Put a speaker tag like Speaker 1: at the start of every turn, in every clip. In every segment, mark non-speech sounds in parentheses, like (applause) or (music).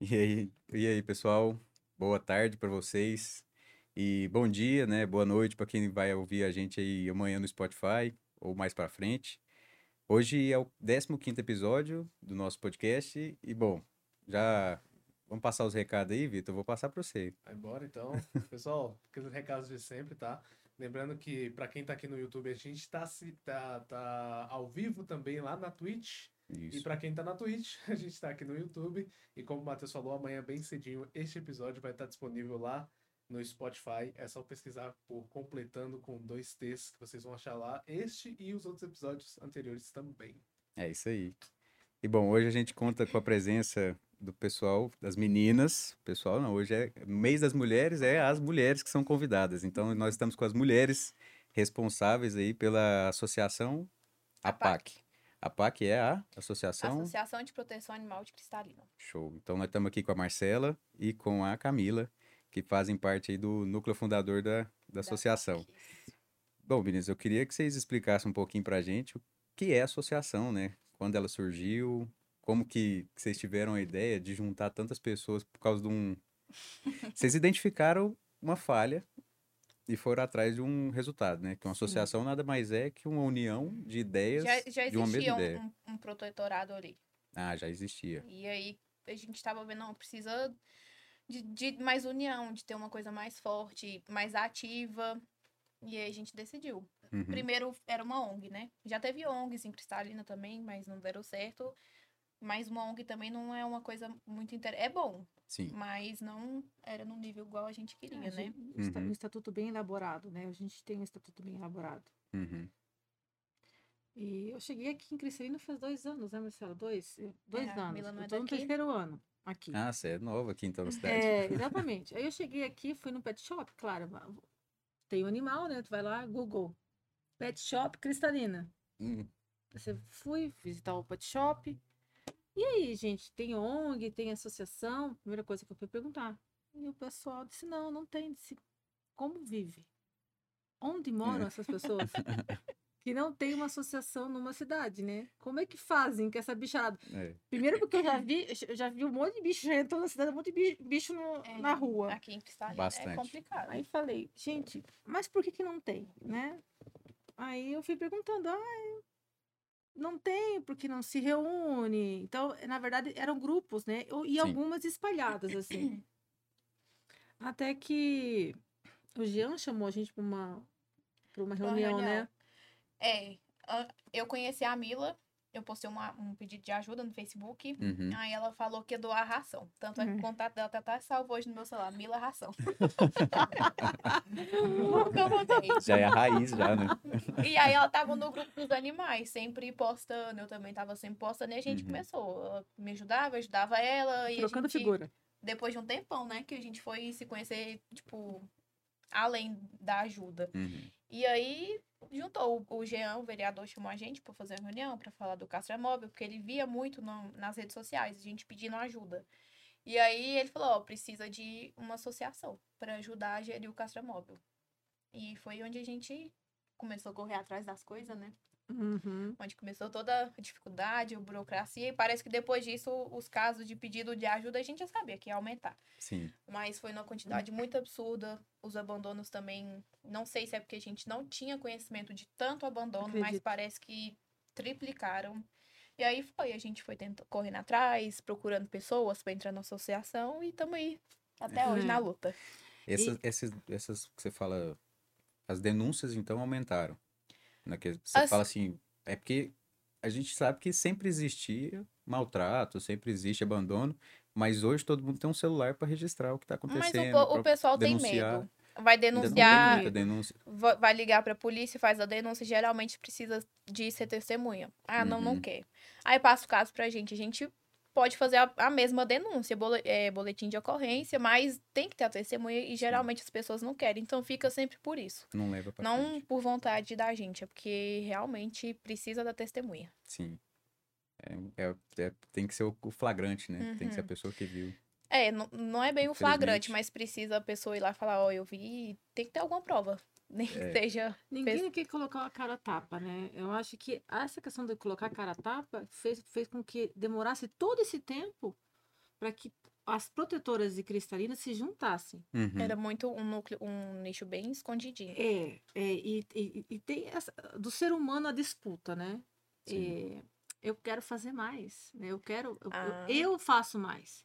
Speaker 1: E aí, e aí, pessoal? Boa tarde para vocês. E bom dia, né? Boa noite para quem vai ouvir a gente aí amanhã no Spotify ou mais para frente. Hoje é o 15º episódio do nosso podcast e bom, já vamos passar os recados aí, Vitor, vou passar para você.
Speaker 2: Vai embora então. Pessoal, aqueles recados de sempre, tá? Lembrando que para quem tá aqui no YouTube, a gente tá, se- tá, tá ao vivo também lá na Twitch. E
Speaker 1: Isso.
Speaker 2: para quem tá na Twitch, (laughs) a gente tá aqui no YouTube. E como o Matheus falou, amanhã bem cedinho este episódio vai estar disponível lá no Spotify. É só pesquisar por completando com dois T's que vocês vão achar lá este e os outros episódios anteriores também.
Speaker 1: É isso aí. E bom, hoje a gente conta com a presença do pessoal, das meninas. Pessoal, não, hoje é mês das mulheres, é as mulheres que são convidadas. Então, nós estamos com as mulheres responsáveis aí pela associação APAC. APAC é a associação.
Speaker 3: Associação de Proteção Animal de Cristalina.
Speaker 1: Show. Então, nós estamos aqui com a Marcela e com a Camila, que fazem parte aí do núcleo fundador da, da associação. Bom, meninas, eu queria que vocês explicassem um pouquinho pra gente o que é a associação, né? Quando ela surgiu, como que que vocês tiveram a ideia de juntar tantas pessoas por causa de
Speaker 3: (laughs)
Speaker 1: um. Vocês identificaram uma falha e foram atrás de um resultado, né? Que uma
Speaker 3: Sim.
Speaker 1: associação nada mais é que uma união de ideias
Speaker 3: Já, já
Speaker 1: de uma mesma
Speaker 3: existia um,
Speaker 1: ideia.
Speaker 3: um- um protetorado ali.
Speaker 1: Ah, já existia.
Speaker 3: E aí a gente tava vendo, não, precisa de, de mais união, de ter uma coisa mais forte, mais ativa. E aí a gente decidiu.
Speaker 1: Uhum.
Speaker 3: Primeiro era uma ONG, né? Já teve ONGs em Cristalina também, mas não deram certo. Mas uma ONG também não é uma coisa muito inter... É bom,
Speaker 1: Sim.
Speaker 3: mas não era num nível igual a gente
Speaker 4: É, a
Speaker 3: queria, né?
Speaker 4: gente- o esta-
Speaker 1: Uhum.
Speaker 4: Um estatuto bem elaborado, né? A gente tem um estatuto bem elaborado.
Speaker 1: Uhum.
Speaker 4: E eu cheguei aqui em Cristalina faz dois anos, né, Marcelo? Dois, eu- dois
Speaker 3: É, a
Speaker 4: anos.
Speaker 3: Mila não é
Speaker 4: eu tô no
Speaker 3: daqui.
Speaker 4: terceiro ano aqui.
Speaker 1: Ah, você é nova aqui então na cidade.
Speaker 4: é,
Speaker 1: (laughs)
Speaker 4: exatamente. Aí eu cheguei aqui, fui no pet shop, claro. ma- Tem um animal, né? Tu vai lá, Google. Pet shop Cristalina.
Speaker 1: Hum,
Speaker 4: Você fui visitar o pet shop. E aí, gente, tem ONG, tem associação? Primeira coisa que eu fui perguntar. E o pessoal disse: não, não tem. Disse, como vive? Onde moram essas pessoas? que não tem uma associação numa cidade, né? Como é que fazem com essa bicharada?
Speaker 1: é.
Speaker 4: Primeiro, porque eu já vi, eu já vi um monte de bicho, já entrou na cidade, um monte de bi- bicho no-
Speaker 3: É,
Speaker 4: tá na rua.
Speaker 3: Aqui em Cristalina
Speaker 1: Bastante.
Speaker 3: é complicado.
Speaker 4: Aí falei, gente, mas por que que não tem, né? Aí eu fui perguntando, ah, não tem porque não se reúne. Então, na verdade, eram grupos, né? Ou- E
Speaker 1: Sim.
Speaker 4: algumas espalhadas, assim. Até que o Jean chamou a gente para uma, pra uma
Speaker 3: Pra uma
Speaker 4: reunião, né?
Speaker 3: reunião. É, a- eu conheci a Mila, eu postei uma- um pedido de ajuda no Facebook.
Speaker 1: Uhum.
Speaker 3: Aí ela falou que ia doar ração. Tanto é que o
Speaker 4: Uhum.
Speaker 3: contato dela tá, tá salvo hoje no meu celular, Mila Ração.
Speaker 4: (laughs)
Speaker 3: Nunca eu mandei.
Speaker 1: Já é a raiz, já, né?
Speaker 3: E aí ela tava no grupo dos animais, sempre postando, eu também tava sempre postando, e a gente
Speaker 1: Uhum.
Speaker 3: começou. Ela me ajudava, eu ajudava ela, e
Speaker 4: Trocando
Speaker 3: a gente,
Speaker 4: figura.
Speaker 3: depois de um tempão, né, que a gente foi se conhecer, tipo, além da ajuda.
Speaker 1: Uhum.
Speaker 3: E aí juntou o o Jean, o vereador, chamou a gente para fazer uma reunião, para falar do Castro é Móvel, porque ele via muito no- nas redes sociais, a gente pedindo ajuda. E aí ele falou, ó, precisa de uma associação para ajudar a gerir o Castro é Móvel. E foi onde a gente começou a correr atrás das coisas, né?
Speaker 4: Uhum.
Speaker 3: Onde começou toda a dificuldade, a burocracia, e parece que depois disso os casos de pedido de ajuda a gente já sabia que ia aumentar.
Speaker 1: Sim.
Speaker 3: Mas foi numa quantidade muito absurda. Os abandonos também. Não sei se é porque a gente não tinha conhecimento de tanto abandono, mas
Speaker 4: Acredito.
Speaker 3: parece que triplicaram. E aí foi, a gente foi tenta- correndo atrás, procurando pessoas para entrar na associação e estamos aí. Até
Speaker 4: É.
Speaker 1: Uhum.
Speaker 3: hoje na luta.
Speaker 1: Essas, essas, essas que você fala, as denúncias então aumentaram. Né? Que você
Speaker 3: As-
Speaker 1: fala assim, é porque a gente sabe que sempre existia maltrato, sempre existe abandono, mas hoje todo mundo tem um celular para registrar o que está
Speaker 3: Ah, Mas
Speaker 1: acontecendo.
Speaker 3: o, po- o
Speaker 1: pra-
Speaker 3: pessoal tem
Speaker 1: denunciar.
Speaker 3: medo. Vai
Speaker 1: ainda não tem
Speaker 3: denunciar,
Speaker 1: muita denúncia.
Speaker 3: va- vai ligar pra polícia, faz a denúncia, geralmente precisa de ser testemunha. Ah, não,
Speaker 1: Uhum.
Speaker 3: não quer. Aí passa o caso pra gente. A gente pode fazer a, a mesma denúncia, bole- é, boletim de ocorrência, mas tem que ter a testemunha e geralmente as pessoas não querem. Então fica sempre por isso.
Speaker 1: Não leva para
Speaker 3: não
Speaker 1: frente.
Speaker 3: por vontade da gente, é porque realmente precisa da testemunha.
Speaker 1: Sim. É, é- é- tem que ser o o flagrante, né? Tem que ser a
Speaker 3: Uhum.
Speaker 1: pessoa que viu.
Speaker 3: É, não, não é bem o
Speaker 1: Infelizmente.
Speaker 3: flagrante, mas precisa a pessoa ir lá falar, ó, eu vi, tem que ter alguma prova. Nem que
Speaker 1: É.
Speaker 3: seja.
Speaker 4: Ninguém
Speaker 3: Pes-
Speaker 4: quer colocar a cara a tapa, né? Eu acho que essa questão de colocar a cara a tapa fez, fez com que demorasse todo esse tempo para que as protetoras e cristalinas se juntassem.
Speaker 1: Uhum.
Speaker 3: Era muito um núcleo, um nicho bem escondidinho.
Speaker 4: É, é, e, e- e tem essa- do ser humano a disputa, né?
Speaker 1: Sim.
Speaker 4: É, eu quero fazer mais, né? Eu quero, eu-
Speaker 3: Ah.
Speaker 4: eu, eu faço mais.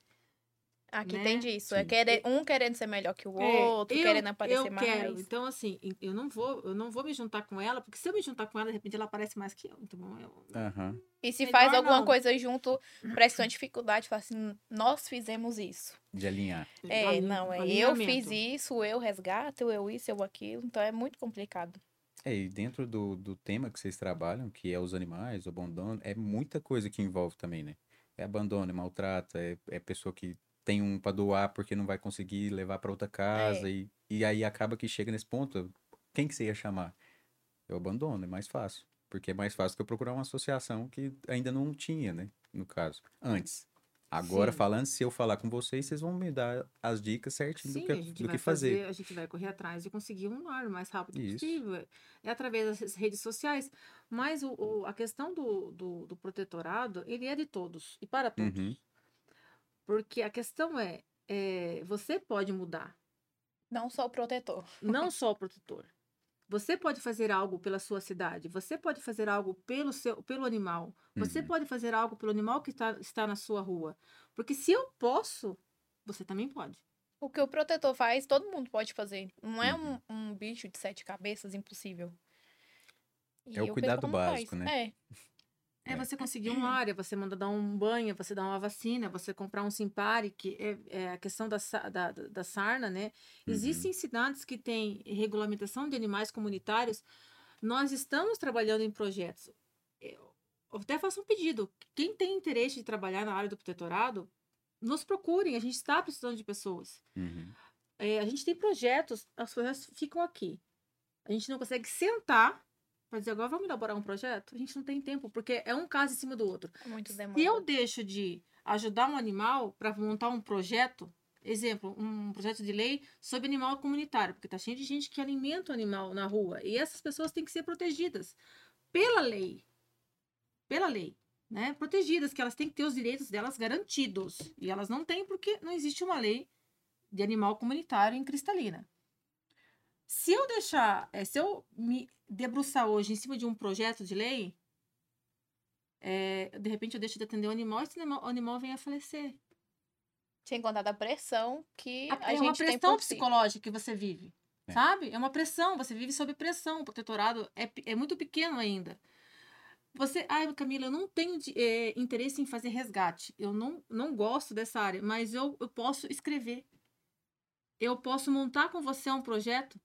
Speaker 3: Aqui
Speaker 4: né?
Speaker 3: tem disso. É
Speaker 1: Sim.
Speaker 3: querer, um querendo ser melhor que o
Speaker 4: É,
Speaker 3: outro,
Speaker 4: eu-
Speaker 3: querendo aparecer
Speaker 4: eu
Speaker 3: mais.
Speaker 4: Quero. Então, assim, eu não vou, eu não vou me juntar com ela, porque se eu me juntar com ela, de repente ela aparece mais que eu. Então, eu,
Speaker 1: Aham.
Speaker 3: E se
Speaker 4: Melhor
Speaker 3: faz alguma
Speaker 4: não.
Speaker 3: coisa
Speaker 1: (coughs)
Speaker 3: junto, presta uma dificuldade, fala assim, nós fizemos isso.
Speaker 1: De alinhar.
Speaker 3: É,
Speaker 4: alin-
Speaker 3: não, é eu
Speaker 4: alinhamento.
Speaker 3: fiz isso, eu resgato, eu isso, eu aquilo, então é muito complicado.
Speaker 1: É, e dentro do, do tema que vocês trabalham, que é os animais, o abandono, é muita coisa que envolve também, né? É abandono, é maltrato, é, é pessoa que tem um pra doar porque não vai conseguir levar pra outra
Speaker 4: É.
Speaker 1: casa. E, e aí acaba que chega nesse ponto, quem que você ia chamar? Eu abandono, é mais fácil. Porque é mais fácil que eu procurar uma associação que ainda não tinha, né? No caso, antes. Agora
Speaker 4: Sim.
Speaker 1: falando, se eu falar com vocês, vocês vão me dar as dicas certinho do
Speaker 4: Sim,
Speaker 1: que, é
Speaker 4: a gente
Speaker 1: do
Speaker 4: vai
Speaker 1: que fazer.
Speaker 4: A gente vai correr atrás de conseguir um nome o mais rápido
Speaker 1: Isso.
Speaker 4: possível. É através das redes sociais. Mas o, o- a questão do, do, do protetorado, ele é de todos e para todos.
Speaker 1: Uhum.
Speaker 4: Porque a questão é, é, você pode mudar,
Speaker 3: Não só o protetor.
Speaker 4: não só o protetor. Você pode fazer algo pela sua cidade, você pode fazer algo pelo, seu, pelo animal, você
Speaker 1: Uhum.
Speaker 4: pode fazer algo pelo animal que está, está na sua rua. Porque se eu posso, você também pode.
Speaker 3: O que o protetor faz, todo mundo pode fazer. Não é
Speaker 1: Uhum.
Speaker 3: um, um bicho de sete cabeças impossível. E
Speaker 1: É o cuidado
Speaker 3: pessoal não
Speaker 1: básico, né?
Speaker 3: faz. É,
Speaker 4: É
Speaker 1: É.
Speaker 4: você conseguir uma área, você manda dar um banho, você dar uma vacina, você comprar um simpare, que é, é a questão da, sa- da, da- da sarna, né?
Speaker 1: Uhum.
Speaker 4: Existem cidades que têm regulamentação de animais comunitários. Nós estamos trabalhando em projetos. Eu eu até faço um pedido. Quem tem interesse de trabalhar na área do protetorado, nos procurem. A gente está precisando de pessoas.
Speaker 1: Uhum.
Speaker 4: É, a gente tem projetos, os projetos ficam aqui. A gente não consegue sentar para dizer agora vamos elaborar um projeto. A gente não tem tempo, porque é um caso em cima do outro.
Speaker 3: é muito demanda.
Speaker 4: Se eu deixo de ajudar um animal para montar um projeto, exemplo, um projeto de lei sobre animal comunitário, porque tá cheio de gente que alimenta o animal na rua e essas pessoas têm que ser protegidas pela lei, pela lei, né? Protegidas, que elas têm que ter os direitos delas garantidos e elas não têm porque não existe uma lei de animal comunitário em Cristalina. Se eu deixar, eh, se eu me debruçar hoje em cima de um projeto de lei, eh, de repente eu deixo de atender o animal e esse animal, o animal vem a falecer.
Speaker 3: Sem contar da pressão que a,
Speaker 4: é
Speaker 3: gente
Speaker 4: uma
Speaker 3: tem
Speaker 4: pressão
Speaker 3: por si.
Speaker 4: psicológica que você vive,
Speaker 1: É.
Speaker 4: sabe? É uma pressão, você vive sob pressão. O protetorado é, pe- é muito pequeno ainda. Você, ai, Camila, eu não tenho de- eh, interesse em fazer resgate. Eu não, não gosto dessa área, mas eu, eu posso escrever. Eu posso montar com você um projeto.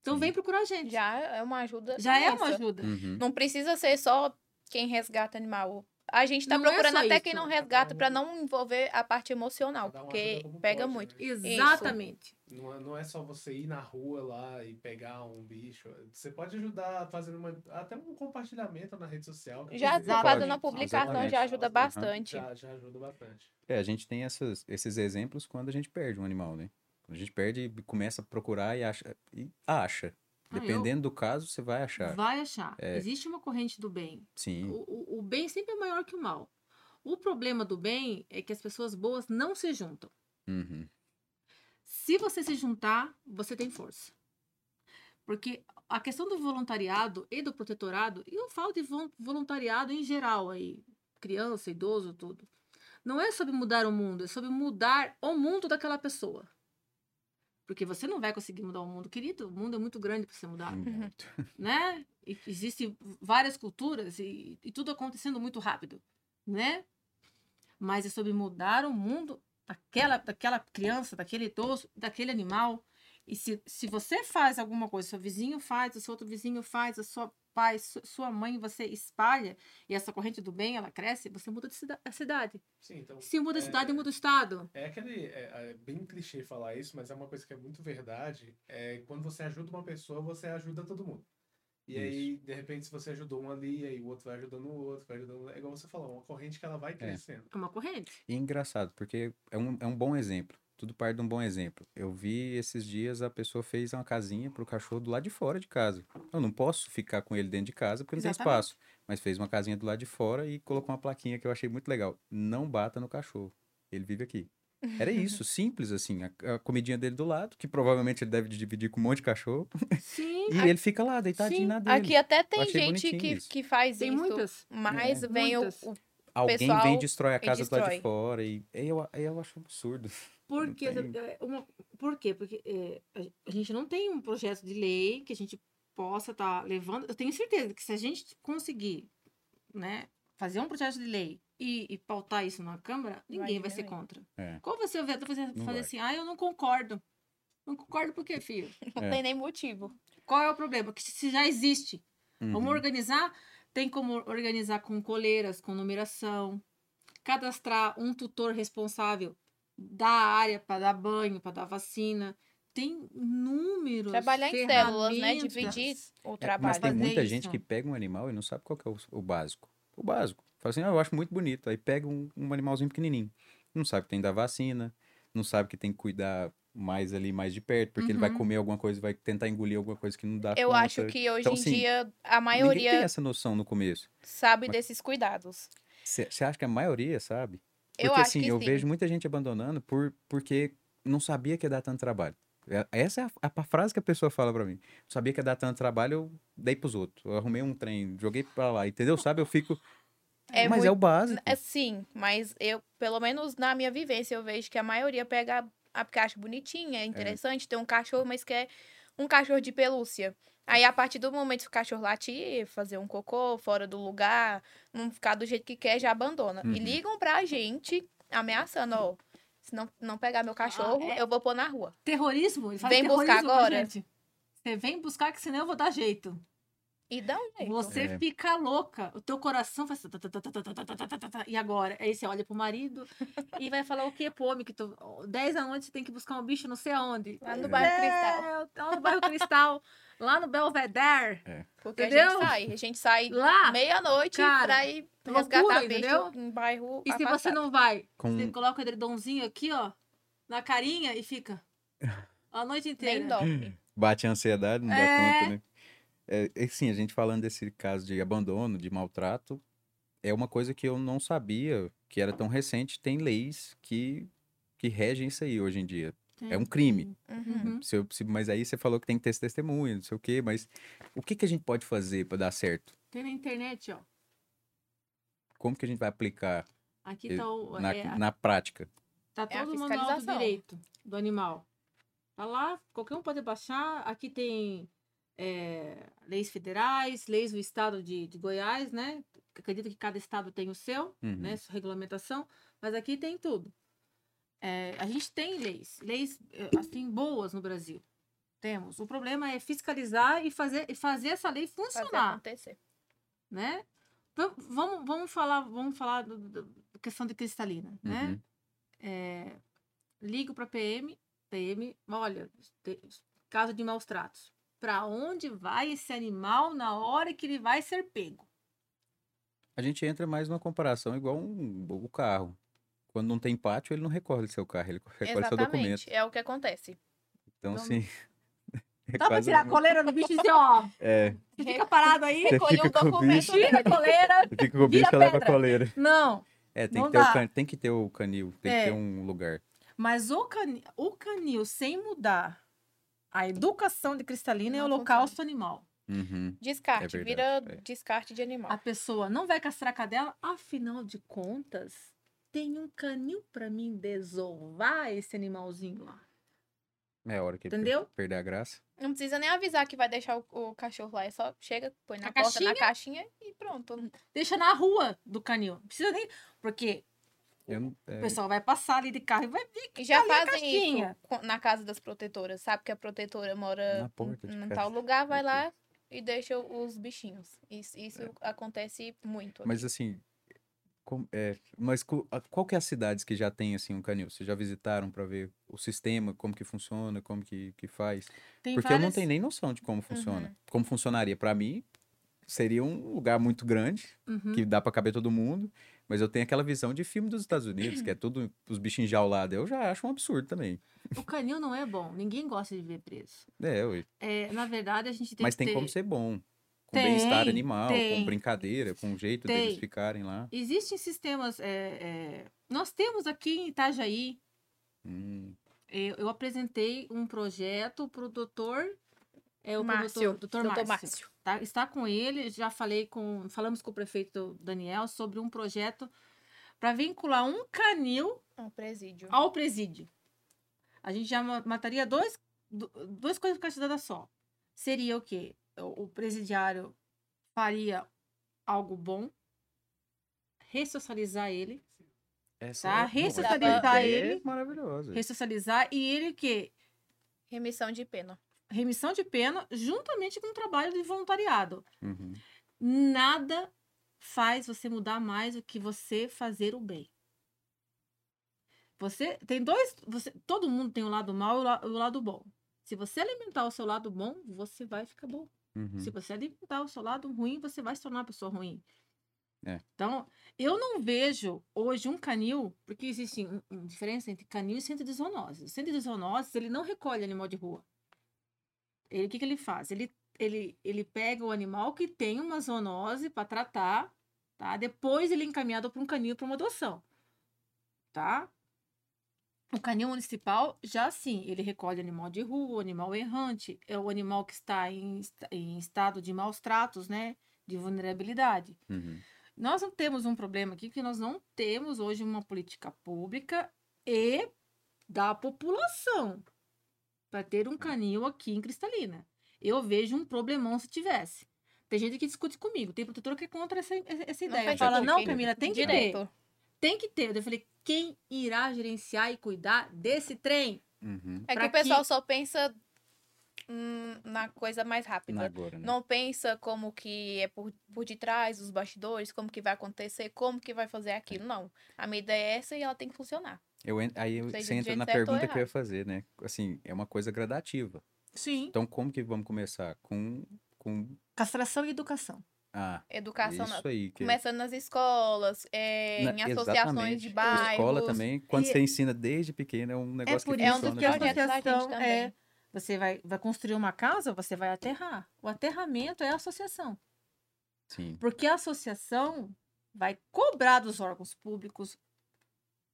Speaker 4: Então
Speaker 1: Sim.
Speaker 4: vem procurar a gente.
Speaker 3: Já é uma ajuda.
Speaker 4: Já é
Speaker 3: imensa.
Speaker 4: uma ajuda.
Speaker 1: Uhum.
Speaker 3: Não precisa ser só quem resgata animal. A gente tá
Speaker 4: Não é
Speaker 3: procurando
Speaker 4: só
Speaker 3: até quem
Speaker 4: isso.
Speaker 3: não resgata pra não envolver a parte emocional,
Speaker 2: Cada um
Speaker 3: porque
Speaker 2: ajuda como
Speaker 3: Ah, pega
Speaker 2: pode,
Speaker 3: muito.
Speaker 2: né?
Speaker 4: Exatamente.
Speaker 2: Não é, não é só você ir na rua lá e pegar um bicho. Você pode ajudar fazendo uma- até um compartilhamento na rede social. que
Speaker 3: Já
Speaker 2: às vezes-
Speaker 4: Exatamente.
Speaker 3: fazendo a publicação
Speaker 1: Exatamente.
Speaker 3: já ajuda bastante.
Speaker 2: Já, já ajuda bastante.
Speaker 1: É, a gente tem essas- esses exemplos quando a gente perde um animal, né? Quando a gente perde, começa a procurar e acha. E acha.
Speaker 4: Ah, eu-
Speaker 1: Dependendo é. do caso, você vai achar.
Speaker 4: Vai achar. Existe uma corrente do bem.
Speaker 1: Sim.
Speaker 4: O, o- o bem sempre é maior que o mal. O problema do bem é que as pessoas boas não se juntam.
Speaker 1: Uhum.
Speaker 4: Se você se juntar, você tem força. Porque a questão do voluntariado e do protetorado, e eu falo de vol- voluntariado em geral aí, criança, idoso, tudo. Não é sobre mudar o mundo, é sobre mudar o mundo daquela pessoa. Porque você não vai conseguir mudar o mundo, querido. O mundo é muito grande para ser mudado
Speaker 1: Muito.
Speaker 4: né? E Existem várias culturas e, e tudo acontecendo muito rápido, né? Mas é sobre mudar o mundo daquela, daquela criança, daquele idoso, daquele animal. E se, se você faz alguma coisa, seu vizinho faz, o seu outro vizinho faz, a sua pai, su- sua mãe, você espalha e essa corrente do bem, ela cresce, você muda de cida- a cidade.
Speaker 2: Sim, então
Speaker 4: Se muda a
Speaker 2: É.
Speaker 4: cidade, muda o estado.
Speaker 2: É aquele. É, é bem clichê falar isso, mas é uma coisa que é muito verdade. É quando você ajuda uma pessoa, você ajuda todo mundo. E aí, de repente, se você ajudou um ali, aí o outro vai ajudando o outro, vai ajudando. É igual você falou, uma corrente que ela vai crescendo.
Speaker 4: É uma corrente.
Speaker 1: E é engraçado, porque é um, é um bom exemplo. Tudo parte de um bom exemplo. Eu vi esses dias a pessoa fez uma casinha pro cachorro do lado de fora de casa. Eu não posso ficar com ele dentro de casa porque não tem
Speaker 4: Exatamente.
Speaker 1: espaço. Mas fez uma casinha do lado de fora e colocou uma plaquinha que eu achei muito legal. Não bata no cachorro. Ele vive aqui.
Speaker 3: (laughs)
Speaker 1: Era isso, simples assim. A, a comidinha dele do lado, que provavelmente ele deve dividir com um monte de cachorro.
Speaker 4: Sim. é
Speaker 1: E
Speaker 3: Aqui-
Speaker 1: ele fica lá, deitadinho
Speaker 4: Sim,
Speaker 1: na dele.
Speaker 3: Aqui é até tem
Speaker 1: achei
Speaker 3: gente
Speaker 1: bonitinho
Speaker 3: que,
Speaker 1: isso.
Speaker 3: que faz
Speaker 4: Tem
Speaker 3: isso.
Speaker 4: muitas.
Speaker 3: Mas
Speaker 1: É.
Speaker 3: vem o,
Speaker 4: muitas.
Speaker 3: o-
Speaker 1: Alguém vem
Speaker 3: pessoal
Speaker 1: e destrói a
Speaker 3: e
Speaker 1: casa do lado
Speaker 3: destrói.
Speaker 1: de fora. E aí eu, aí eu acho um absurdo.
Speaker 4: Porque,
Speaker 1: tem-
Speaker 4: é, uma- por quê? Porque é, a- a gente não tem um projeto de lei que a gente possa estar levando. Eu tenho certeza que se a gente conseguir né, fazer um projeto de lei e, e pautar isso na Câmara, ninguém vai, ser
Speaker 3: diminuir.
Speaker 4: contra.
Speaker 1: É.
Speaker 4: Qual vai ser o veto fazer,
Speaker 1: Não
Speaker 4: fazer
Speaker 1: vai.
Speaker 4: assim? Ah, eu não concordo. Não concordo por quê, filho?
Speaker 3: não
Speaker 1: É.
Speaker 3: tem nem motivo.
Speaker 4: Qual é o problema? Que se já existe. Vamos
Speaker 1: Uhum.
Speaker 4: organizar? Tem como organizar com coleiras, com numeração, cadastrar um tutor responsável da área para dar banho, para dar vacina. Tem números.
Speaker 3: Trabalhar em células, né?
Speaker 4: ferramentas.
Speaker 3: Dividir o
Speaker 1: É, Mas
Speaker 3: trabalho.
Speaker 1: tem
Speaker 4: Fazer
Speaker 1: muita
Speaker 4: isso.
Speaker 3: então.
Speaker 1: gente que pega um animal e não sabe qual que é o, o básico. O básico. Fala assim, ah, eu acho muito bonito. Aí pega um, um animalzinho pequenininho. Não sabe que tem que dar vacina, não sabe que tem que cuidar mais ali, mais de perto, porque ele vai
Speaker 4: Uhum.
Speaker 1: comer alguma coisa, vai tentar engolir alguma coisa que não dá
Speaker 3: Eu
Speaker 1: conta.
Speaker 3: acho que hoje
Speaker 1: Então,
Speaker 3: em
Speaker 1: assim,
Speaker 3: dia a
Speaker 1: Ninguém tem
Speaker 3: maioria
Speaker 1: essa noção no começo.
Speaker 3: sabe
Speaker 1: Mas-
Speaker 3: desses cuidados.
Speaker 1: Você acha que a maioria sabe?
Speaker 3: Eu
Speaker 1: porque
Speaker 3: acho
Speaker 1: assim,
Speaker 3: que
Speaker 1: eu
Speaker 3: sim.
Speaker 1: vejo muita gente abandonando por, porque não sabia que ia dar tanto trabalho. É- Essa é a, a frase que a pessoa fala pra mim. Não sabia que ia dar tanto trabalho, eu dei pros outros. Eu arrumei um trem, joguei pra lá, entendeu? Sabe, eu fico...
Speaker 3: (laughs) É
Speaker 1: mas
Speaker 3: muito
Speaker 1: é o básico.
Speaker 3: É, sim, mas eu, pelo menos na minha vivência, eu vejo que a maioria pega a, a que acha bonitinha, é interessante, tem um cachorro, mas quer um cachorro de pelúcia. Aí, a partir do momento que o cachorro latir, fazer um cocô fora do lugar, não ficar do jeito que quer, já abandona.
Speaker 1: Uhum.
Speaker 3: E ligam pra gente ameaçando, ó, se não, não pegar meu cachorro,
Speaker 4: é.
Speaker 3: eu vou pôr na rua.
Speaker 4: Terrorismo? Ele faz
Speaker 3: Vem buscar
Speaker 4: terrorismo pra
Speaker 3: agora?
Speaker 4: gente. Você vem buscar que senão eu vou dar jeito.
Speaker 3: E dá um jeito.
Speaker 4: Você
Speaker 1: É.
Speaker 4: fica louca. O teu coração faz... tá, tá, tá, tá, tá, tá, tá, tá, tá, tá. E agora? Aí você olha pro marido e vai falar o quê, pô, homem? Que tu... 10 aonde você tem que buscar um bicho não sei aonde.
Speaker 3: Lá no
Speaker 4: É.
Speaker 3: bairro Cristal.
Speaker 4: É, lá no bairro Cristal. Lá no Belvedere.
Speaker 3: Porque a
Speaker 4: entendeu?
Speaker 3: gente sai, a gente sai
Speaker 4: Lá.
Speaker 3: meia-noite
Speaker 4: cara,
Speaker 3: pra ir
Speaker 4: loucura,
Speaker 3: resgatar bicho
Speaker 4: entendeu?
Speaker 3: em bairro
Speaker 4: E se você
Speaker 3: afastado.
Speaker 4: não vai,
Speaker 1: Com...
Speaker 4: Você coloca o edredomzinho aqui, ó, na carinha e
Speaker 1: (laughs)
Speaker 4: fica. A noite inteira.
Speaker 3: Nem dorme.
Speaker 1: Bate a ansiedade, não dá
Speaker 4: É.
Speaker 1: conta, né? É, e sim, a gente falando desse caso de abandono, de maltrato, é uma coisa que eu não sabia que era tão recente. Tem leis que, que regem isso aí hoje em dia. É um crime.
Speaker 3: Uhum.
Speaker 4: Uhum.
Speaker 1: Se eu- se- mas aí você falou que tem que ter esse testemunho, não sei o quê, mas o que, que a gente pode fazer para dar certo?
Speaker 4: Tem na internet, ó.
Speaker 1: Como que a gente vai aplicar
Speaker 4: Aqui
Speaker 1: E
Speaker 4: tá o.
Speaker 1: na,
Speaker 4: é,
Speaker 1: na prática?
Speaker 4: tá
Speaker 3: é a
Speaker 4: todo o manual do
Speaker 3: fiscalização.
Speaker 4: direito do animal. Tá lá, qualquer um pode baixar. Aqui tem é, leis federais, leis do estado de, de Goiás, né? Acredito que cada estado tem o seu.
Speaker 1: Uhum.
Speaker 4: né, sua regulamentação, mas aqui tem tudo. É, a gente tem leis, leis eh, assim boas no Brasil. Temos. O problema é fiscalizar e fazer, e fazer essa lei
Speaker 3: Fazer
Speaker 4: funcionar,
Speaker 3: acontecer.
Speaker 4: né? V- Vamos, vamos falar, vamos falar do- do- da questão de cristalina, né?
Speaker 1: Uhum.
Speaker 4: É, ligo para PM, PM, olha, te- caso de maus tratos. Para onde vai esse animal na hora que ele vai ser pego?
Speaker 1: A gente entra mais numa comparação igual um, o carro. Quando não tem pátio, ele não recolhe seu carro, ele (laughs) recolhe seu documento.
Speaker 3: Exatamente, é o que acontece.
Speaker 1: Então,
Speaker 4: Então,
Speaker 1: assim. (laughs) É
Speaker 4: Dá para
Speaker 1: quase
Speaker 4: tirar a
Speaker 1: um-
Speaker 4: coleira do bicho e dizer, ó,
Speaker 1: É,
Speaker 4: você fica parado aí,
Speaker 1: Você
Speaker 3: Recolhe um
Speaker 1: fica com o
Speaker 3: documento
Speaker 1: bicho.
Speaker 4: tira a coleira,
Speaker 1: você fica com o
Speaker 4: Vira
Speaker 1: bicho e leva a
Speaker 4: pedra.
Speaker 1: coleira.
Speaker 4: Não,
Speaker 1: É, tem
Speaker 4: Não
Speaker 1: que, ter o
Speaker 4: dá.
Speaker 1: can... tem que ter o canil, tem
Speaker 4: É.
Speaker 1: que ter um lugar.
Speaker 4: mas o, cani- o canil sem mudar a educação de cristalina é
Speaker 3: Não
Speaker 4: holocausto animal.
Speaker 1: Uhum.
Speaker 3: Descarte,
Speaker 1: É
Speaker 3: vira
Speaker 1: verdade, é.
Speaker 3: descarte de animal.
Speaker 4: A pessoa não vai castrar a cadela, afinal de contas, tem um canil pra mim desovar esse animalzinho lá.
Speaker 1: É a hora que
Speaker 4: Entendeu?
Speaker 1: per- perder a graça.
Speaker 3: Não precisa nem avisar que vai deixar o, o cachorro lá, é só chega, põe na
Speaker 4: A
Speaker 3: porta, na caixinha e pronto.
Speaker 4: Deixa na rua do canil. Não Precisa nem. Porque
Speaker 1: Eu não- é,
Speaker 4: o pessoal vai passar ali de carro e vai ver.
Speaker 3: E já
Speaker 4: ali a
Speaker 3: fazem
Speaker 4: caixinha.
Speaker 3: isso co- na casa das protetoras, sabe que a protetora mora
Speaker 1: Na porta de
Speaker 3: em em
Speaker 1: casa.
Speaker 3: tal lugar, vai lá e deixa os bichinhos. Isso, isso acontece muito.
Speaker 1: É. Mas
Speaker 3: aqui.
Speaker 1: assim, com- é, mas co- a- qual que é as cidades que já tem assim um canil? Vocês já visitaram para ver o sistema, como que funciona, como que, que faz?
Speaker 4: Tem
Speaker 1: Porque eu não
Speaker 4: várias- Uhum.
Speaker 1: tenho nem noção de como funciona. Como funcionaria para mim? Seria um lugar muito grande,
Speaker 4: Uhum.
Speaker 1: que dá pra caber todo mundo, mas eu tenho aquela visão de filme dos Estados Unidos, que é tudo os bichinhos enjaulados. Eu já acho um absurdo também.
Speaker 4: O canil não é bom. Ninguém gosta de ver preso.
Speaker 1: É, ué.
Speaker 4: É, na verdade, a gente tem
Speaker 1: mas
Speaker 4: que
Speaker 1: tem
Speaker 4: ter...
Speaker 1: como ser bom. Com
Speaker 4: Tem,
Speaker 1: bem-estar animal,
Speaker 4: tem.
Speaker 1: com brincadeira, com o jeito deles
Speaker 4: Tem.
Speaker 1: ficarem lá.
Speaker 4: Existem sistemas. é, é, Nós temos aqui em Itajaí,
Speaker 1: Hum,
Speaker 4: Eu, eu apresentei um projeto pro doutor. É o
Speaker 5: Márcio,
Speaker 4: doutor, doutor,
Speaker 5: doutor
Speaker 4: Márcio.
Speaker 5: Márcio.
Speaker 4: Tá, está com ele, já falei com. Falamos com o prefeito Daniel sobre um projeto para vincular um canil
Speaker 3: Um presídio.
Speaker 4: ao presídio. A gente já ma- mataria dois, du- duas coisas com a cidade só. Seria o quê? O o presidiário faria algo bom, ressocializar ele,
Speaker 1: essa
Speaker 4: Tá,
Speaker 1: é boa, essa
Speaker 4: ressocializar
Speaker 1: ideia
Speaker 4: ele.
Speaker 1: É maravilhosa.
Speaker 4: ressocializar e ele o quê?
Speaker 3: Remissão de pena.
Speaker 4: Remissão de pena, juntamente com o trabalho de voluntariado.
Speaker 1: Uhum.
Speaker 4: Nada faz você mudar mais do que você fazer o bem. Você tem dois. Você, todo mundo tem o lado mau e o la- o lado bom. Se você alimentar o seu lado bom, você vai ficar bom.
Speaker 1: Uhum.
Speaker 4: Se você alimentar o seu lado ruim, você vai se tornar uma pessoa ruim.
Speaker 1: É.
Speaker 4: Então, eu não vejo hoje um canil, porque existe um- uma diferença entre canil e centro de zoonoses. O centro de zoonoses, ele não recolhe animal de rua. Ele, o que, que ele faz? Ele, ele, ele pega o animal que tem uma zoonose para tratar, tá? Depois ele é encaminhado para um canil para uma adoção, tá? O canil municipal, já sim, ele recolhe animal de rua, animal errante, é o animal que está em, esta- em estado de maus tratos, né? De vulnerabilidade.
Speaker 1: Uhum.
Speaker 4: Nós não temos um problema aqui que nós não temos hoje uma política pública e da população para ter um canil aqui em Cristalina. Eu vejo um problemão se tivesse. Tem gente que discute comigo, tem protetor que é contra essa, essa
Speaker 3: Não
Speaker 4: ideia.
Speaker 3: faz
Speaker 4: Fala,
Speaker 3: sentido.
Speaker 4: não, Camila, tem que ter.
Speaker 3: Direto.
Speaker 4: Tem que ter. Eu falei, quem irá gerenciar e cuidar desse trem?
Speaker 1: Uhum.
Speaker 3: É que
Speaker 4: Pra
Speaker 3: o pessoal
Speaker 4: que-
Speaker 3: só pensa hum, na coisa mais rápida.
Speaker 1: Agora, né?
Speaker 3: Não pensa como que é por, por detrás dos bastidores, como que vai acontecer, como que vai
Speaker 1: É.
Speaker 3: fazer aquilo. Não. A minha ideia é essa e ela tem que funcionar.
Speaker 1: Eu en- Aí eu-
Speaker 3: Seja
Speaker 1: você
Speaker 3: do
Speaker 1: entra
Speaker 3: jeito
Speaker 1: na
Speaker 3: certo ou
Speaker 1: pergunta que eu ia
Speaker 3: errado.
Speaker 1: fazer, né? Assim, é uma coisa gradativa.
Speaker 4: Sim.
Speaker 1: Então, como que vamos começar? Com. com...
Speaker 4: Castração e educação.
Speaker 1: Ah,
Speaker 3: Educação na-
Speaker 1: isso aí. Que... é.
Speaker 3: começando nas escolas, é,
Speaker 1: Na-
Speaker 3: em associações
Speaker 1: exatamente.
Speaker 3: de
Speaker 1: A
Speaker 3: bairros.
Speaker 1: Escola também, quando
Speaker 4: E-
Speaker 1: você ensina desde pequeno, é um negócio
Speaker 4: por
Speaker 1: que
Speaker 3: É um dos
Speaker 1: funciona demais.
Speaker 4: projetos
Speaker 3: projetos da gente
Speaker 4: Associação,
Speaker 3: também.
Speaker 4: é. Você vai, vai construir uma casa, você vai aterrar. O aterramento é a associação.
Speaker 1: Sim.
Speaker 4: Porque a associação vai cobrar dos órgãos públicos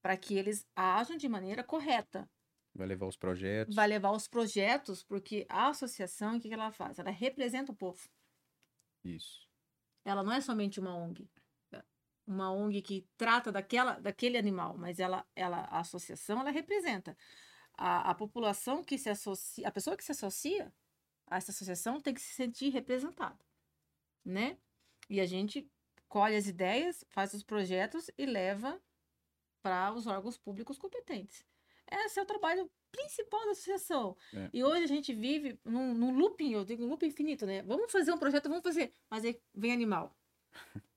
Speaker 4: para que eles ajam de maneira correta.
Speaker 1: Vai levar os projetos.
Speaker 4: Vai levar os projetos, porque a associação, o que que ela faz? Ela representa o povo.
Speaker 1: Isso.
Speaker 4: ela não é somente uma ONG. Uma ONG que trata daquela, daquele animal, mas ela, ela, a associação ela representa. A, a população que se associa, a pessoa que se associa a essa associação tem que se sentir representada, né? E a gente colhe as ideias, faz os projetos e leva para os órgãos públicos competentes. Esse é o trabalho principal da associação.
Speaker 1: É.
Speaker 4: E hoje a gente vive num, num looping, eu digo um looping infinito, né? Vamos fazer um projeto, vamos fazer, mas aí
Speaker 1: (laughs)
Speaker 4: vem animal.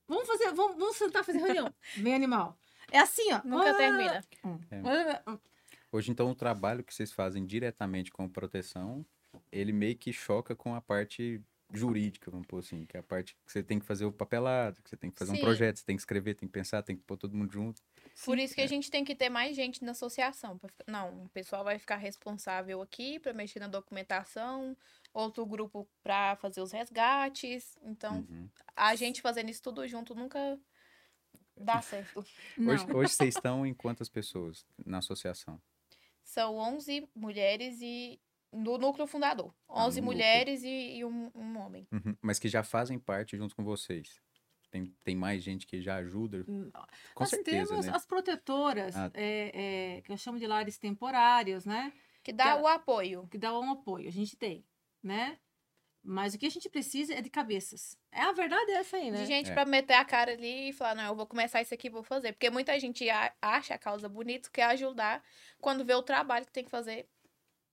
Speaker 4: Vamos fazer, vamos, vamos sentar fazer reunião. Vem animal. É assim, ó.
Speaker 3: Nunca
Speaker 4: Ah,
Speaker 3: termina.
Speaker 4: ah,
Speaker 1: Hoje, então, o trabalho que vocês fazem diretamente com proteção, ele meio que choca com a parte jurídica, vamos pôr assim, que é a parte que você tem que fazer o papelado, que você tem que fazer um
Speaker 3: Sim.
Speaker 1: projeto, você tem que escrever, tem que pensar, tem que pôr todo mundo junto.
Speaker 3: Por isso que
Speaker 1: é.
Speaker 3: a gente tem que ter mais gente na associação. pra ficar- Não, o pessoal vai ficar responsável aqui para mexer na documentação, outro grupo para fazer os resgates. Então,
Speaker 1: Uhum.
Speaker 3: a gente fazendo isso tudo junto nunca dá certo.
Speaker 4: não.
Speaker 1: Hoje, hoje vocês estão em quantas pessoas na associação?
Speaker 3: São 11 mulheres e. No núcleo fundador.
Speaker 1: Ah,
Speaker 3: 11
Speaker 1: no núcleo.
Speaker 3: mulheres e, e um, um homem.
Speaker 1: Uhum. Mas que já fazem parte junto com vocês. Tem, tem mais gente que já ajuda? Com
Speaker 4: Nós
Speaker 1: certeza,
Speaker 4: temos
Speaker 1: né?
Speaker 4: as protetoras,
Speaker 1: Ah.
Speaker 4: é, é, que eu chamo de lares temporários, né?
Speaker 3: Que dá
Speaker 4: Aquela-
Speaker 3: o apoio.
Speaker 4: Que dá um apoio, a gente tem, né? Mas o que a gente precisa é de cabeças. É a verdade é essa aí, né?
Speaker 3: De gente
Speaker 1: É.
Speaker 3: pra meter a cara ali e falar, não, eu vou começar isso aqui, vou fazer. Porque muita gente a- acha a causa bonita, quer ajudar, quando vê o trabalho que tem que fazer.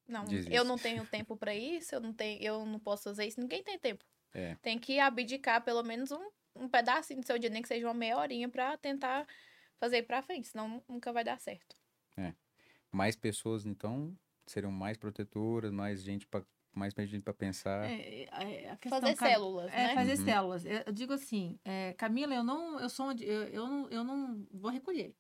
Speaker 3: Não,
Speaker 1: Desiste.
Speaker 3: eu não tenho tempo pra isso, eu não tenho, eu não posso fazer isso, ninguém tem tempo.
Speaker 1: É.
Speaker 3: Tem que abdicar pelo menos um, um pedacinho do seu dia, nem que seja uma meia horinha pra tentar fazer pra frente, senão nunca vai dar certo.
Speaker 1: Mais pessoas, então, seriam mais protetoras, mais gente para mais gente para pensar.
Speaker 4: É, é, a questão
Speaker 3: Fazer
Speaker 4: ca-
Speaker 3: células,
Speaker 4: É,
Speaker 3: né?
Speaker 4: fazer
Speaker 1: Uhum.
Speaker 4: células. Eu eu digo assim, é, Camila, eu não, eu sou, onde- eu, eu não, eu não vou recolher,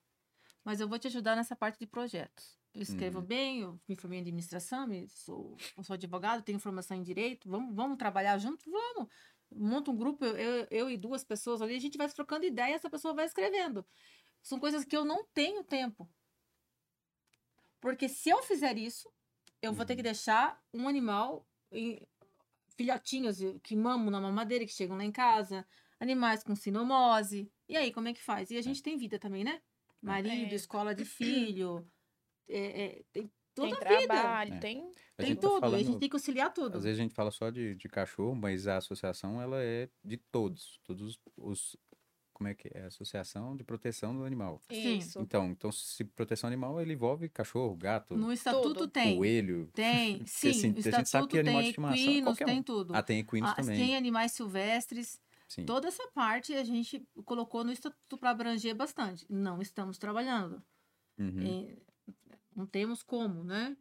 Speaker 4: mas eu vou te ajudar nessa parte de projetos. Eu escrevo
Speaker 1: Uhum.
Speaker 4: bem, eu me formei em administração, me- sou, eu sou advogado, tenho formação em direito. Vamos, vamos trabalhar junto, vamos. Monta um grupo, eu, eu, eu e duas pessoas ali, a gente vai trocando ideia, essa pessoa vai escrevendo. São coisas que eu não tenho tempo. Porque se eu fizer isso, eu vou
Speaker 1: Uhum.
Speaker 4: ter que deixar um animal em- filhotinhos que mamam na mamadeira, que chegam lá em casa, animais com sinomose. E aí, como é que faz? E a gente tem vida também, né? Marido,
Speaker 3: É.
Speaker 4: escola de filho, é, é, tem toda
Speaker 3: tem
Speaker 4: a vida.
Speaker 3: trabalho,
Speaker 1: É.
Speaker 3: tem.
Speaker 1: A
Speaker 4: Tem
Speaker 1: gente tá
Speaker 4: tudo. E a
Speaker 1: falando-
Speaker 4: gente tem que conciliar tudo.
Speaker 1: Às vezes a gente fala só de, de cachorro, mas a associação ela é de todos, todos os como é que é? Associação de Proteção do Animal.
Speaker 4: Sim.
Speaker 3: Isso.
Speaker 1: Então, então se proteção animal ele envolve cachorro, gato,
Speaker 4: No estatuto
Speaker 3: Tudo.
Speaker 4: tem.
Speaker 1: coelho. (laughs)
Speaker 4: Tem, sim.
Speaker 1: assim,
Speaker 4: o
Speaker 1: a gente sabe
Speaker 4: estatuto
Speaker 1: que animal de
Speaker 4: tem
Speaker 1: estimação,
Speaker 4: equinos,
Speaker 1: qualquer um.
Speaker 4: tem tudo.
Speaker 1: Ah, tem equinos
Speaker 4: Ah,
Speaker 1: também.
Speaker 4: Tem animais silvestres.
Speaker 1: Sim.
Speaker 4: Toda essa parte a gente colocou no estatuto para abranger bastante. Não estamos trabalhando.
Speaker 1: Uhum.
Speaker 4: É, não temos como, né?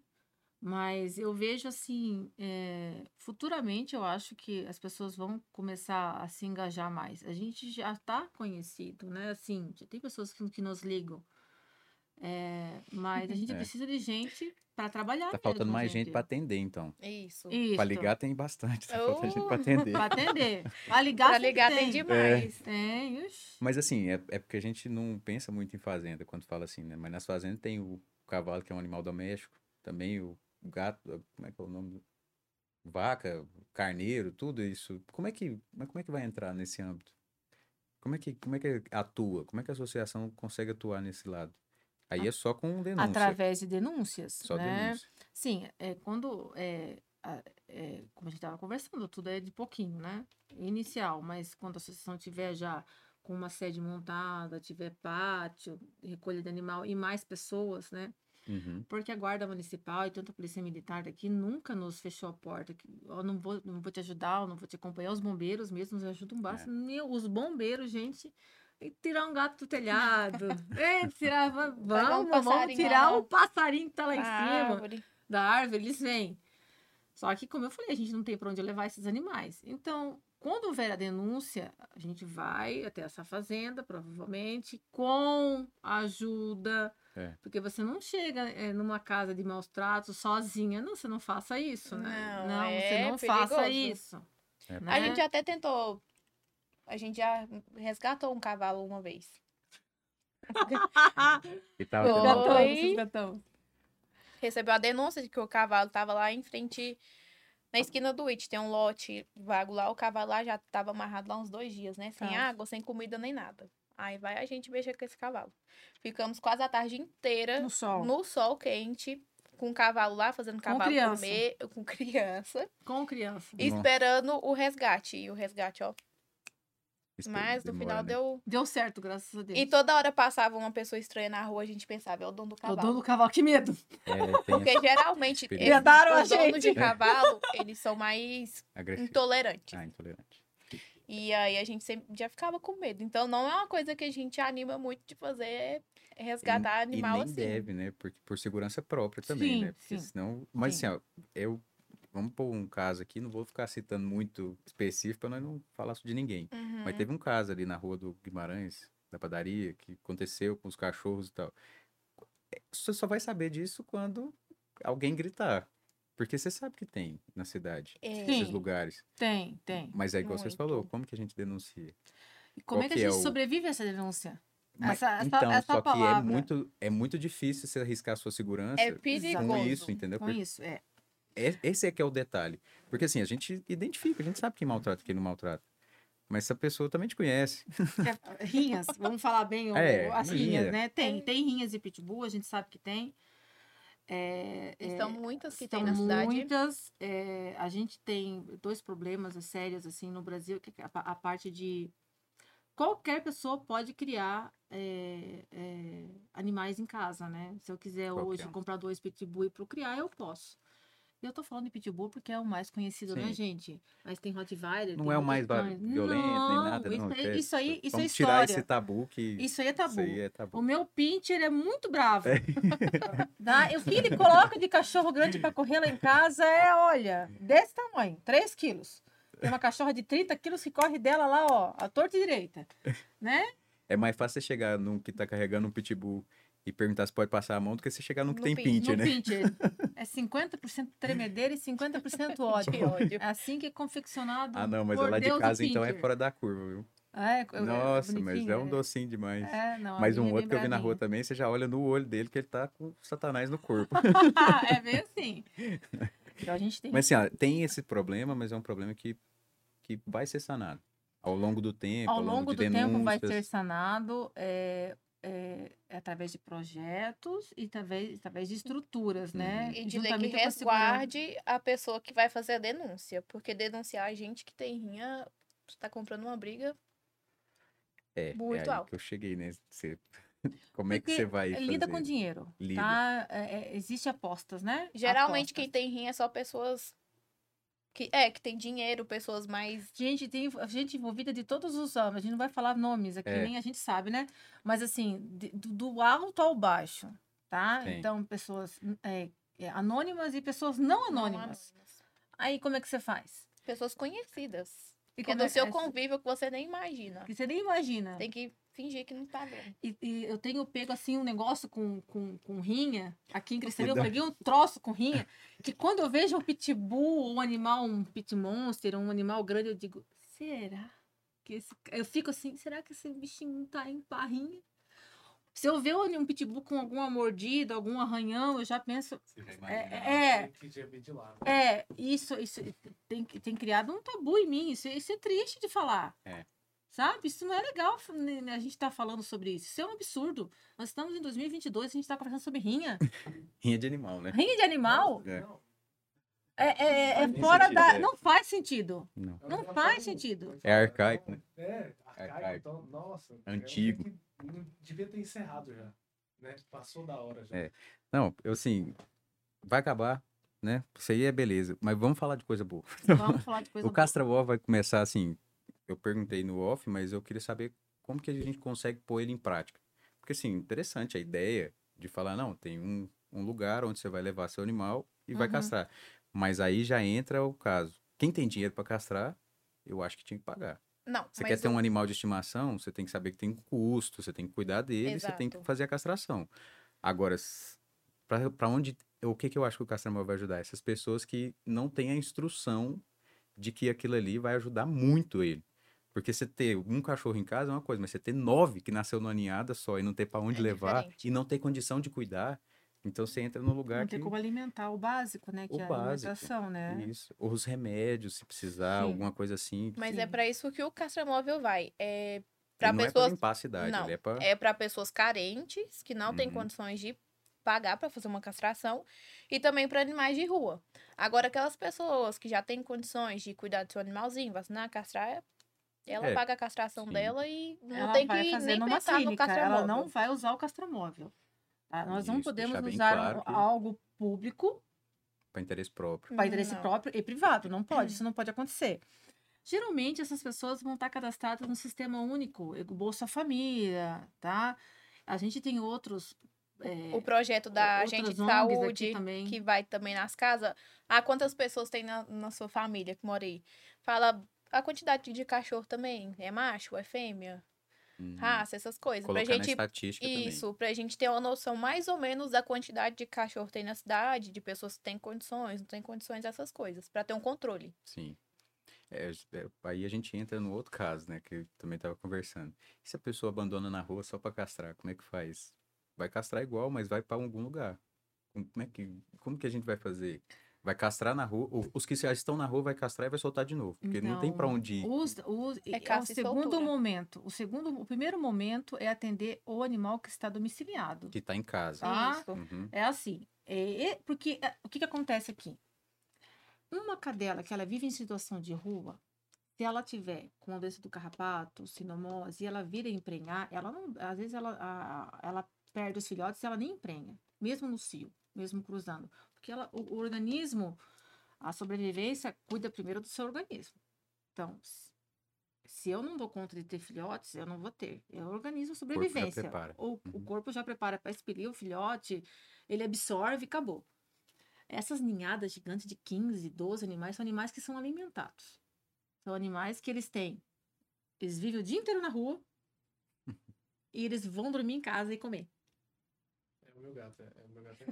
Speaker 4: Mas eu vejo assim, é, futuramente eu acho que as pessoas vão começar a se engajar mais. A gente já está conhecido, né? Assim, já tem pessoas que, que nos ligam. É, mas a gente
Speaker 1: É.
Speaker 4: precisa de gente para trabalhar.
Speaker 1: Tá faltando
Speaker 4: mesmo,
Speaker 1: mais gente para atender, então.
Speaker 3: Isso.
Speaker 4: Isso.
Speaker 1: Para ligar tem bastante, (laughs) tá faltando gente para
Speaker 3: Oh.
Speaker 1: atender.
Speaker 4: Para atender. Para ligar,
Speaker 3: Pra
Speaker 4: sempre
Speaker 3: ligar tem
Speaker 4: tem.
Speaker 3: demais.
Speaker 4: É. Tem, ixi.
Speaker 1: Mas assim, é, é porque a gente não pensa muito em fazenda quando fala assim, né? Mas nas fazendas tem o cavalo, que é um animal doméstico, também o gato, como é que é o nome? do- Vaca, carneiro, tudo isso. Como é que, mas como é que vai entrar nesse âmbito? Como é que, como é que atua? Como é que a associação consegue atuar nesse lado? Aí é só com denúncia.
Speaker 4: Através de denúncias.
Speaker 1: Só
Speaker 4: né?
Speaker 1: denúncia.
Speaker 4: Sim, é quando é, a- é, como a gente estava conversando, tudo é de pouquinho, né? Inicial, mas quando a associação tiver já com uma sede montada, tiver pátio, recolha de animal e mais pessoas, né?
Speaker 1: Uhum.
Speaker 4: Porque a guarda municipal e tanto a polícia militar daqui nunca nos fechou a porta. Que, ó, não vou, não vou te ajudar, eu não vou te acompanhar. Os bombeiros mesmo nos ajudam
Speaker 3: É.
Speaker 4: bastante. Os bombeiros, gente, e tirar
Speaker 3: (laughs)
Speaker 4: um gato do telhado. é, tirar, vamos,
Speaker 3: um
Speaker 4: vamos
Speaker 3: passarinho lá Ah,
Speaker 4: tirar
Speaker 3: na-
Speaker 4: o passarinho que tá lá em
Speaker 3: A
Speaker 4: cima
Speaker 3: árvore.
Speaker 4: da árvore, eles vêm. Só que, como eu falei, a gente não tem para onde levar esses animais. Então, quando houver a denúncia, a gente vai até essa fazenda, provavelmente, com ajuda.
Speaker 1: É.
Speaker 4: Porque você não chega eh, numa casa de maus tratos sozinha. Não, você não faça isso, né?
Speaker 3: Não,
Speaker 4: Não, você
Speaker 3: é
Speaker 4: não faça
Speaker 3: perigoso.
Speaker 4: isso.
Speaker 1: É,
Speaker 4: né?
Speaker 3: A gente
Speaker 4: (laughs)
Speaker 3: até tentou. A gente já resgatou um cavalo uma vez.
Speaker 1: E tava tendo-
Speaker 3: Bom.
Speaker 4: Gatão,
Speaker 3: Oi.
Speaker 4: esses gatão.
Speaker 3: recebeu a denúncia de que o cavalo tava lá em frente na esquina do It, tem um lote vago lá, o cavalo lá já tava amarrado lá uns dois dias, né? Sem
Speaker 4: Tá.
Speaker 3: água, sem comida, nem nada. Aí vai a gente mexer com esse cavalo. Ficamos quase a tarde inteira
Speaker 4: No sol.
Speaker 3: no sol quente, com o cavalo lá, fazendo o cavalo
Speaker 4: criança.
Speaker 3: comer, com criança,
Speaker 4: Com criança.
Speaker 1: Nossa.
Speaker 3: esperando o resgate. E o resgate, ó. Mas no
Speaker 1: demora,
Speaker 3: final
Speaker 1: né?
Speaker 3: deu.
Speaker 4: Deu certo, graças a Deus.
Speaker 3: E toda hora passava uma pessoa estranha na rua, a gente pensava, é o dono do
Speaker 4: É o
Speaker 3: cavalo.
Speaker 4: dono do cavalo, que medo.
Speaker 1: É, tem
Speaker 3: Porque geralmente
Speaker 1: Perigo.
Speaker 3: esses-
Speaker 4: Vedaram a
Speaker 3: os donos de
Speaker 4: gente.
Speaker 3: cavalo, eles são mais
Speaker 1: (laughs) agressivo.
Speaker 3: intolerante.
Speaker 1: Ah, intolerante.
Speaker 3: E aí a gente sempre já ficava com medo. Então não é uma coisa que a gente anima muito de fazer é resgatar
Speaker 1: E
Speaker 3: animal
Speaker 1: nem
Speaker 3: assim.
Speaker 1: deve, né? Por, por segurança própria também,
Speaker 4: Sim,
Speaker 1: né? Porque
Speaker 4: sim.
Speaker 1: senão. Mas
Speaker 4: Sim.
Speaker 1: assim, ó, eu. Vamos pôr um caso aqui, não vou ficar citando muito específico pra nós não falar de ninguém.
Speaker 3: Uhum.
Speaker 4: É.
Speaker 1: Mas teve um caso ali na rua do Guimarães, da padaria, que aconteceu com os cachorros e tal. É, Você só vai saber disso quando alguém gritar. Porque você sabe que tem na cidade,
Speaker 3: É,
Speaker 4: Sim.
Speaker 1: esses lugares.
Speaker 4: Tem, tem.
Speaker 1: Mas é igual vocês
Speaker 3: Muito.
Speaker 1: falou, como que a gente denuncia?
Speaker 4: E como
Speaker 1: Qual
Speaker 4: é que a
Speaker 1: que é
Speaker 4: gente
Speaker 1: o-
Speaker 4: sobrevive a essa denúncia?
Speaker 1: Mas-
Speaker 4: Essa- essa-
Speaker 1: então,
Speaker 4: essa
Speaker 1: só que é
Speaker 4: palavra.
Speaker 1: muito, é muito difícil você arriscar a sua segurança
Speaker 3: é perigoso.
Speaker 1: com isso, entendeu?
Speaker 4: Com
Speaker 1: Porque
Speaker 4: isso, é.
Speaker 1: É- Esse é que é o detalhe. Porque assim, a gente identifica, a gente sabe quem maltrata e quem não maltrata. Mas essa pessoa também te conhece. (laughs)
Speaker 4: É, Rinhas, vamos falar bem o-
Speaker 1: É,
Speaker 4: as
Speaker 1: rinha.
Speaker 4: rinhas, né? Tem, tem rinhas de pitbull, a gente sabe que tem. É,
Speaker 3: E
Speaker 1: então.
Speaker 3: São
Speaker 4: é,
Speaker 3: muitas que tem
Speaker 4: são
Speaker 3: na cidade.
Speaker 4: muitas. é, a gente tem dois problemas sérios assim no Brasil, que é a, pa- a parte de qualquer pessoa pode criar é, é, animais em casa, né? Se eu quiser
Speaker 1: Qualquer
Speaker 4: hoje
Speaker 1: um.
Speaker 4: comprar dois pitbull e procriar, eu posso. E Eu tô falando de pitbull porque é o mais conhecido, né,
Speaker 1: Sim.
Speaker 4: gente? Mas tem Rottweiler,
Speaker 1: Não
Speaker 4: tem
Speaker 1: é o
Speaker 4: outros
Speaker 1: mais va-
Speaker 4: cães.
Speaker 1: violento, nem
Speaker 4: Não,
Speaker 1: nada.
Speaker 4: Isso,
Speaker 1: não,
Speaker 4: aí, isso aí, isso é
Speaker 1: Vamos tirar
Speaker 4: história.
Speaker 1: esse tabu que.
Speaker 4: Isso aí é tabu.
Speaker 1: Isso aí é tabu.
Speaker 4: O meu pincher é muito bravo. (laughs) Tá? O que ele coloca de cachorro grande para correr lá em casa é, olha, desse tamanho, 3 quilos. Tem uma cachorra de 30 quilos que corre dela lá, ó, à torta e direita. Né?
Speaker 1: É mais fácil você chegar num que tá carregando um pitbull e perguntar se pode passar a mão do que você chegar num que
Speaker 3: No
Speaker 1: tem
Speaker 3: pin-
Speaker 1: pincher,
Speaker 4: No
Speaker 1: né?
Speaker 4: pincher. É 50% tremedeira e 50% ódio.
Speaker 3: De ódio.
Speaker 4: É assim que é confeccionado.
Speaker 1: Ah, não, mas
Speaker 4: por
Speaker 1: é lá de
Speaker 4: Deus, o
Speaker 1: casa então é
Speaker 4: pincher.
Speaker 1: fora da curva, viu?
Speaker 4: Ah, é, co- é
Speaker 1: Nossa, mas é
Speaker 4: bonitinho,
Speaker 1: um
Speaker 4: né?
Speaker 1: docinho demais.
Speaker 4: É, não, a
Speaker 1: Mas
Speaker 4: minha
Speaker 1: um
Speaker 4: é
Speaker 1: outro que
Speaker 4: bem
Speaker 1: eu vi na rua
Speaker 4: bravinha.
Speaker 1: também, você já olha no olho dele que ele tá com Satanás no corpo.
Speaker 4: (laughs) é bem
Speaker 1: (laughs)
Speaker 4: assim. Então a gente tem.
Speaker 1: mas assim, ó, tem esse problema, mas é um problema que, que vai ser sanado. Ao longo do tempo, ao,
Speaker 4: ao longo do
Speaker 1: de denúncias.
Speaker 4: tempo vai ser sanado é, é, através de projetos e através, através de estruturas,
Speaker 1: Uhum.
Speaker 4: né?
Speaker 3: E de lei que
Speaker 4: Juntamente com a segurança.
Speaker 3: resguarde a pessoa que vai fazer a denúncia. Porque denunciar a gente que tem rinha, tu tá comprando uma briga.
Speaker 1: É, é
Speaker 3: muito
Speaker 1: aí
Speaker 3: alto.
Speaker 1: que eu cheguei, né? Você- (laughs) Como é que
Speaker 4: Porque
Speaker 1: você vai
Speaker 4: Lida
Speaker 1: fazer?
Speaker 4: com dinheiro.
Speaker 1: Lida.
Speaker 4: Tá? É, é, existe apostas, né?
Speaker 3: Geralmente
Speaker 4: Apostas.
Speaker 3: quem tem rinha é só pessoas que é que tem dinheiro, pessoas mais
Speaker 4: Gente, tem gente envolvida de todos os ramos. A gente não vai falar nomes aqui,
Speaker 1: É.
Speaker 4: nem a gente sabe, né? Mas assim, de- do, do alto ao baixo, tá?
Speaker 1: Sim.
Speaker 4: Então, pessoas é, é, anônimas e pessoas não
Speaker 3: não
Speaker 4: anônimas. Aí, como é que você faz?
Speaker 3: Pessoas conhecidas.
Speaker 4: E
Speaker 3: Que é
Speaker 4: como
Speaker 3: do seu
Speaker 4: é-
Speaker 3: convívio que você nem imagina.
Speaker 4: que você nem imagina.
Speaker 3: Tem que fingir que não tá vendo.
Speaker 4: E, e eu tenho pego assim um negócio com, com, com rinha. Aqui em Crescimento,
Speaker 1: dá.
Speaker 4: eu peguei um troço com rinha. Que quando eu vejo um pitbull ou um animal, um pit monster, um animal grande, eu digo: será que esse. ca- Eu fico assim: será que esse bichinho tá em parrinha? Se eu ver um pitbull com alguma mordida, algum arranhão, eu já penso:
Speaker 2: Você já
Speaker 4: É,
Speaker 2: imagina
Speaker 4: é.
Speaker 2: Que já vem de lá. né?
Speaker 4: é, isso, isso tem, tem criado um tabu em mim. Isso, isso é triste de falar.
Speaker 1: É.
Speaker 4: Sabe? Isso não é legal né, né, a gente tá falando sobre isso. Isso é um absurdo. Nós estamos em 2022 a gente tá conversando
Speaker 1: (laughs)
Speaker 4: sobre rinha.
Speaker 1: Rinha de animal, né?
Speaker 4: Rinha de animal
Speaker 1: É.
Speaker 2: Não,
Speaker 4: é, é- é
Speaker 1: Não faz
Speaker 4: fora
Speaker 1: sentido,
Speaker 4: da.
Speaker 1: é.
Speaker 4: Não faz sentido.
Speaker 1: Não.
Speaker 2: é um
Speaker 4: Não
Speaker 2: negócio
Speaker 4: faz
Speaker 2: tão-
Speaker 4: sentido.
Speaker 1: É arcaico, né?
Speaker 2: É, arcaico.
Speaker 1: Arcaico.
Speaker 2: Então, nossa. é um
Speaker 1: Antigo.
Speaker 2: trem que não devia ter encerrado já. Né? Passou da hora já.
Speaker 1: É. Não, eu assim, vai acabar, né? Isso aí é beleza. Mas vamos falar de coisa boa. (laughs)
Speaker 4: Vamos falar de coisa.
Speaker 1: O
Speaker 4: boa.
Speaker 1: Castra Wall vai começar assim. Eu perguntei no off, mas eu queria saber como que a gente consegue pôr ele em prática. Porque, assim, interessante a ideia de falar, não, tem um, um lugar onde você vai levar seu animal e vai
Speaker 4: Uhum.
Speaker 1: castrar. Mas aí já entra o caso. Quem tem dinheiro para castrar, eu acho que tinha que pagar.
Speaker 3: Não,
Speaker 1: Você
Speaker 3: mas
Speaker 1: quer ter
Speaker 3: o-
Speaker 1: um animal de estimação, você tem que saber que tem um custo, você tem que cuidar dele, você tem que
Speaker 3: Exato.
Speaker 1: fazer a castração. Agora, para onde. O que, que eu acho que o castramóvel vai ajudar? Essas pessoas que não têm a instrução de que aquilo ali vai ajudar muito ele. Porque você ter um cachorro em casa é uma coisa, mas você ter nove que nasceu numa ninhada só e não ter para onde
Speaker 3: É
Speaker 1: levar
Speaker 3: diferente.
Speaker 1: e não ter condição de cuidar, então você entra num lugar
Speaker 4: Não
Speaker 1: que.
Speaker 4: tem como alimentar o básico, né? Que
Speaker 1: O
Speaker 4: é a
Speaker 1: básico.
Speaker 4: alimentação, né?
Speaker 1: Isso. Ou os remédios, se precisar,
Speaker 4: Sim.
Speaker 1: alguma coisa assim.
Speaker 3: Mas é
Speaker 4: Sim.
Speaker 3: pra isso que o castramóvel vai. É
Speaker 1: Ele
Speaker 3: para
Speaker 1: não é
Speaker 3: pessoas
Speaker 1: pra limpar a cidade,
Speaker 3: Não,
Speaker 1: ele é pra.
Speaker 3: é para pessoas carentes que não têm
Speaker 1: Uhum.
Speaker 3: condições de pagar para fazer uma castração e também para animais de rua. Agora aquelas pessoas que já têm condições de cuidar do seu animalzinho, vacinar, castrar, é- ela
Speaker 1: É,
Speaker 3: paga a castração
Speaker 1: sim.
Speaker 3: dela e não
Speaker 4: ela
Speaker 3: tem
Speaker 4: vai
Speaker 3: que
Speaker 4: fazer
Speaker 3: nem
Speaker 4: numa
Speaker 3: pensar no
Speaker 4: clínica, ela
Speaker 3: castramóvel.
Speaker 4: não vai usar o castramóvel. tá? Nós não
Speaker 1: Isso,
Speaker 4: podemos
Speaker 1: deixar bem
Speaker 4: usar
Speaker 1: claro
Speaker 4: um-
Speaker 1: que-
Speaker 4: algo público
Speaker 1: para interesse próprio.
Speaker 4: para interesse
Speaker 3: Não.
Speaker 4: próprio e privado. Não pode, isso não pode acontecer. Geralmente, essas pessoas vão estar cadastradas no sistema único, o Bolsa Família, tá? A gente tem outros. é,
Speaker 3: O projeto da
Speaker 4: outras
Speaker 3: agente de
Speaker 4: ONGs aqui
Speaker 3: saúde
Speaker 4: também.
Speaker 3: que vai também nas casas. Ah, quantas pessoas tem na, na sua família que mora aí? Fala a quantidade de cachorro também. É macho? É fêmea?
Speaker 1: Hum.
Speaker 3: Raça? Essas coisas.
Speaker 1: colocar
Speaker 3: pra
Speaker 1: na
Speaker 3: gente
Speaker 1: estatística também.
Speaker 3: Isso, pra gente ter uma noção mais ou menos da quantidade de cachorro que tem na cidade, de pessoas que têm condições, não têm condições, essas coisas, pra ter um controle.
Speaker 1: Sim. É, é, aí a gente entra no outro caso, né? Que eu também tava conversando. E se a pessoa abandona na rua só para castrar, como é que faz? Vai castrar igual, mas vai para algum lugar. Como como é que, como que a gente vai fazer? Vai castrar na rua, ou- os que já estão na rua vai castrar e vai soltar de novo, porque não tem para
Speaker 4: Então,
Speaker 1: onde ir.
Speaker 4: Os, os, é, o
Speaker 3: caça e
Speaker 4: segundo
Speaker 3: soltura.
Speaker 4: momento. O segundo, o primeiro momento é atender o animal que está domiciliado.
Speaker 1: Que tá em casa.
Speaker 4: Tá.
Speaker 3: Isso.
Speaker 1: Uhum.
Speaker 4: É assim, é, é- porque é, o que, que acontece aqui? Uma cadela que ela vive em situação de rua, se ela tiver com a doença do carrapato, sinomose, e ela vira a emprenhar, ela não, às vezes ela, a- ela perde os filhotes e ela nem emprenha, mesmo no cio, mesmo cruzando. Porque ela, o, o organismo, a sobrevivência, cuida primeiro do seu organismo. Então, se- se eu não dou conta de ter filhotes, eu não vou ter. É o organismo sobrevivência.
Speaker 1: prepara.
Speaker 4: O, o
Speaker 1: Uhum.
Speaker 4: corpo já prepara para expelir o filhote, ele absorve e acabou. Essas ninhadas gigantes de 15, 12 animais são animais que são alimentados. São animais que eles têm. Eles vivem o dia inteiro na
Speaker 1: (laughs)
Speaker 4: rua e eles vão dormir em casa e comer.
Speaker 2: É o meu gato. É, é o meu gato.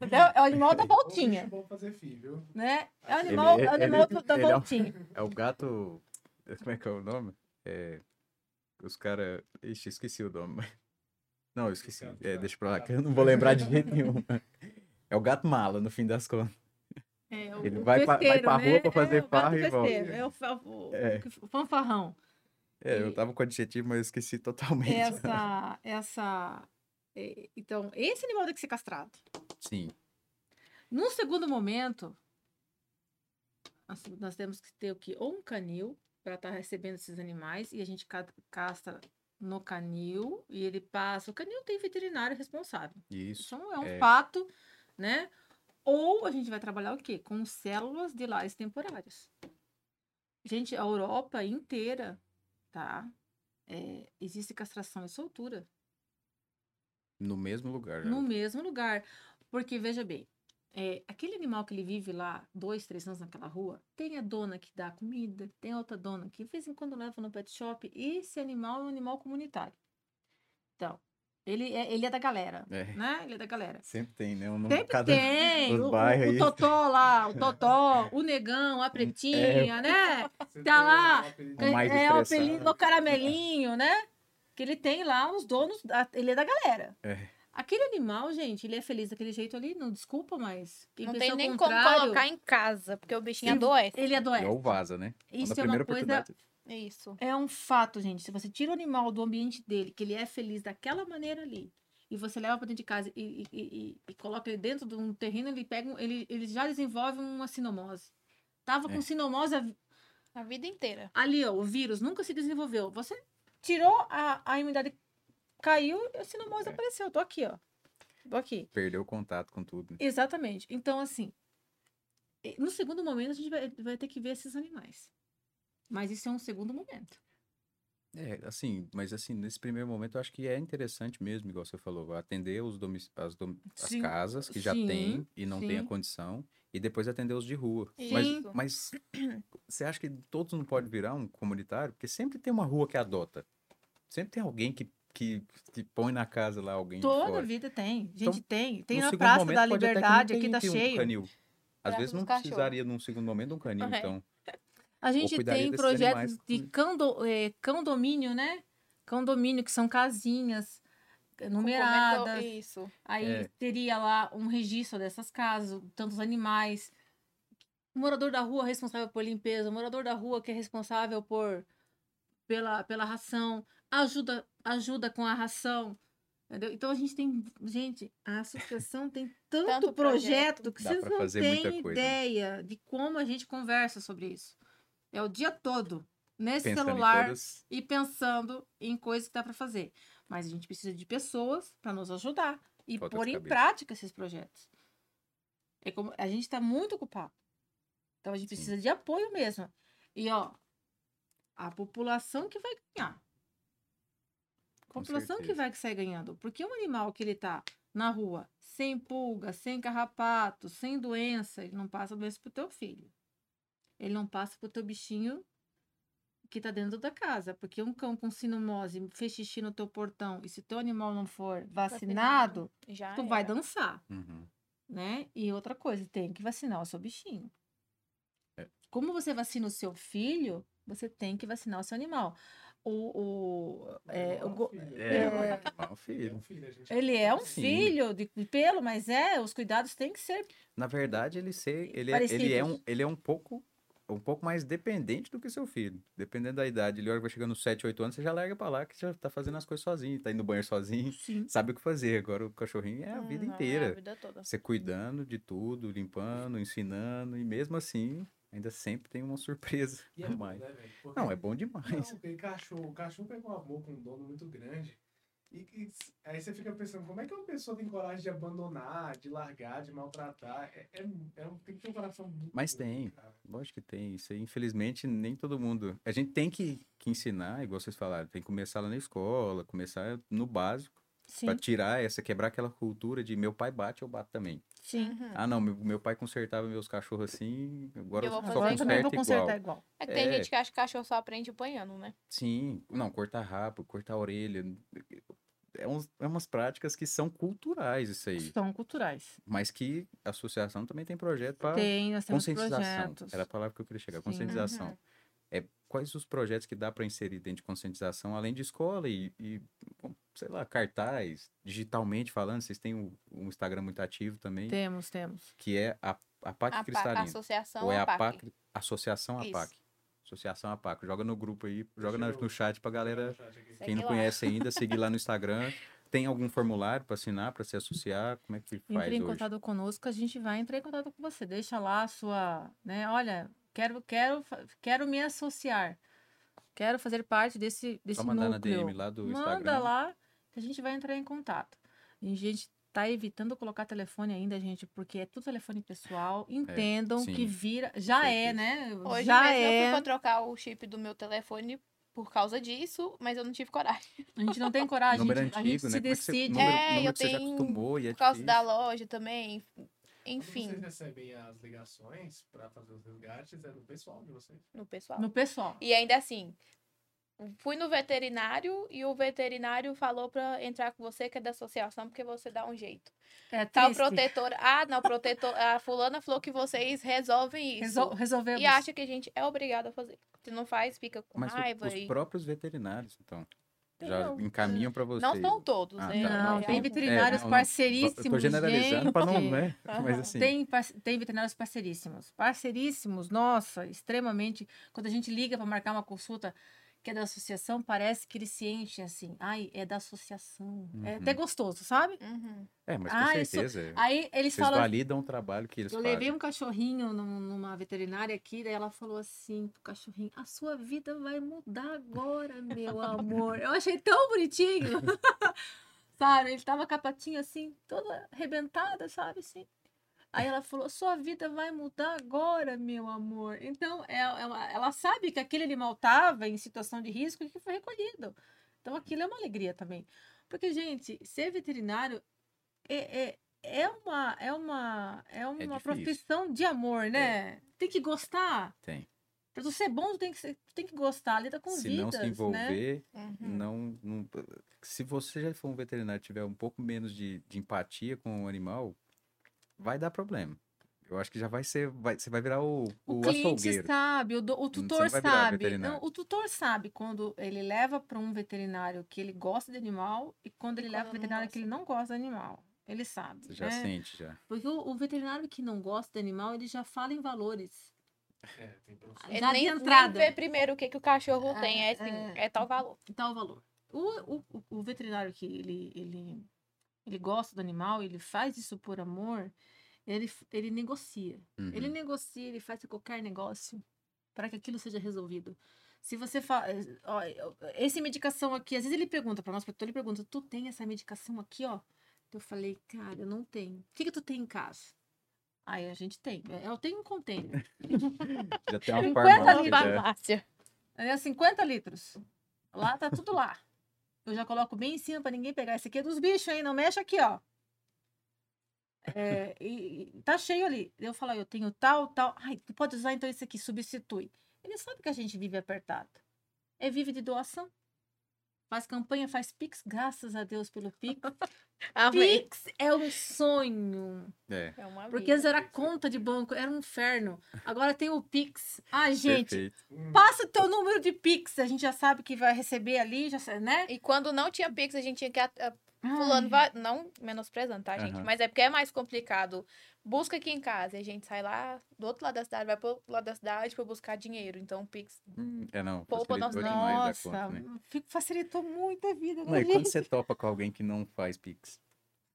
Speaker 4: Então, é o animal da
Speaker 2: Ô,
Speaker 4: voltinha,
Speaker 2: bicho, Vamos fazer filho, viu?
Speaker 4: né? É o animal, é o
Speaker 1: Ele-
Speaker 4: animal da
Speaker 1: ele é um-
Speaker 4: voltinha.
Speaker 1: É o gato (laughs) Como é que é o nome? É, os caras. Ixi, esqueci o nome. (laughs) mas- Não, eu esqueci.
Speaker 2: Gato
Speaker 1: É,
Speaker 2: Mala.
Speaker 1: deixa pra lá, que eu não vou lembrar de jeito nenhum. É o gato mala, no fim das contas.
Speaker 4: É, o,
Speaker 1: Ele
Speaker 4: o
Speaker 1: vai pra- vai
Speaker 4: festeiro,
Speaker 1: pra
Speaker 4: né?
Speaker 1: rua pra fazer
Speaker 4: é, o gato
Speaker 1: farra e volta.
Speaker 4: festeiro, É o, fa- o-
Speaker 1: É.
Speaker 4: o
Speaker 1: (laughs)
Speaker 4: fanfarrão.
Speaker 1: É, eu
Speaker 4: E- É,
Speaker 1: tava com adjetivo, mas eu esqueci totalmente.
Speaker 4: Essa, essa... é, Então, esse animal tem que ser castrado.
Speaker 1: Sim.
Speaker 4: Num segundo momento, nós, nós temos que ter o quê? Ou um canil para estar recebendo esses animais e a gente ca- castra no canil e ele passa. O canil tem veterinário responsável.
Speaker 1: Isso.
Speaker 4: Isso é um- é um
Speaker 1: É.
Speaker 4: fato, né? Ou a gente vai trabalhar o quê? Com células de lares temporários. Gente, a Europa inteira, tá? É, existe castração e soltura
Speaker 1: No mesmo lugar.
Speaker 4: no
Speaker 1: né?
Speaker 4: mesmo lugar. Porque, veja bem, é, aquele animal que ele vive lá, dois, três anos naquela rua, tem a dona que dá comida, tem outra dona que de vez em quando leva no pet shop. Esse animal é um animal comunitário. Então, ele é, ele é da galera,
Speaker 1: É,
Speaker 4: né? Ele é da galera.
Speaker 1: Sempre tem, né? Um
Speaker 4: Sempre
Speaker 1: cada...
Speaker 4: tem!
Speaker 1: os
Speaker 4: O, o-
Speaker 1: bairros
Speaker 4: o
Speaker 1: aí. (laughs)
Speaker 4: Totó lá, o Totó, o Negão, a Pretinha, né?
Speaker 2: Você
Speaker 4: Tá
Speaker 2: tem
Speaker 4: lá,
Speaker 2: um apelido-
Speaker 1: É, O mais
Speaker 4: é o
Speaker 1: estressado.
Speaker 4: apelido, o caramelinho, né? Que ele tem lá os donos, da- ele é da galera.
Speaker 1: É.
Speaker 4: Aquele animal, gente, ele é feliz daquele jeito ali, não desculpa, mas. quem
Speaker 3: Não
Speaker 4: pensa
Speaker 3: tem
Speaker 4: ao
Speaker 3: nem como
Speaker 4: contrário,
Speaker 3: colocar em casa, porque o bichinho
Speaker 4: Sim.
Speaker 3: adoece.
Speaker 4: Ele
Speaker 1: E
Speaker 4: adoece.
Speaker 1: ou vaza, né? Na
Speaker 4: Isso é
Speaker 1: primeira
Speaker 4: uma coisa.
Speaker 1: oportunidade.
Speaker 3: Isso.
Speaker 4: É um fato, gente. Se você tira o animal do ambiente dele, que ele é feliz daquela maneira ali, e você leva pra dentro de casa e, e- e- e- e coloca ele dentro de um terreno, ele pega. um- Ele, ele já desenvolve uma sinomose. Tava com
Speaker 1: É.
Speaker 4: sinomose a
Speaker 3: A vida inteira.
Speaker 4: ali, ó, o vírus nunca se desenvolveu. Você tirou a, a imunidade, caiu e a sinomose
Speaker 1: É.
Speaker 4: apareceu. Tô aqui, ó. Tô aqui.
Speaker 1: Perdeu o contato com tudo. né?
Speaker 4: Exatamente. Então, assim, eh, no segundo momento a gente vai, vai ter que ver esses animais. Mas isso é um segundo momento.
Speaker 1: É, assim, mas assim, nesse primeiro momento eu acho que é interessante mesmo, igual você falou, atender os domic... as, dom- as
Speaker 4: Sim.
Speaker 1: casas que já
Speaker 4: Sim,
Speaker 1: tem e não tem a
Speaker 4: sim.
Speaker 1: condição, e depois atender os de rua.
Speaker 3: Isso.
Speaker 1: Mas, mas você acha que todos não podem virar um comunitário? Porque sempre tem uma rua que adota. Sempre tem alguém que, que, que põe na casa lá alguém de
Speaker 4: Toda
Speaker 1: fora.
Speaker 4: vida tem. Gente,
Speaker 1: Então,
Speaker 4: tem. Tem
Speaker 1: No
Speaker 4: na
Speaker 1: segundo
Speaker 4: Praça
Speaker 1: momento,
Speaker 4: da
Speaker 1: pode até que não
Speaker 4: Liberdade, aqui
Speaker 1: tenha
Speaker 4: tá
Speaker 1: que ter um
Speaker 4: cheio. É,
Speaker 1: canil. Às
Speaker 3: Praça
Speaker 1: vezes
Speaker 3: dos
Speaker 1: não
Speaker 3: cachorros.
Speaker 1: precisaria num segundo momento de um canil,
Speaker 3: Correto.
Speaker 1: então.
Speaker 4: A gente
Speaker 1: cuidaria
Speaker 4: tem
Speaker 1: desses
Speaker 4: projetos
Speaker 1: animais né?
Speaker 4: de
Speaker 1: com-
Speaker 4: cando, eh, condomínio, né? Condomínio, que são casinhas eh,
Speaker 3: Com comedor-
Speaker 4: numeradas.
Speaker 3: Isso.
Speaker 4: Aí
Speaker 1: É.
Speaker 4: teria lá um registro dessas casas, tantos animais. O morador da rua é responsável por limpeza, o morador da rua que é responsável por pela, pela ração, ajuda ajuda com a ração. Entendeu? Então a gente tem, gente, a
Speaker 3: (laughs)
Speaker 4: associação tem tanto,
Speaker 3: Tanto
Speaker 4: projeto
Speaker 3: projeto.
Speaker 4: que
Speaker 1: Dá
Speaker 4: vocês
Speaker 1: pra
Speaker 4: não
Speaker 1: fazer muita
Speaker 4: têm
Speaker 1: coisa, né?
Speaker 4: ideia de como a gente conversa sobre isso. É o dia todo nesse
Speaker 1: Pensando em
Speaker 4: celular
Speaker 1: todas.
Speaker 4: e pensando em coisas que dá para fazer. Mas a gente precisa de pessoas para nos ajudar e
Speaker 1: Falta
Speaker 4: pôr
Speaker 1: de
Speaker 4: em
Speaker 1: cabeça.
Speaker 4: prática esses projetos. É como a gente está muito ocupado. Então a gente
Speaker 1: Sim.
Speaker 4: precisa de apoio mesmo. E ó, a população que vai ganhar. A
Speaker 1: Com
Speaker 4: população que
Speaker 1: certeza.
Speaker 4: vai sair ganhando. Porque um animal que ele tá na rua sem pulga, sem carrapato, sem doença, ele não passa doença pro teu filho. Ele não passa pro teu bichinho que tá dentro da casa. Porque um cão com sinomose fez xixi no teu portão e se teu animal não for
Speaker 3: Vacinado,
Speaker 4: vacinado,
Speaker 3: Já
Speaker 4: tu vai
Speaker 3: era.
Speaker 4: dançar,
Speaker 1: Uhum.
Speaker 4: né? E outra coisa, tem que vacinar o seu bichinho.
Speaker 1: É.
Speaker 4: Como você vacina o seu filho, você tem que vacinar o seu animal. O, o, é, o go-
Speaker 2: filho.
Speaker 1: É,
Speaker 4: É.
Speaker 1: mas é um
Speaker 2: É um
Speaker 1: filho.
Speaker 2: filho, a gente
Speaker 4: ele é um
Speaker 1: Sim.
Speaker 4: filho de de pelo, mas é, os cuidados têm que ser
Speaker 1: Na verdade, ele ser, ele, é- ele é um,
Speaker 4: Parecidos.
Speaker 1: ele é um pouco um pouco mais dependente do que seu filho. Dependendo da idade, ele hora que vai chegando nos 7, 8 anos, você já larga pra lá que já tá fazendo as coisas sozinho, tá indo no banheiro sozinho, (laughs)
Speaker 4: Sim.
Speaker 1: sabe o que fazer. Agora o cachorrinho é a vida
Speaker 3: Não, é
Speaker 1: inteira.
Speaker 3: A vida toda.
Speaker 1: Você cuidando de tudo, limpando, ensinando e mesmo assim, ainda sempre tem uma (laughs) surpresa
Speaker 2: E é
Speaker 1: a
Speaker 2: bom,
Speaker 1: mais.
Speaker 2: né, velho? Porque-
Speaker 1: Não, é bom demais.
Speaker 2: Não, porque cachorro, o cachorro pega um amor com um dono muito grande. E, e aí você fica pensando, como é que uma pessoa tem coragem de abandonar, de largar, de maltratar? É, é- é um- tem que ter um coração muito
Speaker 1: Mas
Speaker 2: duro,
Speaker 1: tem.
Speaker 2: cara.
Speaker 1: Lógico que tem isso. aí, Infelizmente, nem todo mundo. A gente tem que, que ensinar, igual vocês falaram, tem que começar lá na escola, começar no básico.
Speaker 4: Sim,
Speaker 1: Pra tirar essa, quebrar aquela cultura de meu pai bate, eu bato também.
Speaker 4: sim.
Speaker 3: Uhum.
Speaker 1: Ah, não, meu, meu pai consertava meus cachorros assim, agora
Speaker 3: Eu
Speaker 1: eu
Speaker 3: vou
Speaker 1: só
Speaker 3: fazer
Speaker 4: Agora eu também vou
Speaker 1: conserta igual.
Speaker 4: consertar igual.
Speaker 3: É que tem
Speaker 1: É.
Speaker 3: gente que acha que cachorro só aprende apanhando, né?
Speaker 1: Sim, não, cortar rabo, cortar orelha. É, uns- é umas práticas que são culturais isso aí.
Speaker 4: São culturais.
Speaker 1: Mas que a associação também tem projeto para
Speaker 4: Tem, nós temos
Speaker 1: conscientização.
Speaker 4: projetos.
Speaker 1: Era a palavra que eu queria chegar,
Speaker 4: Sim.
Speaker 1: conscientização. É quais os projetos que dá para inserir dentro de conscientização, além de escola e, e, bom, sei lá, cartaz, digitalmente falando, vocês têm um, um Instagram muito ativo também,
Speaker 4: Temos, temos.
Speaker 1: que é a, a PAC
Speaker 3: A, pa- a
Speaker 1: Cristalina.
Speaker 3: associação
Speaker 1: ou é a
Speaker 3: APAC.
Speaker 1: PAC, Associação
Speaker 3: Isso.
Speaker 1: APAC. Associação APAC. Joga no grupo aí, joga na-
Speaker 2: eu-
Speaker 1: no chat pra galera
Speaker 3: Segue
Speaker 1: quem não
Speaker 3: lá.
Speaker 1: conhece ainda, seguir
Speaker 3: (laughs)
Speaker 1: lá no Instagram. Tem algum formulário para assinar, para se associar? Como é que faz
Speaker 4: Entre em
Speaker 1: hoje?
Speaker 4: contato conosco, a gente vai entrar em contato com você. Deixa lá a sua, né? Olha, quero, quero, fa- quero me associar. Quero fazer parte desse, desse
Speaker 1: Só mandar na
Speaker 4: núcleo.
Speaker 1: DM lá do
Speaker 4: Manda
Speaker 1: Instagram.
Speaker 4: lá que a gente vai entrar em contato. A gente tá evitando colocar telefone ainda, gente, porque é tudo telefone pessoal. Entendam
Speaker 1: É, sim.
Speaker 4: que vira. Já
Speaker 1: Certeza.
Speaker 4: é, né?
Speaker 3: Hoje
Speaker 4: Já
Speaker 3: mesmo eu
Speaker 4: é.
Speaker 3: fui pra trocar o chip do meu telefone por causa disso, mas eu não tive coragem.
Speaker 4: A gente não tem coragem.
Speaker 1: número
Speaker 4: a gente,
Speaker 1: antigo,
Speaker 4: a gente
Speaker 1: né?
Speaker 4: se
Speaker 1: Como é que você-
Speaker 4: decide.
Speaker 1: número,
Speaker 3: É,
Speaker 1: número
Speaker 3: eu
Speaker 1: que você já
Speaker 3: tenho-
Speaker 1: acostumou e é
Speaker 3: Por causa da
Speaker 1: difícil.
Speaker 3: loja também. Enfim,
Speaker 2: Vocês recebem as ligações pra fazer os resgates, é do pessoal de vocês.
Speaker 3: no pessoal.
Speaker 4: No pessoal.
Speaker 3: E ainda assim, fui no veterinário e o veterinário falou pra entrar com você, que é da associação, porque você dá um jeito.
Speaker 4: É
Speaker 3: Tal
Speaker 4: triste.
Speaker 3: protetora. Ah, não, protetor. A fulana falou que vocês resolvem isso.
Speaker 4: Resol- resolvemos.
Speaker 3: E acha que a gente é obrigado a fazer. Se não faz, fica com
Speaker 1: Mas o-
Speaker 3: raiva.
Speaker 1: os
Speaker 3: e...
Speaker 1: próprios veterinários, então, já
Speaker 3: Não,
Speaker 1: encaminham para vocês.
Speaker 3: Não são todos,
Speaker 1: Ah,
Speaker 3: né?
Speaker 1: tá,
Speaker 4: Não,
Speaker 1: não,
Speaker 4: tem
Speaker 1: tem-
Speaker 4: veterinários
Speaker 1: é, não, não.
Speaker 4: parceiríssimos.
Speaker 1: Eu tô generalizando para não,
Speaker 4: gente.
Speaker 1: né? Mas
Speaker 3: Aham.
Speaker 1: assim,
Speaker 4: Tem, par- tem veterinários parceiríssimos. Parceiríssimos, nossa, extremamente. Quando a gente liga para marcar uma consulta que é da associação, parece que eles se enchem assim. Ai, é da associação. É
Speaker 1: Uhum.
Speaker 4: até gostoso, sabe?
Speaker 3: Uhum.
Speaker 1: é, mas com
Speaker 4: Ah, isso-
Speaker 1: certeza.
Speaker 4: Aí eles
Speaker 1: Vocês
Speaker 4: falam. assim,
Speaker 1: validam o trabalho que eles
Speaker 4: Eu
Speaker 1: fazem.
Speaker 4: levei um cachorrinho num- numa veterinária aqui, daí ela falou assim pro cachorrinho: a sua vida vai mudar agora, meu amor. Eu achei tão bonitinho. (laughs) sabe? Ele tava com a patinha assim, toda arrebentada, sabe? Assim. Aí ela falou: sua vida vai mudar agora, meu amor. Então, é- ela, ela sabe que aquele animal tava em situação de risco e que foi recolhido. Então, aquilo é uma alegria também. Porque, gente, ser veterinário é, é, é uma, é uma, é uma
Speaker 1: difícil. É.
Speaker 4: profissão de amor, né? Tem que gostar.
Speaker 1: Tem.
Speaker 4: Pra tu ser bom, tu tem que, ser- tu tem que gostar, lida com
Speaker 1: se
Speaker 4: vidas,
Speaker 1: não se
Speaker 4: né?
Speaker 1: envolver,
Speaker 3: Uhum.
Speaker 1: não, não- se você já for um veterinário e tiver um pouco menos de, de empatia com o animal, vai dar problema. Eu acho que já vai ser, vai- você vai virar o,
Speaker 4: O,
Speaker 1: o
Speaker 4: cliente
Speaker 1: açougueiro. Hum,
Speaker 4: sabe, o, do- o
Speaker 1: Você não
Speaker 4: tutor
Speaker 1: vai virar
Speaker 4: sabe.
Speaker 1: veterinário.
Speaker 4: Não, o tutor sabe quando ele leva para um veterinário que ele gosta de animal e quando ele
Speaker 3: quando
Speaker 4: leva para
Speaker 3: não
Speaker 4: veterinário
Speaker 3: gosta.
Speaker 4: que ele não gosta de animal. Ele sabe.
Speaker 1: Você já
Speaker 4: né?
Speaker 1: sente, já.
Speaker 4: Porque o, o veterinário que não gosta de animal, ele já fala em valores.
Speaker 2: É, tem profissionais.
Speaker 3: Ele
Speaker 4: Já de
Speaker 3: nem,
Speaker 4: entrada.
Speaker 3: nem vê primeiro o que, que o cachorro
Speaker 4: É,
Speaker 3: tem. É, assim, é tal valor.
Speaker 4: Então, o valor. O, o, o- o veterinário que ele, ele, ele gosta do animal, ele faz isso por amor, ele, ele negocia.
Speaker 1: Uhum.
Speaker 4: Ele negocia, ele faz qualquer negócio para que aquilo seja resolvido. Se você fala, ó, eu- essa medicação aqui, às vezes ele pergunta para nós, porque ele pergunta, tu tem essa medicação aqui, ó? Eu falei, cara, eu não tenho. O que que tu tem em casa? Aí a gente tem. Eu tenho um container.
Speaker 1: Já tem
Speaker 4: (laughs)
Speaker 1: uma
Speaker 4: 50
Speaker 1: farmácia.
Speaker 4: livros.
Speaker 1: já.
Speaker 4: É 50 litros. Lá tá tudo lá. Eu já coloco bem em cima pra ninguém pegar. Esse aqui é dos bichos, hein? Não mexe aqui, ó. É, e, e tá cheio ali. Eu falo, ó, eu tenho tal, tal. Ai, tu pode usar então esse aqui, substitui. Ele sabe que a gente vive apertado. É vive de doação. Faz campanha, faz Pix, graças a Deus pelo Pix.
Speaker 3: Amém.
Speaker 4: Pix é um sonho.
Speaker 1: É,
Speaker 3: É uma
Speaker 4: Porque antes
Speaker 3: vida.
Speaker 4: era conta de banco, era um inferno. Agora tem o Pix. Ah, gente,
Speaker 1: perfeito.
Speaker 2: Hum,
Speaker 4: passa o teu número de Pix, a gente já sabe que vai receber ali, já sa- né?
Speaker 3: E quando não tinha Pix, a gente tinha que. at-
Speaker 4: Ai,
Speaker 3: Fulano vai. Não menosprezando, tá, gente?
Speaker 1: Aham.
Speaker 3: Mas é porque é mais complicado. Busca aqui em casa. E a gente sai lá do outro lado da cidade, vai pro outro lado da cidade pra buscar dinheiro. Então, o Pix.
Speaker 1: Hum, É, não.
Speaker 3: Poupa
Speaker 1: facilitou
Speaker 3: nós-
Speaker 1: demais
Speaker 4: Nossa,
Speaker 1: da conta, né?
Speaker 4: fico- facilitou muito a vida
Speaker 1: Não,
Speaker 4: da
Speaker 1: e quando
Speaker 4: gente.
Speaker 1: você topa com alguém que não faz Pix?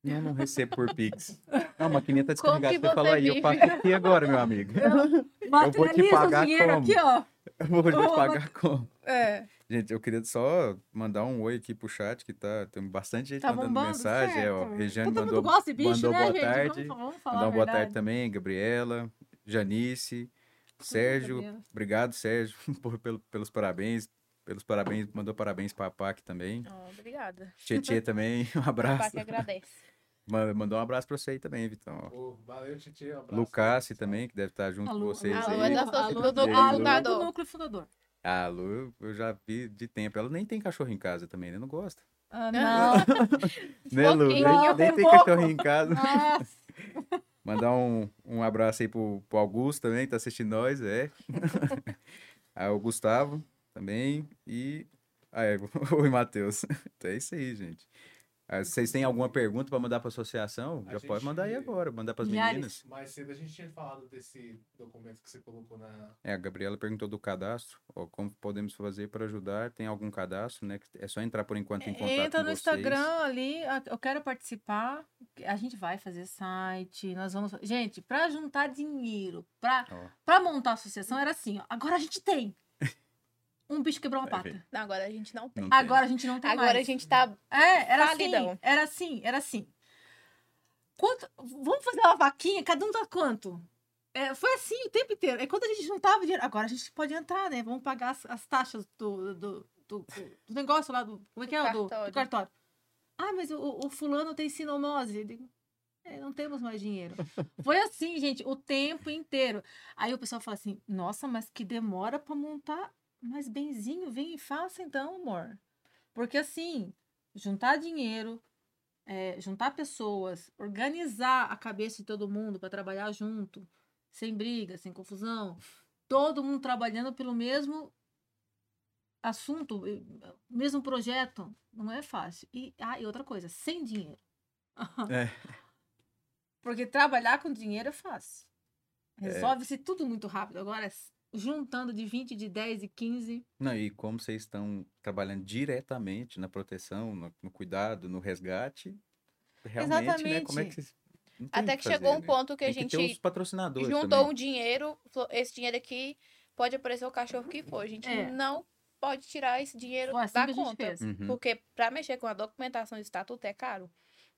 Speaker 1: Não, não recebo por (laughs) Pix. Ah, a maquininha tá
Speaker 3: Como que
Speaker 1: descarregada. Você fala
Speaker 3: você
Speaker 1: aí, eu
Speaker 3: vive?"
Speaker 1: faço o que agora, meu
Speaker 4: (laughs)
Speaker 1: amigo?
Speaker 4: Materializa o
Speaker 1: pagar
Speaker 4: dinheiro
Speaker 1: como? Tá
Speaker 4: aqui, ó.
Speaker 1: (laughs) Eu vou te
Speaker 4: Ô,
Speaker 1: pagar como?
Speaker 4: É,
Speaker 1: Gente, eu queria só mandar um oi aqui pro chat, que tá, tem bastante gente
Speaker 4: tá
Speaker 1: mandando
Speaker 4: bombando,
Speaker 1: mensagem.
Speaker 4: certo.
Speaker 1: É, ó, Regiane
Speaker 4: Todo
Speaker 1: mandou,
Speaker 4: mundo gosta de bicho,
Speaker 1: mandou
Speaker 4: né,
Speaker 1: boa
Speaker 4: gente?
Speaker 1: tarde.
Speaker 4: Vamos, vamos falar
Speaker 1: mandar
Speaker 4: a
Speaker 1: uma boa
Speaker 4: verdade.
Speaker 1: tarde também, Gabriela, Janice, Sérgio.
Speaker 4: Gabriela.
Speaker 1: Obrigado, Sérgio, (laughs) por, pelo- pelos parabéns. Pelos parabéns, mandou parabéns pra PAC também.
Speaker 3: Ah, obrigada.
Speaker 4: (laughs)
Speaker 1: Tietê também, (laughs)
Speaker 4: é
Speaker 1: um
Speaker 3: Papai
Speaker 1: abraço.
Speaker 3: que agradece.
Speaker 1: Ma- Mandou um abraço pra você aí também, Vitão. ó.
Speaker 2: ô, valeu, Titi. Um abraço.
Speaker 1: Lucassi também, que deve estar junto
Speaker 4: A
Speaker 1: com
Speaker 4: Lu-
Speaker 1: vocês
Speaker 3: a Lu
Speaker 1: aí.
Speaker 3: é da-
Speaker 4: a Lu-
Speaker 3: do
Speaker 4: a Lu-
Speaker 1: núcleo
Speaker 4: a Lu é do
Speaker 3: fundador.
Speaker 4: núcleo fundador.
Speaker 1: A Lu, eu já vi de tempo. Ela nem tem cachorro em casa também, né? Não gosta.
Speaker 4: Ah, não.
Speaker 1: (laughs) Né, Lu? Nem,
Speaker 3: Pouquinho,
Speaker 1: nem
Speaker 4: um
Speaker 1: tem
Speaker 4: pouco.
Speaker 1: cachorrinho em casa.
Speaker 4: (laughs) Nossa,
Speaker 1: Mandar um, um abraço aí pro, pro Augusto também, que tá assistindo nós, é. Ah, o Gustavo também e a Ego, (laughs) o Matheus. Então é isso aí, gente. Ah, vocês têm alguma pergunta para mandar para a associação?
Speaker 2: A
Speaker 1: Já pode
Speaker 2: gente-
Speaker 1: mandar aí agora, mandar para as
Speaker 4: Milhares.
Speaker 1: meninas.
Speaker 2: Mais cedo a gente tinha falado desse documento que você colocou na.
Speaker 1: É, a Gabriela perguntou do cadastro, ó, como podemos fazer para ajudar? Tem algum cadastro, né? que É só entrar por enquanto em contato
Speaker 4: Entra
Speaker 1: com
Speaker 4: no
Speaker 1: vocês.
Speaker 4: Instagram ali, a- eu quero participar. A gente vai fazer site, nós vamos. Gente, para juntar dinheiro, para
Speaker 1: Ó.
Speaker 4: para montar a associação era assim, ó, agora a gente tem. Um bicho quebrou uma
Speaker 1: Vai
Speaker 4: pata.
Speaker 1: ver.
Speaker 3: Não, agora a gente não tem.
Speaker 1: Não tem.
Speaker 4: Agora a gente não tem
Speaker 3: Agora
Speaker 4: mais.
Speaker 3: a gente tá.
Speaker 4: É, era assim,
Speaker 3: Validão.
Speaker 4: era assim, era assim. Quanto- vamos fazer uma vaquinha, cada um dá quanto? É, foi assim o tempo inteiro. É quando a gente juntava dinheiro. Agora a gente pode entrar, né? Vamos pagar as, as taxas do, do, do, do negócio lá do. Como é que é? Do, do
Speaker 3: cartório.
Speaker 4: cartório. Ah, mas o, o fulano tem sinomose. Eu digo, "É, não temos mais dinheiro. Foi assim, gente, o tempo inteiro. Aí o pessoal fala assim: nossa, mas que demora pra montar. Mas benzinho, vem e faça então, amor. Porque assim, juntar dinheiro, é, juntar pessoas, organizar a cabeça de todo mundo para trabalhar junto, sem briga, sem confusão, todo mundo trabalhando pelo mesmo assunto, e- mesmo projeto, não é fácil. E, ah, e outra coisa, sem dinheiro.
Speaker 1: É.
Speaker 4: (laughs) Porque trabalhar com dinheiro é fácil.
Speaker 1: É.
Speaker 4: Resolve-se tudo muito rápido. Agora, s- juntando de 20, de 10 e 15,
Speaker 1: Não, e como vocês estão trabalhando diretamente na proteção, no, no cuidado, no resgate, realmente, né? Como é que
Speaker 4: Exatamente.
Speaker 1: vocês. não tem
Speaker 3: Até
Speaker 1: o
Speaker 3: que
Speaker 1: fazer,
Speaker 3: chegou um
Speaker 1: né?
Speaker 3: ponto que a
Speaker 1: Tem que ter os
Speaker 3: gente
Speaker 1: patrocinadores
Speaker 3: juntou
Speaker 1: também.
Speaker 3: um dinheiro. falou, Esse dinheiro aqui pode aparecer o cachorro que for. A gente
Speaker 4: É.
Speaker 3: não pode tirar esse dinheiro
Speaker 4: foi assim
Speaker 3: da
Speaker 4: que a gente
Speaker 3: conta.
Speaker 4: fez.
Speaker 1: Uhum.
Speaker 3: Porque pra mexer com a documentação de estatuto é caro.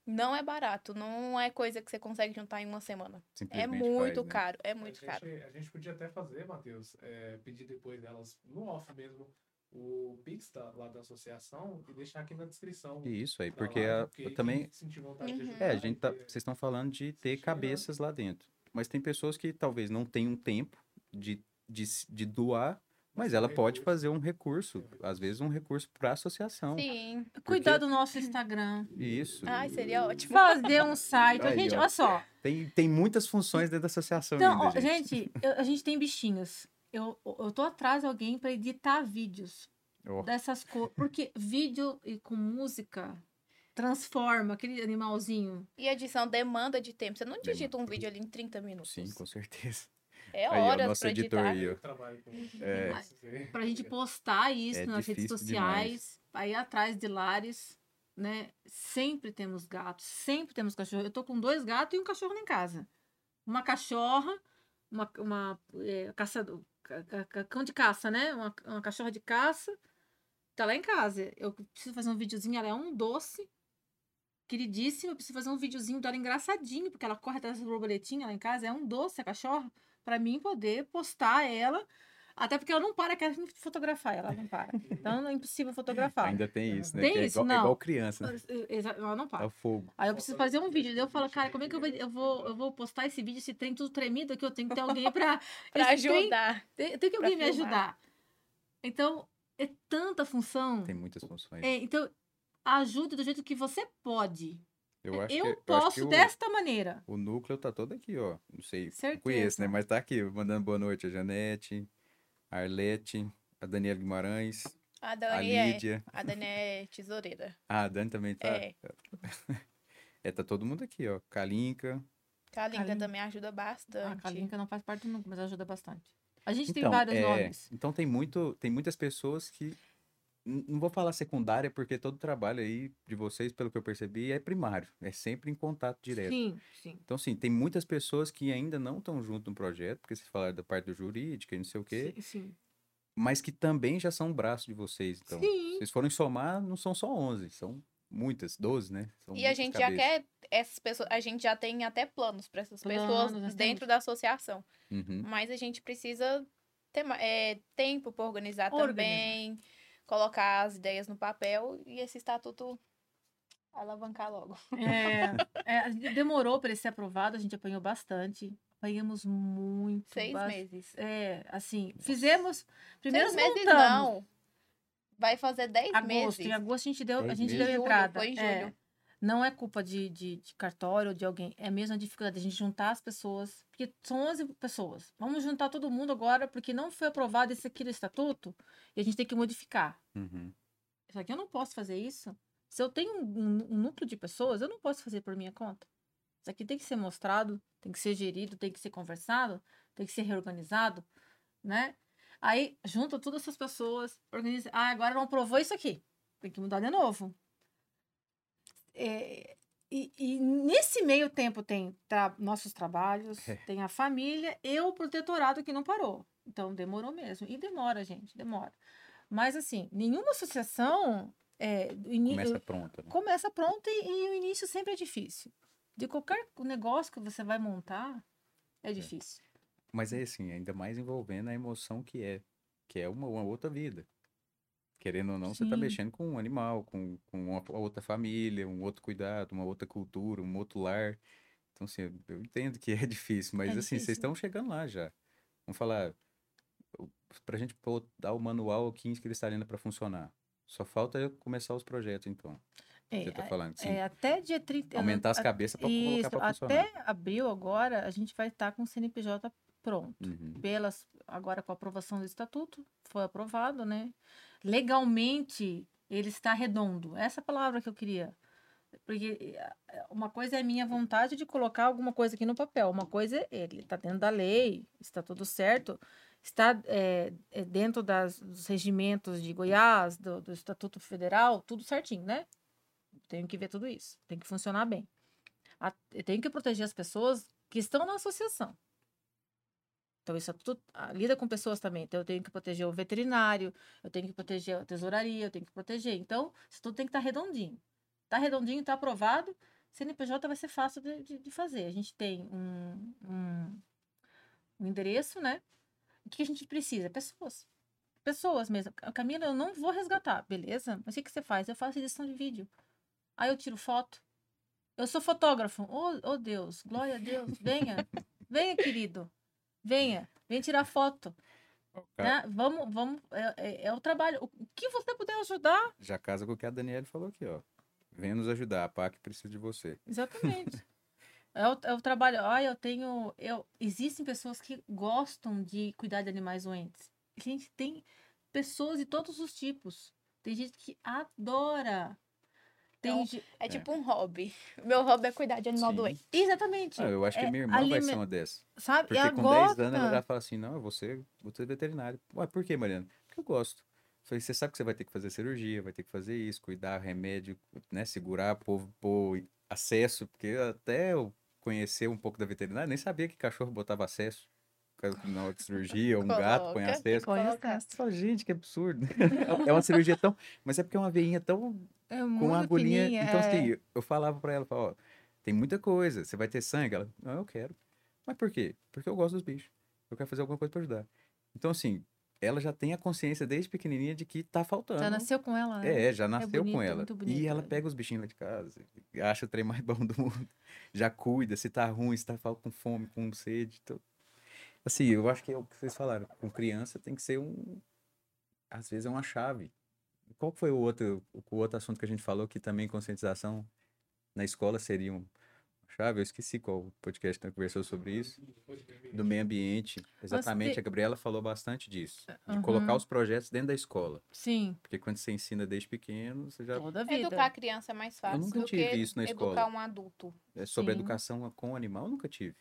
Speaker 3: Não é barato, não é coisa que você consegue juntar em uma semana. É
Speaker 1: Simplesmente
Speaker 3: muito
Speaker 1: faz, né?
Speaker 3: caro, é muito
Speaker 2: a gente,
Speaker 3: caro.
Speaker 2: A gente podia até fazer, Matheus, é, pedir depois delas no off mesmo o Pix da, lá da associação e deixar aqui na descrição.
Speaker 1: E Isso aí,
Speaker 2: da
Speaker 1: porque
Speaker 2: live,
Speaker 1: a- eu também.
Speaker 2: senti vontade
Speaker 3: Uhum.
Speaker 2: de
Speaker 3: É,
Speaker 2: ajudar
Speaker 1: É, a gente tá.
Speaker 2: porque-
Speaker 1: Vocês estão falando de ter
Speaker 2: Sim,
Speaker 1: cabeças lá dentro. Mas tem pessoas que talvez não tenham tempo de, de, se- de doar, mas
Speaker 2: é um
Speaker 1: ela pode
Speaker 2: recurso.
Speaker 1: fazer um recurso. Às vezes um recurso para a associação.
Speaker 3: Sim.
Speaker 4: Cuidar do nosso Instagram.
Speaker 1: (laughs) Isso.
Speaker 4: Ah.
Speaker 3: Ai, seria ótimo.
Speaker 4: fazer um site.
Speaker 1: Aí,
Speaker 4: gente,
Speaker 1: ó.
Speaker 4: olha só.
Speaker 1: Tem, tem muitas funções dentro da associação
Speaker 4: Então, ó,
Speaker 1: ainda, gente.
Speaker 4: gente, eu- a gente tem bichinhos. Eu, eu tô atrás de alguém para editar vídeos
Speaker 1: Ó,
Speaker 4: dessas coisas. Porque vídeo e com música transforma aquele animalzinho.
Speaker 3: E edição demanda de tempo. Você não digita um vídeo ali em 30 minutos.
Speaker 1: sim, com certeza.
Speaker 3: É
Speaker 1: Aí, ó,
Speaker 3: horas
Speaker 1: nosso
Speaker 3: pra
Speaker 1: editor
Speaker 3: editar.
Speaker 1: aí,
Speaker 2: Eu
Speaker 1: ó.
Speaker 2: trabalho com
Speaker 1: É.
Speaker 4: Pra gente
Speaker 2: Uhum.
Speaker 4: postar isso
Speaker 1: É
Speaker 4: nas redes
Speaker 1: difícil
Speaker 4: sociais. Aí atrás de lares, né? Sempre temos gatos, sempre temos cachorro. Eu tô com dois gatos e um cachorro lá em casa. Uma cachorra, uma, uma é, caçador, ca- ca- ca- cão de caça, né? Uma, uma cachorra de caça. Tá lá em casa. Eu preciso fazer um videozinho, ela é um doce. Queridíssima, eu preciso fazer um videozinho dela engraçadinho, porque ela corre atrás do borboletinha lá em casa, é um doce a cachorra, pra mim poder postar ela. Até porque ela não para, quer me fotografar, ela não para. Então é impossível fotografar.
Speaker 1: Ainda tem isso, né?
Speaker 4: Tem
Speaker 1: que é
Speaker 4: isso?
Speaker 1: igual, é
Speaker 4: Não.
Speaker 1: igual criança, né?
Speaker 4: Exa- Ela não para.
Speaker 1: Ao fogo.
Speaker 4: Aí eu preciso fazer um vídeo. Daí eu falo, cara, como é que eu vou, eu vou, eu vou postar esse vídeo, esse trem tudo tremido aqui? Eu tenho que ter alguém pra,
Speaker 3: (laughs) Pra
Speaker 4: esse trem-
Speaker 3: ajudar.
Speaker 4: Tem, tem que
Speaker 3: pra
Speaker 4: alguém me
Speaker 3: filmar.
Speaker 4: ajudar. Então, é tanta função.
Speaker 1: Tem muitas funções.
Speaker 4: É, então, ajude do jeito que você pode.
Speaker 1: Eu acho que,
Speaker 4: eu
Speaker 1: eu acho
Speaker 4: posso
Speaker 1: que o,
Speaker 4: desta maneira.
Speaker 1: o núcleo tá todo aqui, ó. Não sei,
Speaker 4: Certeza.
Speaker 1: não conheço, né? Mas tá aqui, mandando boa noite a Janete, a Arlete, a Daniela Guimarães,
Speaker 3: A
Speaker 1: a
Speaker 3: Dani é,
Speaker 1: Lídia.
Speaker 3: a Dani é tesoureira.
Speaker 1: Ah, a Dani também tá.
Speaker 3: É.
Speaker 1: É, tá todo mundo aqui, ó. Kalinka.
Speaker 3: Kalinka
Speaker 4: Kalinka.
Speaker 3: também ajuda
Speaker 4: A
Speaker 3: bastante.
Speaker 4: Kalinka não faz parte do núcleo, mas ajuda bastante. A gente tem
Speaker 1: Então,
Speaker 4: vários
Speaker 1: é,
Speaker 4: nomes.
Speaker 1: Então tem muito, tem muitas pessoas que n- não vou falar secundária porque todo o trabalho aí de vocês, pelo que eu percebi, é primário, é sempre em contato direto.
Speaker 4: Sim, sim.
Speaker 1: Então sim, tem muitas pessoas que ainda não estão junto no projeto, porque vocês falaram da parte do jurídica e não sei o quê,
Speaker 4: Sim, sim.
Speaker 1: mas que também já são um braço de vocês, então.
Speaker 4: Sim.
Speaker 1: Vocês forem somar, não são só 11, são muitas, 12, né? São
Speaker 3: E a
Speaker 1: muitas
Speaker 3: gente já
Speaker 1: cabeças.
Speaker 3: quer essas pessoas, a gente já tem até planos pra essas
Speaker 4: Planos,
Speaker 3: pessoas
Speaker 4: nós
Speaker 3: dentro
Speaker 4: temos.
Speaker 3: da associação.
Speaker 1: Uhum.
Speaker 3: Mas a gente precisa ter ma- é, tempo para organizar
Speaker 4: Organizar.
Speaker 3: também, colocar as ideias no papel e esse estatuto alavancar logo.
Speaker 4: É, é, a gente demorou para ele ser aprovado, a gente apanhou bastante. Apanhamos muito.
Speaker 3: Seis
Speaker 4: bas-
Speaker 3: meses.
Speaker 4: É, assim, fizemos. Primeiro
Speaker 3: Seis meses
Speaker 4: montamos.
Speaker 3: não. Vai fazer dez
Speaker 4: agosto.
Speaker 3: meses.
Speaker 4: Em agosto a gente deu, a
Speaker 1: Dez
Speaker 4: gente
Speaker 1: meses.
Speaker 4: deu
Speaker 3: Julho,
Speaker 4: entrada.
Speaker 3: foi em
Speaker 4: é.
Speaker 3: julho.
Speaker 4: Não é culpa de, de, de cartório ou de alguém. É mesmo a dificuldade de a gente juntar as pessoas. Porque são 11 pessoas. Vamos juntar todo mundo agora, porque não foi aprovado esse aqui do estatuto e a gente tem que modificar.
Speaker 1: Uhum.
Speaker 4: Só que eu não posso fazer isso. Se eu tenho um, um núcleo de pessoas, eu não posso fazer por minha conta. Isso aqui tem que ser mostrado, tem que ser gerido, tem que ser conversado, tem que ser reorganizado, né? Aí junta todas essas pessoas, organiza. Ah, agora não aprovou isso aqui. Tem que mudar de novo. É, e, e nesse meio tempo tem tra- nossos trabalhos,
Speaker 1: É.
Speaker 4: tem a família e o protetorado que não parou. Então demorou mesmo. E demora, gente, demora. Mas assim, nenhuma associação. É, do ini-
Speaker 1: Começa pronto, né?
Speaker 4: começa pronto e, e o início sempre é difícil. De qualquer negócio que você vai montar, é difícil.
Speaker 1: Mas é assim, ainda mais envolvendo a emoção que é, que é uma, uma outra vida. Querendo ou não, você tá
Speaker 4: Sim.
Speaker 1: mexendo com um animal, com, com uma outra família, um outro cuidado, uma outra cultura, um outro lar. Então, assim, eu entendo que (laughs) é difícil, mas assim, vocês
Speaker 4: difícil.
Speaker 1: estão chegando lá já. Vamos falar, o- pra gente pô- dar o manual 15 cristalina pra funcionar. Só falta eu começar os projetos, então.
Speaker 4: É,
Speaker 1: Você tá
Speaker 4: a-
Speaker 1: falando, sim.
Speaker 4: é, até dia 30.
Speaker 1: Aumentar as
Speaker 4: a-
Speaker 1: cabeças pra colocar
Speaker 4: Isso,
Speaker 1: pra funcionar.
Speaker 4: até abril agora, a gente vai estar com o CNPJ pronto.
Speaker 1: Uhum.
Speaker 4: Pelas, agora com a aprovação do estatuto, foi aprovado, né? Legalmente, ele está redondo. Essa é palavra que eu queria. Porque eh, uma coisa é a minha vontade de colocar alguma coisa aqui no papel, uma coisa é ele está dentro da lei, está tudo certo, está eh, eh, dentro das, dos regimentos de Goiás, do, do Estatuto Federal, tudo certinho, né? Tenho que ver tudo isso, tem que funcionar bem. A- eu tenho que proteger as pessoas que estão na associação. Então, isso é tudo, ah, lida com pessoas também. Então, eu tenho que proteger o veterinário, eu tenho que proteger a tesouraria, eu tenho que proteger. Então, isso tudo tem que estar redondinho. Tá redondinho, tá aprovado. CNPJ vai ser fácil de, de- de fazer. A gente tem um, um- um endereço, né? O que a gente precisa? Pessoas. Pessoas mesmo. "Ah, Camila, eu não vou resgatar, beleza? Mas o que, que você faz? Eu faço edição de vídeo. Aí eu tiro foto. Eu sou fotógrafo. Oh, oh Deus, glória a Deus. Venha, venha, querido. Venha, vem tirar foto.
Speaker 1: Ca-
Speaker 4: Né? Vamos, vamos. É, é- é o trabalho. O o que você puder ajudar,
Speaker 1: Já casa com o que a Daniela falou aqui, ó. Venha nos ajudar, a PAC precisa de você.
Speaker 4: exatamente.
Speaker 1: (laughs)
Speaker 4: é, o, é o trabalho. Ah, eu tenho. Eu, existem pessoas que gostam de cuidar de animais doentes. A gente tem pessoas de todos os tipos. Tem gente que adora. Tem
Speaker 3: Então,
Speaker 4: ge-
Speaker 3: É tipo um hobby. (laughs) Meu hobby é cuidar de animal
Speaker 1: Sim.
Speaker 3: doente.
Speaker 4: Exatamente.
Speaker 1: Ah, eu acho que
Speaker 4: É
Speaker 1: minha irmã vai
Speaker 4: alime-
Speaker 1: ser uma dessas.
Speaker 4: Sabe?
Speaker 1: Porque
Speaker 4: É ela
Speaker 1: com 10
Speaker 4: gosta.
Speaker 1: anos ela já fala assim, não, eu vou ser, vou ser veterinário. Ué, por que, Mariana? Porque eu gosto. Eu Falei, você sabe que você vai ter que fazer cirurgia, vai ter que fazer isso, cuidar, remédio, né? Segurar, pôr, pôr acesso, porque até eu conhecer um pouco da veterinária, nem sabia que cachorro botava acesso. (laughs) Na hora de cirurgia, um gato põe
Speaker 3: Coloca.
Speaker 1: acesso.
Speaker 4: Põe
Speaker 3: Coloca.
Speaker 4: acesso.
Speaker 1: Só, gente, que absurdo. (laughs) é uma cirurgia tão. Mas é porque é uma veinha tão
Speaker 4: É
Speaker 1: com
Speaker 4: muito
Speaker 1: a agulhinha.
Speaker 4: fininha,
Speaker 1: então,
Speaker 4: é.
Speaker 1: assim, eu- eu falava pra ela, falava, ó, tem muita coisa, você vai ter sangue? Ela, não, eu quero. Mas por quê? Porque eu gosto dos bichos. Eu quero fazer alguma coisa pra ajudar. Então, assim, ela já tem a consciência desde pequenininha de que tá faltando.
Speaker 4: Já nasceu com ela, né?
Speaker 1: É, já nasceu
Speaker 4: bonito,
Speaker 1: com ela.
Speaker 4: muito
Speaker 1: e
Speaker 4: bonito,
Speaker 1: ela
Speaker 4: né?
Speaker 1: pega os bichinhos lá de casa, acha o trem mais bom do mundo. (laughs) Já cuida, se tá ruim, se tá fal- com fome, com sede. Então... Assim, eu acho que é o que vocês falaram. Com criança tem que ser um. Às vezes é uma chave. Qual foi o outro, o outro assunto que a gente falou que também conscientização na escola seria um, uma chave? Eu esqueci qual podcast que conversou sobre isso. Do meio ambiente. Exatamente, a Gabriela falou bastante disso. De colocar
Speaker 4: Uhum.
Speaker 1: os projetos dentro da escola.
Speaker 4: Sim,
Speaker 1: Porque quando você ensina desde pequeno, você já
Speaker 4: toda a vida.
Speaker 3: Educar a criança é mais fácil
Speaker 1: nunca
Speaker 3: do
Speaker 1: tive
Speaker 3: que
Speaker 1: isso na
Speaker 3: educar
Speaker 1: escola.
Speaker 3: um adulto.
Speaker 1: é, sobre a
Speaker 4: Sim.
Speaker 1: educação com animal, eu nunca tive.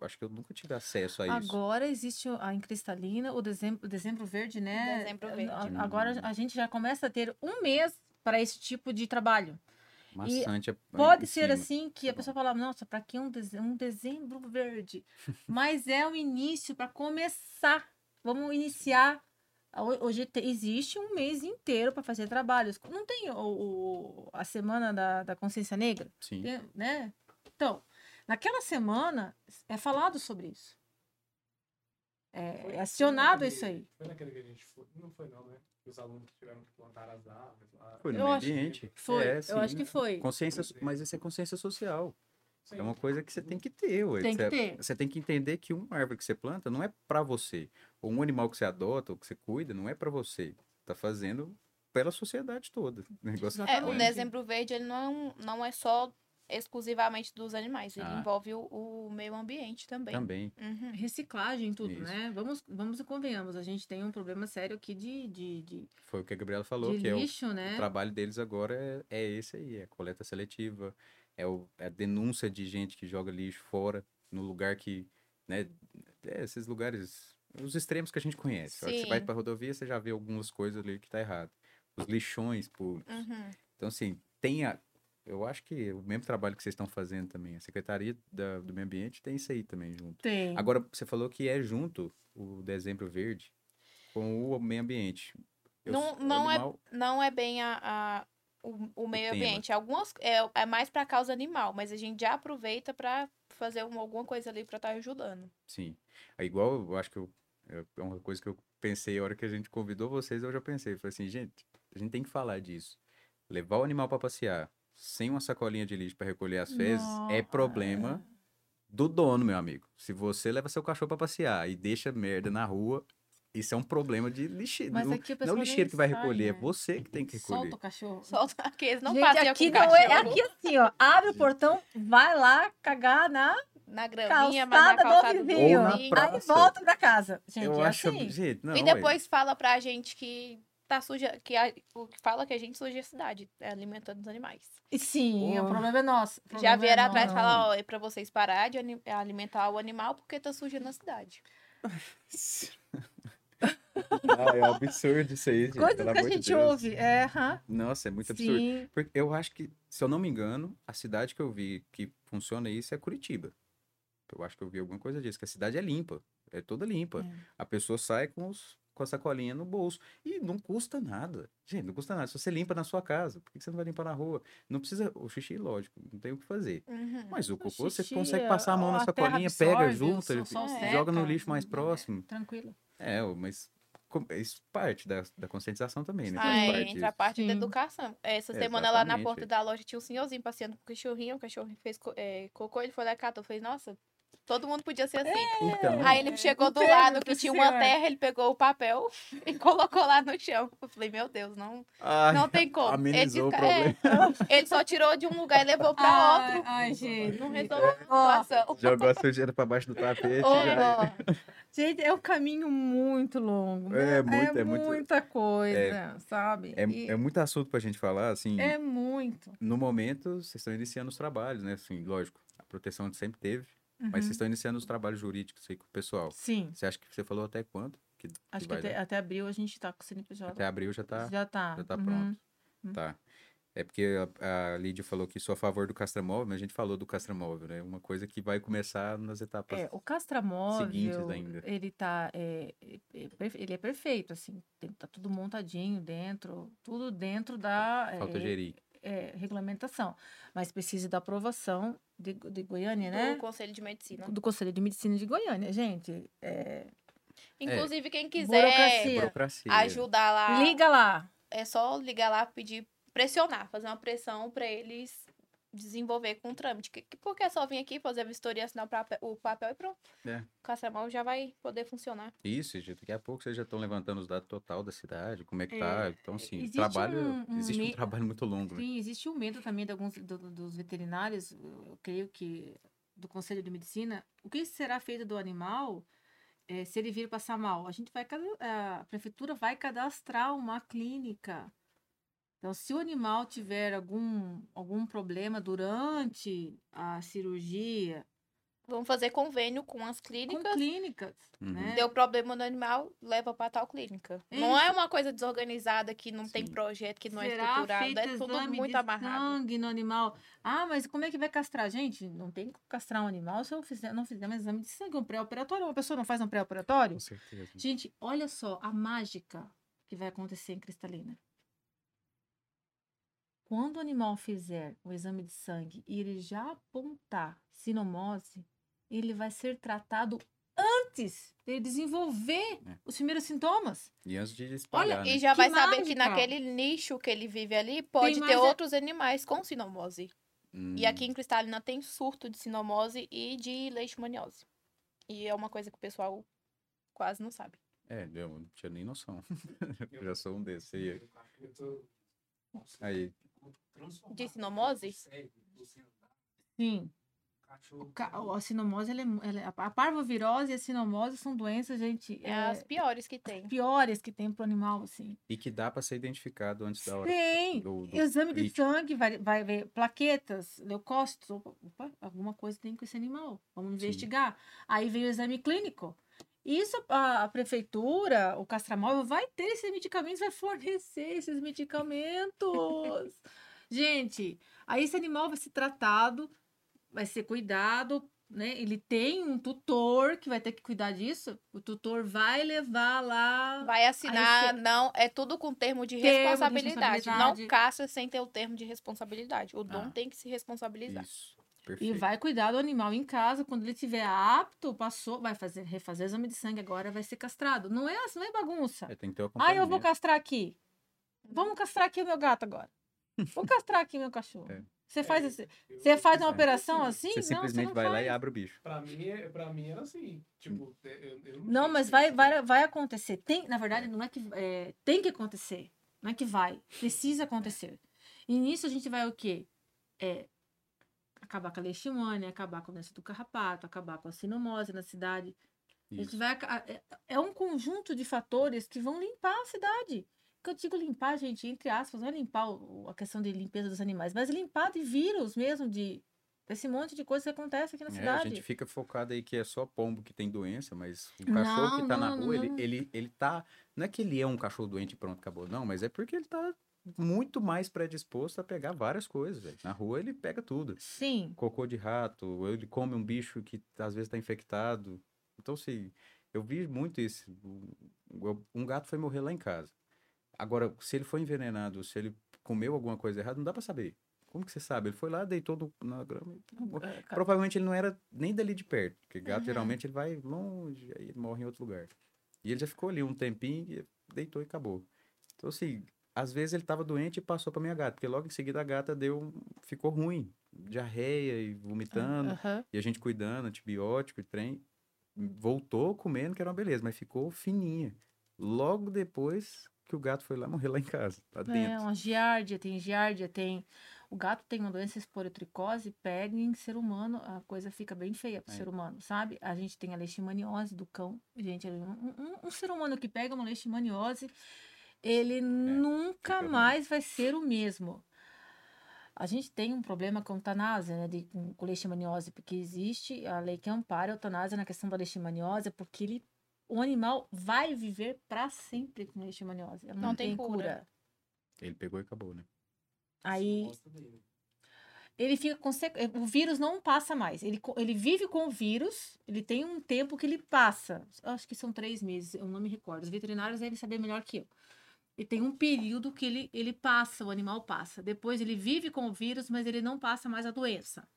Speaker 1: Eu acho que eu nunca tive acesso a isso.
Speaker 4: Agora existe o- a em cristalina, o dezembro, dezembro verde, né?
Speaker 3: Dezembro Verde.
Speaker 4: A- Agora a gente já começa a ter um mês para esse tipo de trabalho.
Speaker 1: Maçante. é- é
Speaker 4: Pode
Speaker 1: em
Speaker 4: ser
Speaker 1: cima. Tá
Speaker 4: assim que a pessoa fala, nossa, para que um, deze- um dezembro verde? (laughs) Mas é o início para começar. Vamos iniciar. Ho- Hoje te- existe um mês inteiro para fazer trabalhos. Não tem o, o- a semana da- da consciência negra?
Speaker 1: Sim.
Speaker 4: Tem- né? Então, naquela semana é falado sobre isso. É, é acionado isso aí.
Speaker 2: Foi naquele que a gente foi. Não foi, não, né? Os alunos tiveram que plantar as árvores lá.
Speaker 1: Foi no
Speaker 4: Eu
Speaker 1: meio
Speaker 4: acho-
Speaker 1: ambiente.
Speaker 4: Foi,
Speaker 1: É, sim.
Speaker 4: eu acho que foi.
Speaker 1: Consciência, mas isso é consciência social.
Speaker 2: Sim.
Speaker 1: É uma coisa que você tem que ter, ué.
Speaker 4: Tem
Speaker 1: Você-
Speaker 4: que ter.
Speaker 1: Você tem que entender que uma árvore que você planta não é pra você. Ou um animal que você adota ou que você cuida não é pra você. Tá fazendo pela sociedade toda. O negócio
Speaker 3: É, o
Speaker 4: Exatamente. né?
Speaker 3: dezembro verde ele não é, um- não é só exclusivamente dos animais, ele
Speaker 1: Ah.
Speaker 3: envolve o, o meio ambiente também.
Speaker 1: também.
Speaker 3: Uhum.
Speaker 4: Reciclagem, tudo,
Speaker 1: Isso.
Speaker 4: né? Vamos, vamos e convenhamos. A gente tem um problema sério aqui de, de, de,
Speaker 1: Foi o que a Gabriela falou,
Speaker 4: de
Speaker 1: que é o,
Speaker 4: lixo,
Speaker 1: o
Speaker 4: né?
Speaker 1: trabalho deles agora é, é esse aí, é a coleta seletiva, é, o- é a denúncia de gente que joga lixo fora, no lugar que, né, é, esses lugares, os extremos que a gente conhece. A hora que você vai
Speaker 3: Sim.
Speaker 1: pra rodovia, você já vê algumas coisas ali que tá errado. Os lixões públicos.
Speaker 3: Uhum.
Speaker 1: Então, assim, tem a... Eu acho que o mesmo trabalho que vocês estão fazendo também, a Secretaria da- do Meio Ambiente tem isso aí também junto.
Speaker 4: Tem.
Speaker 1: Agora, você falou que é junto o dezembro verde com o meio ambiente.
Speaker 3: Não-
Speaker 1: o
Speaker 3: não é-
Speaker 1: animal-
Speaker 3: Não é bem a, a- o, o meio
Speaker 1: tema.
Speaker 3: ambiente. Algumas é, é mais para causa animal, mas a gente já aproveita para fazer uma- alguma coisa ali para estar ajudando. (laughs)
Speaker 1: Sim. É igual, eu acho que eu, eu- é uma coisa que eu pensei, a hora que a gente convidou vocês, eu já pensei. Falei assim, gente, a gente tem que falar disso. Levar o animal para passear sem uma sacolinha de lixo para recolher as fezes é problema do dono, meu amigo. Se você leva seu cachorro para passear e deixa merda na rua, isso é um problema de lixeiro.
Speaker 4: Mas
Speaker 1: não,
Speaker 4: aqui
Speaker 1: não
Speaker 4: o
Speaker 1: é
Speaker 4: pessoal
Speaker 1: o
Speaker 4: nem
Speaker 1: lixeiro que vai
Speaker 4: sai,
Speaker 1: recolher,
Speaker 4: né?
Speaker 1: é você que tem que recolher.
Speaker 4: Solta o cachorro.
Speaker 3: Só que eles não
Speaker 5: Uhum. Gente,
Speaker 3: passeiam
Speaker 5: aqui
Speaker 3: com
Speaker 5: não é, é
Speaker 3: cachorro
Speaker 5: aqui assim, ó. Abre o portão, vai lá cagar na.
Speaker 3: na graminha, mas na
Speaker 5: calçada do
Speaker 3: calçada do
Speaker 5: vizinho.
Speaker 1: Ou na
Speaker 3: vizinho.
Speaker 1: praça.
Speaker 5: Aí volta pra casa. Gente,
Speaker 1: Eu
Speaker 5: é
Speaker 1: acho.
Speaker 5: assim.
Speaker 1: Gente, não,
Speaker 3: E
Speaker 1: é-
Speaker 3: depois fala pra gente que tá suja, que a- o que fala que a gente suja a cidade, é, alimentando os animais.
Speaker 5: E Sim,
Speaker 4: Porra.
Speaker 5: o problema é nosso. O
Speaker 3: Já
Speaker 5: problema
Speaker 3: vieram
Speaker 5: é
Speaker 3: atrás e
Speaker 5: nosso.
Speaker 3: falaram, ó, é pra vocês parar de ani- alimentar o animal porque tá suja na cidade.
Speaker 1: (laughs) Ah, é um absurdo isso aí, gente.
Speaker 5: Coisas
Speaker 1: pelo
Speaker 5: que a
Speaker 1: amor de
Speaker 5: gente
Speaker 1: Deus.
Speaker 5: ouve. É, aham.
Speaker 1: Nossa, é muito absurdo.
Speaker 5: Sim.
Speaker 1: Porque eu acho que, se eu não me engano, a cidade que eu vi que funciona isso é Curitiba. Eu acho que eu vi alguma coisa disso, que a cidade é limpa. É toda limpa. A pessoa sai com, os, com a sacolinha no bolso. E não custa nada. Gente, não custa nada. Se você limpa na sua casa, por que que você não vai limpar na rua? Não precisa. O xixi, lógico, não tem o que fazer.
Speaker 5: Uhum.
Speaker 1: Mas o cocô, você
Speaker 4: xixi,
Speaker 1: consegue passar a mão na
Speaker 4: a terra
Speaker 1: sacolinha, pega,
Speaker 4: absorve, o
Speaker 1: junta,
Speaker 4: sol- sol
Speaker 1: joga no
Speaker 4: seca,
Speaker 1: lixo mais
Speaker 4: né?
Speaker 1: próximo.
Speaker 4: Tranquilo.
Speaker 1: É, ô, mas com- isso parte da, da conscientização também, né?
Speaker 3: Ah,
Speaker 1: Faz
Speaker 3: é,
Speaker 1: parte
Speaker 3: entra a parte da
Speaker 5: Sim.
Speaker 3: educação. Essa
Speaker 1: É,
Speaker 3: semana lá na
Speaker 1: exatamente.
Speaker 3: porta da loja tinha um senhorzinho passeando com o cachorrinho, o cachorrinho fez co- é, cocô, ele foi lá e catou. Eu falei, nossa, todo mundo podia ser assim.
Speaker 1: disso. Então,
Speaker 3: Aí ele chegou do
Speaker 5: Não pega,
Speaker 3: lado que tinha uma
Speaker 5: senhor.
Speaker 3: terra, ele pegou o papel (laughs) e colocou lá no chão. Eu falei, meu Deus, não,
Speaker 1: ai,
Speaker 3: não tem como. Ele,
Speaker 1: amenizou o
Speaker 3: desca- é,
Speaker 1: problema.
Speaker 3: ele só tirou de um lugar e levou pra
Speaker 4: Ai,
Speaker 3: outro.
Speaker 4: ai, gente.
Speaker 3: Não resolveu a
Speaker 5: Ó,
Speaker 3: situação.
Speaker 1: Jogou a sujeira pra baixo do tapete.
Speaker 3: Ô,
Speaker 1: já-
Speaker 3: ó.
Speaker 5: Gente, é um caminho muito longo. né?
Speaker 1: É muito, é muito-
Speaker 5: muita coisa, sabe?
Speaker 1: É,
Speaker 5: E
Speaker 1: é muito assunto pra gente falar, assim.
Speaker 5: é muito.
Speaker 1: No momento, vocês estão iniciando os trabalhos, né? Assim, lógico, a proteção sempre teve, mas
Speaker 4: Uhum.
Speaker 5: Uhum.
Speaker 1: vocês estão iniciando os trabalhos jurídicos aí com o pessoal.
Speaker 4: Sim.
Speaker 1: Você acha que você falou até quando? Que,
Speaker 4: Acho que
Speaker 1: vai
Speaker 4: até,
Speaker 1: dar?
Speaker 4: até abril a gente tá com o CNPJ.
Speaker 1: Até abril já tá.
Speaker 4: Já tá.
Speaker 1: Já tá
Speaker 4: Uhum.
Speaker 1: pronto.
Speaker 4: Uhum.
Speaker 1: Tá. É porque a, a Lídia falou que sou a favor do castramóvel, mas a gente falou do castramóvel, né? Uma coisa que vai começar nas etapas.
Speaker 4: É, o castramóvel,
Speaker 1: Seguintes ainda.
Speaker 4: ele tá, é, é, é perfe- ele é perfeito, assim, tem- tá tudo montadinho dentro, tudo dentro da é,
Speaker 1: Falta gerir.
Speaker 4: é, regulamentação, mas precisa da aprovação de, Go- de
Speaker 1: é.
Speaker 4: Goiânia,
Speaker 3: O
Speaker 4: né?
Speaker 3: Conselho de Medicina.
Speaker 4: Do Conselho de Medicina de Goiânia, gente, é,
Speaker 3: Inclusive, quem
Speaker 4: Burocracia.
Speaker 3: quiser
Speaker 1: é Burocracia. né?
Speaker 3: ajudar lá,
Speaker 4: liga lá,
Speaker 3: é só ligar lá, pedir, pressionar, fazer uma pressão pra eles desenvolver com o trâmite. Que- que- Porque é só vir aqui, fazer a vistoria, assinar o papel, o papel e pronto.
Speaker 1: É.
Speaker 3: O Castramão já vai poder funcionar.
Speaker 1: Isso, gente. Daqui a pouco vocês já estão levantando os dados total da cidade, como é que tá. Então, assim,
Speaker 4: existe
Speaker 1: trabalho,
Speaker 4: um- um
Speaker 1: existe um
Speaker 4: me-
Speaker 1: trabalho muito longo, né?
Speaker 4: Sim, existe o medo também de alguns do- do- dos veterinários, eu creio que do Conselho de Medicina, o que será feito do animal eh, se ele vir passar mal? A gente vai cada- a prefeitura vai cadastrar uma clínica. Então, se o animal tiver algum algum problema durante a cirurgia,
Speaker 3: Vamos fazer convênio com as
Speaker 4: com
Speaker 3: clínicas. Então,
Speaker 4: clínicas,
Speaker 1: Uhum.
Speaker 4: né?
Speaker 3: Deu problema no animal, leva pra tal clínica. Não é
Speaker 4: Isso.
Speaker 3: uma coisa desorganizada que não tem
Speaker 1: Sim.
Speaker 3: projeto, que não é
Speaker 4: Será
Speaker 3: estruturado.
Speaker 4: feito
Speaker 3: É tudo
Speaker 4: exame
Speaker 3: muito
Speaker 4: de
Speaker 3: amarrado.
Speaker 4: sangue no animal. Ah, mas como é que vai castrar? Gente, não tem como castrar um animal se eu fizer- não fizer um exame de sangue, um pré-operatório. Uma pessoa não faz um pré-operatório?
Speaker 1: Com certeza.
Speaker 4: Gente, olha só a mágica que vai acontecer em Cristalina. Quando o animal fizer o exame de sangue e ele já apontar sinomose, ele vai ser tratado antes de desenvolver
Speaker 1: É.
Speaker 4: os primeiros sintomas.
Speaker 1: E antes de espalhar, né?
Speaker 3: E já
Speaker 4: Que
Speaker 3: vai saber que
Speaker 4: mágica!
Speaker 3: naquele nicho que ele vive ali pode ter
Speaker 4: mais a-
Speaker 3: outros animais com sinomose.
Speaker 1: Hum,
Speaker 3: E aqui em Cristalina tem surto de sinomose e de leishmaniose. E é uma coisa que o pessoal quase não sabe.
Speaker 1: É, eu não tinha nem noção. Eu já sou um desses. aí. Aí,
Speaker 3: De sinomose?
Speaker 4: Sim.
Speaker 6: um
Speaker 4: O ca- A sinomose, ela é mu- ela é- a parvovirose e a sinomose são doenças, gente,
Speaker 3: É
Speaker 4: é,
Speaker 3: as piores que tem.
Speaker 4: piores que tem pro animal, assim.
Speaker 1: e que dá pra ser identificado antes da hora.
Speaker 4: Sim!
Speaker 1: Do, do-
Speaker 4: Exame de
Speaker 1: E-
Speaker 4: sangue vai, vai ver plaquetas, leucócitos, opa, opa, alguma coisa tem com esse animal. Vamos investigar. Aí vem o exame clínico. Isso a, a prefeitura, o castramóvel, vai ter esses medicamentos, vai fornecer esses
Speaker 1: (laughs)
Speaker 4: medicamentos. Gente, aí esse animal vai ser tratado, vai ser cuidado, né? Ele tem um tutor que vai ter que cuidar disso. O tutor vai levar lá
Speaker 3: Vai assinar,
Speaker 4: Aí
Speaker 3: não, é tudo com termo de
Speaker 4: Termo de
Speaker 3: responsabilidade. Não
Speaker 4: responsabilidade.
Speaker 3: caça sem ter o termo de responsabilidade. O dono
Speaker 1: Ah.
Speaker 3: tem que se responsabilizar.
Speaker 1: Isso. tá?
Speaker 4: E
Speaker 1: Perfeito.
Speaker 4: vai cuidar do animal em casa, quando ele estiver apto, passou, vai fazer, refazer o exame de sangue agora, vai ser castrado. Não é assim, não é bagunça.
Speaker 1: É, tem que ter o
Speaker 4: Ah, eu vou
Speaker 1: acompanhamento.
Speaker 4: castrar aqui. Vamos castrar aqui o meu gato agora.
Speaker 1: (laughs)
Speaker 4: Vou castrar aqui meu cachorro.
Speaker 1: É.
Speaker 4: Você faz, esse-
Speaker 2: Eu-
Speaker 4: você faz uma
Speaker 1: É.
Speaker 4: operação assim?
Speaker 1: Você
Speaker 4: não,
Speaker 1: simplesmente
Speaker 4: não
Speaker 1: vai lá e
Speaker 4: faz.
Speaker 1: abre o bicho.
Speaker 2: Pra mim, é- pra mim era assim. Tipo,
Speaker 6: é,
Speaker 2: eu, eu
Speaker 4: Não,
Speaker 2: sei
Speaker 4: mas
Speaker 2: se-
Speaker 4: vai, vai, vai acontecer. Tem, na verdade, não é que é, tem que acontecer. Não é que vai. Precisa acontecer. E nisso a gente vai o quê? É, acabar com a leishmania, acabar com a doença do carrapato, acabar com a sinomose na cidade. A gente
Speaker 1: Isso.
Speaker 4: vai aca- é- é um conjunto de fatores que vão limpar a cidade. Que eu digo limpar, gente, entre aspas, não é limpar o- o- a questão de limpeza dos animais, mas limpar de vírus mesmo, de desse monte de coisa que acontece aqui na
Speaker 1: É, a
Speaker 4: cidade.
Speaker 1: gente fica focado aí que é só pombo que tem doença, mas o cachorro que tá
Speaker 4: Não,
Speaker 1: na
Speaker 4: não,
Speaker 1: rua,
Speaker 4: não,
Speaker 1: ele,
Speaker 4: não.
Speaker 1: ele, ele tá. Não é que ele é um cachorro doente e pronto, acabou, não, mas é porque ele tá muito mais predisposto a pegar várias coisas, velho. Na rua ele pega tudo.
Speaker 4: Sim.
Speaker 1: Cocô de rato, ou ele come um bicho que às vezes tá infectado. Então, se eu vi muito isso. Um- Um gato foi morrer lá em casa. Agora, se ele foi envenenado, se ele comeu alguma coisa errada, não dá pra saber. Como que você sabe? Ele foi lá, deitou no- na grama e acabou.
Speaker 4: É,
Speaker 1: Provavelmente ele não era nem dali de perto, porque gato
Speaker 4: Aham.
Speaker 1: geralmente ele vai longe, aí ele morre em outro lugar. E ele já ficou ali um tempinho, e deitou e acabou. Então, assim, às vezes ele tava doente e passou pra minha gata, porque logo em seguida a gata deu, um- ficou ruim, diarreia e vomitando,
Speaker 3: Aham.
Speaker 1: e a gente cuidando, antibiótico e trem. Voltou comendo, que era uma beleza, mas ficou fininha. Logo depois que o gato foi lá morrer lá em casa, lá
Speaker 4: É,
Speaker 1: dentro.
Speaker 4: uma giardia, tem giardia, tem... O gato tem uma doença esporotricose, pega em ser humano, a coisa fica bem feia pro
Speaker 1: É.
Speaker 4: ser humano, sabe? A gente tem a leishmaniose do cão. Gente, um, um- um ser humano que pega uma leishmaniose, ele nunca
Speaker 1: É, fica ruim.
Speaker 4: mais vai ser o mesmo. A gente tem um problema com a eutanásia, né, de, com com leishmaniose, porque existe a lei que ampara a eutanásia na questão da leishmaniose, porque ele, o animal vai viver para sempre com leishmaniose. Ela não, tem, cura.
Speaker 1: Ele pegou e acabou, né?
Speaker 4: Aí
Speaker 2: Gosta dele.
Speaker 4: ele fica com sequ- eh, o vírus não passa mais. Ele, co- ele vive com o vírus, ele tem um tempo que ele passa. Eu Acho que são três meses, eu não me recordo. Os veterinários devem saber melhor que eu. E tem um período que ele, ele passa, o animal passa. Depois ele vive com o vírus, mas ele não passa mais a doença.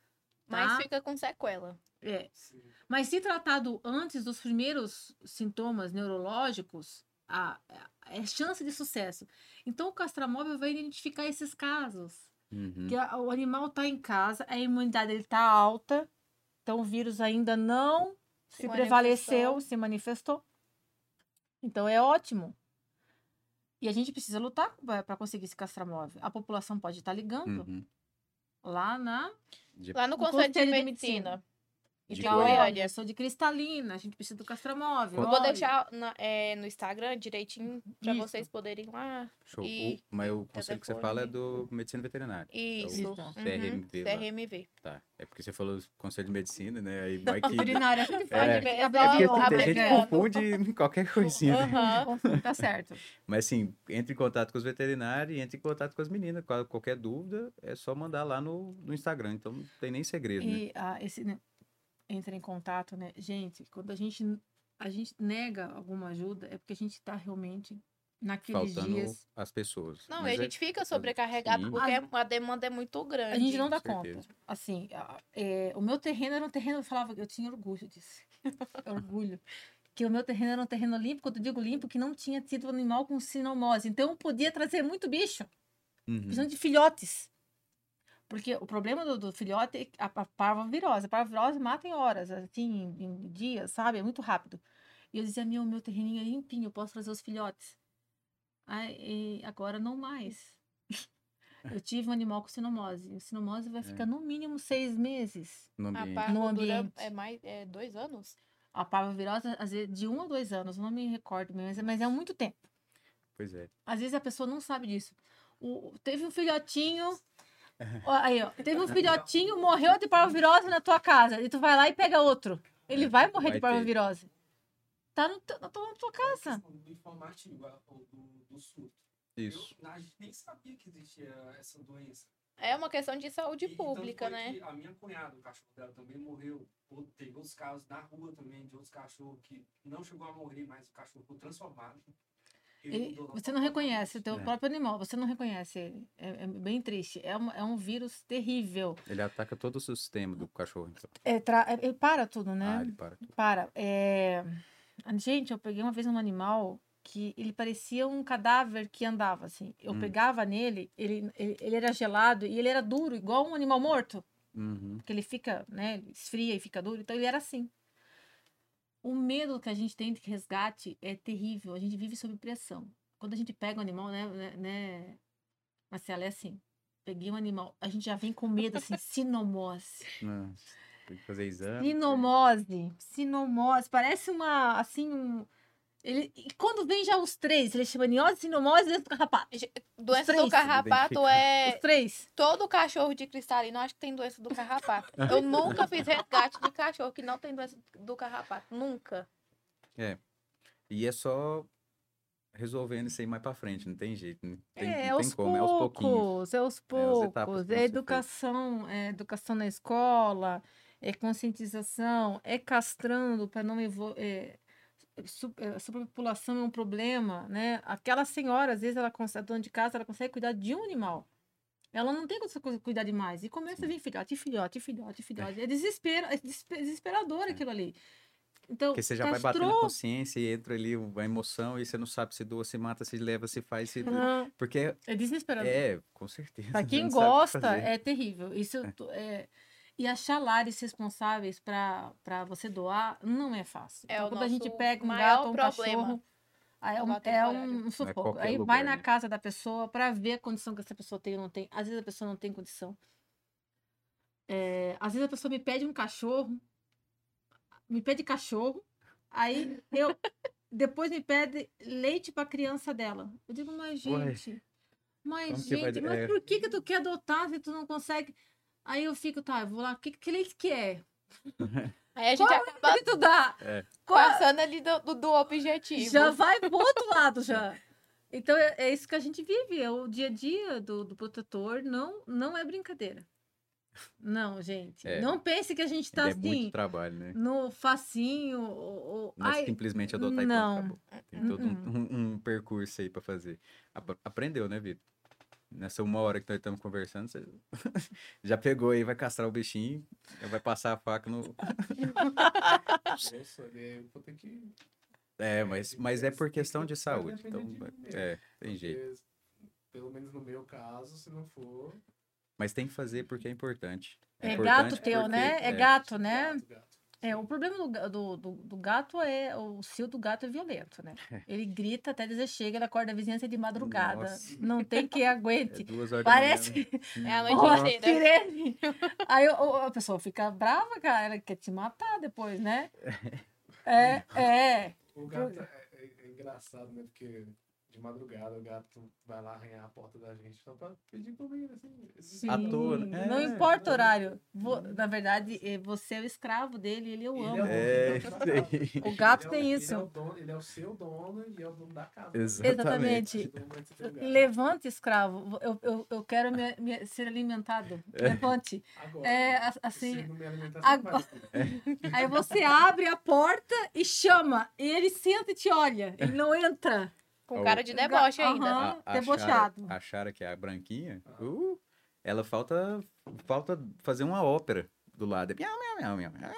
Speaker 3: Mas
Speaker 4: Tá?
Speaker 3: fica com sequela.
Speaker 4: É,
Speaker 2: Sim.
Speaker 4: mas se tratado antes dos primeiros sintomas neurológicos, a, a- é chance de sucesso. Então o castramóvel vai identificar esses casos.
Speaker 1: Uhum.
Speaker 4: Que a- o animal está em casa, a imunidade dele tá alta, então o vírus ainda não se
Speaker 3: manifestou.
Speaker 4: prevaleceu, se manifestou. Então é ótimo. E a gente precisa lutar para conseguir esse castramóvel. A população pode estar ligando
Speaker 1: Uhum.
Speaker 4: lá na
Speaker 1: De-
Speaker 3: Lá no
Speaker 4: No
Speaker 3: Conselho de
Speaker 4: Conselho de
Speaker 3: Medicina.
Speaker 1: De
Speaker 4: Então,
Speaker 1: Goiânia.
Speaker 4: olha, eu sou de cristalina, a gente precisa do castramóvel.
Speaker 3: Eu vou
Speaker 4: olha.
Speaker 3: deixar na- é, no Instagram direitinho pra
Speaker 4: Isso.
Speaker 3: vocês poderem ir lá.
Speaker 1: Show.
Speaker 3: E- tá
Speaker 1: O, mas o conselho que você
Speaker 2: telefone.
Speaker 1: fala é do medicina veterinária. É
Speaker 3: né? Isso.
Speaker 4: Isso.
Speaker 3: Uhum,
Speaker 1: CRMV lá.
Speaker 3: CRMV.
Speaker 1: Tá. É porque você falou conselho de medicina, né? Aí vai que.
Speaker 3: (laughs)
Speaker 4: (laughs)
Speaker 1: (laughs)
Speaker 4: Veterinária, a gente faz
Speaker 1: É,
Speaker 4: de-
Speaker 3: é
Speaker 4: a
Speaker 1: É
Speaker 3: só-
Speaker 4: bióloga,
Speaker 1: porque tem gente que
Speaker 4: né?
Speaker 1: confunde em
Speaker 3: (laughs)
Speaker 1: qualquer coisinha. né?
Speaker 3: Aham.
Speaker 4: Tá certo.
Speaker 1: Mas assim, entre em contato com os veterinários e entre em contato com as meninas. Qual- Qualquer dúvida é só mandar lá no, no Instagram. Então não tem nem segredo, né?
Speaker 4: E ah, esse né, entra em contato, né? Gente, quando a gente a gente nega alguma ajuda é porque a gente tá realmente naqueles
Speaker 1: Faltando
Speaker 4: dias
Speaker 1: as pessoas.
Speaker 3: Não,
Speaker 1: Mas
Speaker 3: e a
Speaker 1: é-
Speaker 3: gente fica sobrecarregado
Speaker 1: Sim.
Speaker 3: porque a demanda é muito grande.
Speaker 4: a gente não
Speaker 1: com
Speaker 4: dá
Speaker 1: certeza.
Speaker 4: conta. Assim, a- é, o meu terreno era um terreno, eu falava, eu tinha orgulho disso. (laughs) orgulho. Que o meu terreno era um terreno limpo, quando eu digo limpo, que não tinha tido animal com sinomose. Então eu podia trazer muito bicho.
Speaker 1: Uhum.
Speaker 4: precisando de filhotes. Porque o problema do, do filhote é a, a parvovirose. A parvovirose mata em horas, assim, em, em dias, sabe? É muito rápido. E eu dizia, meu, meu terreninho é limpinho, eu posso trazer os filhotes. Aí, e agora não mais. (laughs) Eu tive um animal com sinomose. E o sinomose vai ficar no mínimo seis meses.
Speaker 1: no
Speaker 3: A
Speaker 1: ambiente.
Speaker 3: parvo
Speaker 4: No
Speaker 3: dura
Speaker 4: ambiente.
Speaker 3: é mais é dois anos?
Speaker 4: A parvovirose, às vezes, de um a dois anos, não me recordo, mas é- mas é muito tempo.
Speaker 1: Pois é.
Speaker 4: Às vezes a pessoa não sabe disso. O, teve um filhotinho. Ó, Aí, ó. Teve um filhotinho, morreu de parvovirose na tua casa. E tu vai lá e pega outro. Ele vai morrer
Speaker 1: É, vai
Speaker 4: de
Speaker 1: ter.
Speaker 4: parvovirose. Tá no, teu- na, tua, na tua casa.
Speaker 6: questão do informativo, ela falou do, do surto.
Speaker 1: Isso.
Speaker 6: Eu na- nem sabia que existia essa doença.
Speaker 3: É uma questão de saúde
Speaker 1: Então
Speaker 6: E- e tanto
Speaker 3: pública,
Speaker 6: foi
Speaker 3: né?
Speaker 6: que A minha cunhada, o cachorro dela também morreu. Ou- Teve outros casos na rua também, de outros cachorros que não chegou a morrer, mas o cachorro foi transformado. Ele
Speaker 4: Ele-
Speaker 6: mudou
Speaker 4: você não reconhece o teu
Speaker 1: É.
Speaker 4: próprio animal. Você não reconhece ele. É, é bem triste. É um, é um vírus terrível.
Speaker 1: Ele ataca todo o sistema do cachorro, então.
Speaker 4: É, tra- é- ele para tudo, né?
Speaker 1: Ah, ele para tudo.
Speaker 4: Para. É... Gente, eu peguei uma vez um animal que ele parecia um cadáver que andava, assim. Eu
Speaker 1: Hum.
Speaker 4: pegava nele, ele, ele, ele era gelado e ele era duro, igual um animal morto.
Speaker 1: Uhum.
Speaker 4: Porque ele fica, né, ele esfria e fica duro. Então ele era assim. O medo que a gente tem de resgate é terrível. A gente vive sob pressão. Quando a gente pega um animal, né, né, né Marcela, é assim. Peguei um animal, a gente já vem com medo, assim, sinomose.
Speaker 1: Nossa, Tem que fazer exame.
Speaker 4: Sinomose. Sinomose. Parece uma, assim, um... Ele, e quando vem já os três, leishmaniose, sinomose e dentro do carrapato.
Speaker 3: Doença do
Speaker 4: três.
Speaker 3: carrapato é.
Speaker 4: Os três.
Speaker 3: Todo cachorro de cristalino, acho que tem doença do carrapato. Eu nunca fiz resgate de cachorro que não tem doença do carrapato. Nunca.
Speaker 1: E é só resolvendo isso aí mais pra frente, não tem jeito. Não tem,
Speaker 4: é,
Speaker 1: não tem
Speaker 4: aos
Speaker 1: como, é aos pouquinhos.
Speaker 4: poucos, é aos
Speaker 1: as etapas que
Speaker 4: poucos.
Speaker 1: vão
Speaker 4: É
Speaker 1: ser
Speaker 4: educação, é educação na escola, é conscientização, é castrando para não evo- é, su- é, a superpopulação é um problema, né? Aquela senhora, às vezes, ela consegue, a dona de casa, ela consegue cuidar de um animal. Ela não tem condição de cuidar de mais. E começa a vir filhote, filhote, filhote, filhote. É, desespero, é desespe- desesperador aquilo ali.
Speaker 1: É.
Speaker 4: Então,
Speaker 1: Porque você já vai batendo (laughs) a consciência e entra ali o- a emoção e você não sabe se doa, se mata, se leva, se faz, se.
Speaker 4: Não,
Speaker 1: Porque
Speaker 4: é desesperador.
Speaker 1: é, com certeza.
Speaker 4: Pra
Speaker 1: (laughs) você
Speaker 4: quem
Speaker 1: não sabe o que
Speaker 4: gosta,
Speaker 1: fazer.
Speaker 4: é terrível. Isso tu- é... E achar lares responsáveis pra pra você doar não é fácil.
Speaker 3: É
Speaker 4: Então,
Speaker 3: o
Speaker 4: quando a gente
Speaker 3: nosso
Speaker 4: pega um
Speaker 3: maior
Speaker 4: gato, um
Speaker 3: problema.
Speaker 4: cachorro, aí é um,
Speaker 3: Lá
Speaker 4: é
Speaker 3: temporário.
Speaker 4: um sufoco.
Speaker 1: qualquer
Speaker 4: Aí
Speaker 1: lugar,
Speaker 4: vai na
Speaker 1: né?
Speaker 4: casa da pessoa pra ver a condição que essa pessoa tem ou não tem. Às vezes a pessoa não tem condição. É, Às vezes a pessoa me pede um cachorro, me pede cachorro, aí
Speaker 3: (laughs)
Speaker 4: eu depois me pede leite pra criança dela. Eu digo, mas
Speaker 1: Ué.
Speaker 4: gente, mas
Speaker 1: Como que vai
Speaker 4: gente,
Speaker 1: dar-
Speaker 4: mas
Speaker 1: é.
Speaker 4: por que que tu quer adotar se tu não consegue? Aí eu fico, tá, eu vou lá, que, que leite que é?
Speaker 3: Aí a gente
Speaker 4: Qual
Speaker 3: acaba
Speaker 4: Que tá? tu dá?
Speaker 1: É.
Speaker 4: Qual-
Speaker 3: passando ali do, do- do objetivo.
Speaker 4: Já vai pro outro lado
Speaker 1: (laughs)
Speaker 4: já. Então é, é isso que a gente vive, é o dia a dia do, do protetor, não, não é brincadeira. Não, gente,
Speaker 1: É.
Speaker 4: não pense que a gente tá
Speaker 1: Ainda é muito
Speaker 4: assim,
Speaker 1: trabalho, né?
Speaker 4: no facinho, ou, ou-
Speaker 1: Não é
Speaker 4: ai,
Speaker 1: simplesmente adotar
Speaker 4: não.
Speaker 1: e
Speaker 4: Uhum.
Speaker 1: pronto, acabou. Tem todo um, um- um percurso aí pra fazer. Ap- Aprendeu, né, Vitor? Nessa uma hora que nós estamos conversando, você (laughs) já pegou aí, vai castrar o bichinho, vai passar a faca no.
Speaker 2: Nossa, eu vou ter que.
Speaker 1: É, mas, mas é por questão de
Speaker 2: Vai
Speaker 1: saúde.
Speaker 2: depender
Speaker 1: Então,
Speaker 2: de mim
Speaker 1: é, tem jeito.
Speaker 2: Porque, Pelo menos no meu caso, se não for.
Speaker 1: Mas tem que fazer porque é importante.
Speaker 4: é
Speaker 1: importante
Speaker 4: gato teu,
Speaker 1: porque-
Speaker 4: né? É
Speaker 1: é.
Speaker 4: gato, né?
Speaker 2: gato, gato.
Speaker 4: É, o problema do, ga- do, do, do gato é. O cio do gato é
Speaker 2: (laughs)
Speaker 4: violento, né? Ele grita até dizer chega, ele acorda a vizinhança de madrugada.
Speaker 1: Nossa.
Speaker 4: Não tem quem
Speaker 1: É
Speaker 2: (laughs)
Speaker 4: aguente.
Speaker 1: duas horas da manhã, né?
Speaker 4: Parece (laughs)
Speaker 3: É a
Speaker 4: uma
Speaker 3: noite
Speaker 2: né?
Speaker 3: inteira.
Speaker 4: sirene. Aí o- o- a pessoa fica brava, cara. Ela quer te matar depois, né? É, é.
Speaker 2: O gato é, é- é engraçado, né? Porque de madrugada o gato vai lá arranhar a porta da gente só pra pedir comida, assim.
Speaker 4: Sim.
Speaker 1: À toa, né?
Speaker 4: Não
Speaker 1: É.
Speaker 4: importa o horário. Vo- na verdade, eh, você é o escravo dele, ele eu
Speaker 2: Uhum. Ele
Speaker 4: amo.
Speaker 1: É, (laughs)
Speaker 2: o dono da casa.
Speaker 1: sei.
Speaker 4: O
Speaker 2: Ele
Speaker 4: gato
Speaker 2: é
Speaker 4: tem
Speaker 2: ele é
Speaker 4: isso.
Speaker 2: o dono- ele é o seu dono e é o dono da casa.
Speaker 1: Exatamente.
Speaker 4: Exatamente.
Speaker 2: Todo mundo tem um gato.
Speaker 4: Levante, escravo. Eu, eu, eu quero me- me- ser alimentado.
Speaker 2: (laughs)
Speaker 4: Levante.
Speaker 2: Agora,
Speaker 4: É, a- assim,
Speaker 2: se não me alimentar,
Speaker 4: agora-
Speaker 2: você faz.
Speaker 4: Aí você abre a porta e chama. E ele senta e te olha. Ele não entra.
Speaker 3: Com cara de deboche
Speaker 4: Aham.
Speaker 3: ainda.
Speaker 1: A- a
Speaker 4: debochado.
Speaker 1: Chara- A Chara, que é a branquinha, uh, ela falta, falta fazer uma ópera do lado. Miau, miau, miau, miau.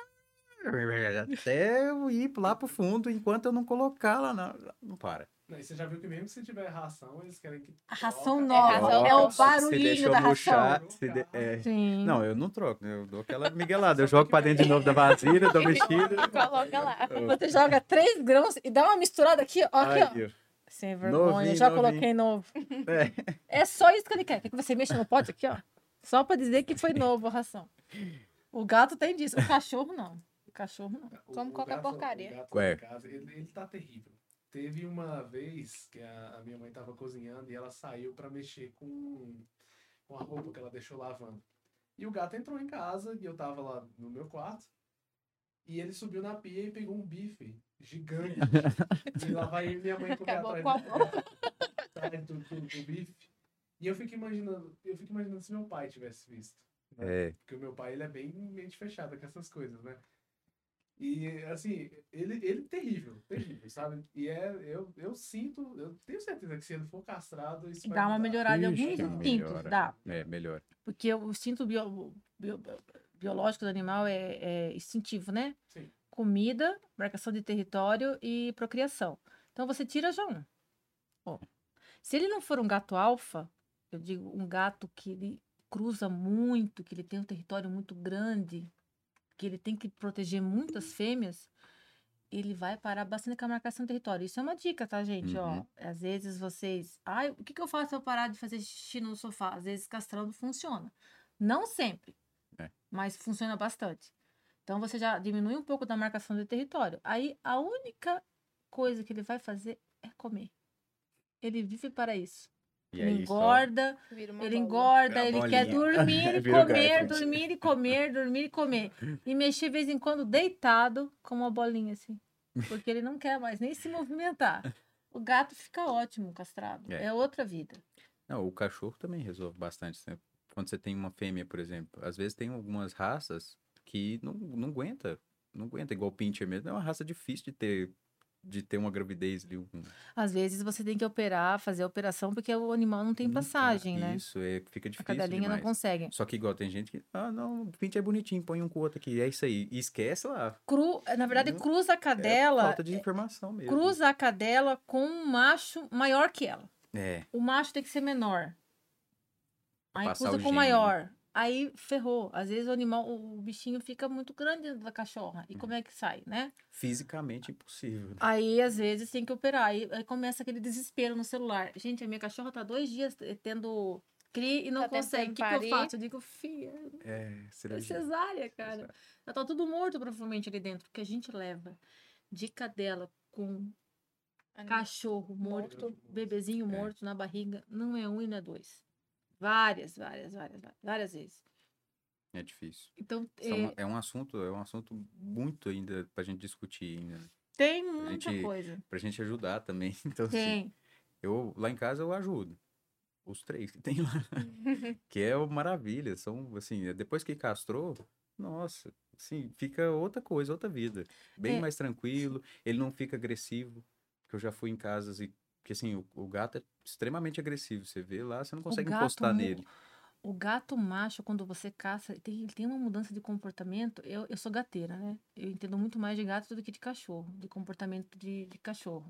Speaker 1: Até eu ir lá pro fundo, enquanto eu não colocar lá, não, não para.
Speaker 2: Não, e você já viu que mesmo se tiver ração, eles querem que.
Speaker 4: A ração
Speaker 2: troca,
Speaker 4: nova.
Speaker 3: ração
Speaker 4: é o
Speaker 3: nova.
Speaker 1: Nossa, se
Speaker 4: barulhinho
Speaker 1: deixou
Speaker 4: da
Speaker 1: murchar,
Speaker 4: ração.
Speaker 2: ração.
Speaker 1: se de- é.
Speaker 4: Sim.
Speaker 1: Não, eu não troco, né? eu dou aquela miguelada, eu jogo pra dentro de novo da vasilha,
Speaker 4: (laughs)
Speaker 1: dou mexida.
Speaker 3: Coloca lá.
Speaker 4: Você joga três grãos e dá uma misturada aqui, ó. Aqui, ó.
Speaker 1: Aí, ó.
Speaker 4: Sem vergonha,
Speaker 1: Novinho,
Speaker 4: já
Speaker 1: novinho.
Speaker 4: coloquei novo.
Speaker 1: É,
Speaker 4: É só isso que ele quer. Quer que você mexa no pote aqui, ó. Só pra dizer que foi novo a ração. O gato tem disso. O cachorro não. O cachorro não.
Speaker 2: O-
Speaker 3: Como
Speaker 2: o
Speaker 3: qualquer
Speaker 2: gato- o
Speaker 3: porcaria.
Speaker 2: gato
Speaker 1: Ué.
Speaker 2: em casa, ele, ele tá terrível. Teve uma vez que a, a minha mãe tava cozinhando e ela saiu pra mexer com, com a roupa que ela deixou lavando. E o gato entrou em casa e eu tava lá no meu quarto. E ele subiu na pia e pegou um bife gigante. e lá vai minha mãe comer
Speaker 3: Acabou
Speaker 2: atrás
Speaker 3: com a
Speaker 2: do gato, atrás do, do- do bife. E eu fico imaginando, eu fico imaginando se meu pai tivesse visto.
Speaker 1: é.
Speaker 2: Porque o meu pai, ele é bem mente fechada com essas coisas, né? E, assim, ele, ele é terrível,
Speaker 1: (laughs)
Speaker 2: terrível, sabe? E é, eu, eu sinto, eu tenho certeza que se ele for castrado, isso vai
Speaker 4: Dá uma
Speaker 2: mudar.
Speaker 4: melhorada em
Speaker 1: Ixi,
Speaker 4: alguns
Speaker 1: melhora.
Speaker 4: instintos. Dá.
Speaker 1: É, melhor.
Speaker 4: Porque o instinto bio- bio- biológico do animal é, é instintivo, né?
Speaker 2: Sim.
Speaker 4: Comida, marcação de território e procriação. Então você tira já um. Ó, Se ele não for um gato alfa, eu digo um gato que ele cruza muito, que ele tem um território muito grande, que ele tem que proteger muitas fêmeas, ele vai parar bastante com a marcação de território. Isso é uma dica, tá, gente?
Speaker 1: Uhum.
Speaker 4: Ó, às vezes vocês. Ai, o que, que eu faço pra eu parar de fazer xixi no sofá? Às vezes castrando funciona. Não sempre,
Speaker 1: É.
Speaker 4: mas funciona bastante. Então você já diminui um pouco da marcação de território. Aí a única coisa que ele vai fazer é comer. Ele vive para isso.
Speaker 1: E
Speaker 4: ele
Speaker 1: aí, só-
Speaker 4: engorda,
Speaker 3: Vira uma
Speaker 4: ele
Speaker 3: bola.
Speaker 4: engorda,
Speaker 1: Vira
Speaker 4: ele
Speaker 1: bolinha. (laughs)
Speaker 4: quer dormir e
Speaker 1: Vira o
Speaker 4: comer,
Speaker 1: Garfield.
Speaker 4: dormir e comer, dormir e comer. E mexer de vez em quando deitado com uma bolinha assim. Porque ele não quer mais nem se movimentar. O gato fica ótimo castrado.
Speaker 1: É.
Speaker 4: É, outra vida.
Speaker 1: Não, o cachorro também resolve bastante. né? Quando você tem uma fêmea, por exemplo, às vezes tem algumas raças que não, não aguenta. Não aguenta, igual o pincher mesmo. É uma raça difícil de ter, de ter uma gravidez ali. um-
Speaker 4: Às vezes você tem que operar, fazer a operação, porque o animal não tem
Speaker 1: Não tá-
Speaker 4: passagem, né?
Speaker 1: Isso, é, fica
Speaker 4: A
Speaker 1: difícil
Speaker 4: cadelinha não
Speaker 1: demais.
Speaker 4: consegue.
Speaker 1: Só que igual tem gente que, ah, não, o pincher é bonitinho, põe um com o outro aqui, é isso aí. E esquece lá.
Speaker 4: Cru, na verdade,
Speaker 1: Não-
Speaker 4: cruza a
Speaker 1: É
Speaker 4: cadela,
Speaker 1: falta de informação mesmo.
Speaker 4: cruza a cadela com um macho maior que ela.
Speaker 1: É,
Speaker 4: o macho tem que ser menor. Aí
Speaker 1: Passar
Speaker 4: cruza
Speaker 1: o
Speaker 4: com o
Speaker 1: gene, né?
Speaker 4: maior. Aí ferrou. Às vezes o animal, o o bichinho fica muito grande dentro da cachorra. E
Speaker 1: Uhum.
Speaker 4: como é que sai, né?
Speaker 1: fisicamente impossível. né?
Speaker 4: Aí às vezes tem que operar. Aí, aí começa aquele desespero no celular. Gente, a minha cachorra tá dois dias eh, tendo cri e não
Speaker 3: Tá tentando
Speaker 4: consegue. O que, que eu
Speaker 3: parir.
Speaker 4: faço? Eu digo, fia,
Speaker 1: É,
Speaker 4: é
Speaker 1: cirurgia.
Speaker 4: cesárea, cara. Já tá tudo morto provavelmente ali dentro. Porque a gente leva de cadela com É
Speaker 3: Uhum.
Speaker 4: cachorro morto bebezinho
Speaker 1: É.
Speaker 4: morto na barriga, não é um e não é dois. Várias, várias, várias, várias, várias vezes.
Speaker 1: É difícil.
Speaker 4: Então,
Speaker 1: Isso é,
Speaker 4: eh,
Speaker 1: uma- é um assunto, é um assunto muito ainda pra gente discutir ainda. né?
Speaker 4: tem muita
Speaker 1: gente-
Speaker 4: coisa.
Speaker 1: Pra gente ajudar também. (laughs) Então, assim,
Speaker 4: Tem.
Speaker 1: eu lá em casa eu ajudo. Os três que tem lá.
Speaker 4: (laughs)
Speaker 1: que é uma maravilha. São, assim, é- depois que castrou, nossa, assim, fica outra coisa, outra vida. Bem
Speaker 4: É.
Speaker 1: mais tranquilo, ele não fica agressivo. Porque eu já fui em casas e. Porque assim, o, o gato é extremamente agressivo. Você vê lá, você não consegue
Speaker 4: gato
Speaker 1: encostar
Speaker 4: mu-
Speaker 1: nele.
Speaker 4: O gato macho, quando você caça, tem, ele tem uma mudança de comportamento. Eu, eu sou gateira, né? Eu entendo muito mais de gato do que de cachorro, de comportamento de, de cachorro.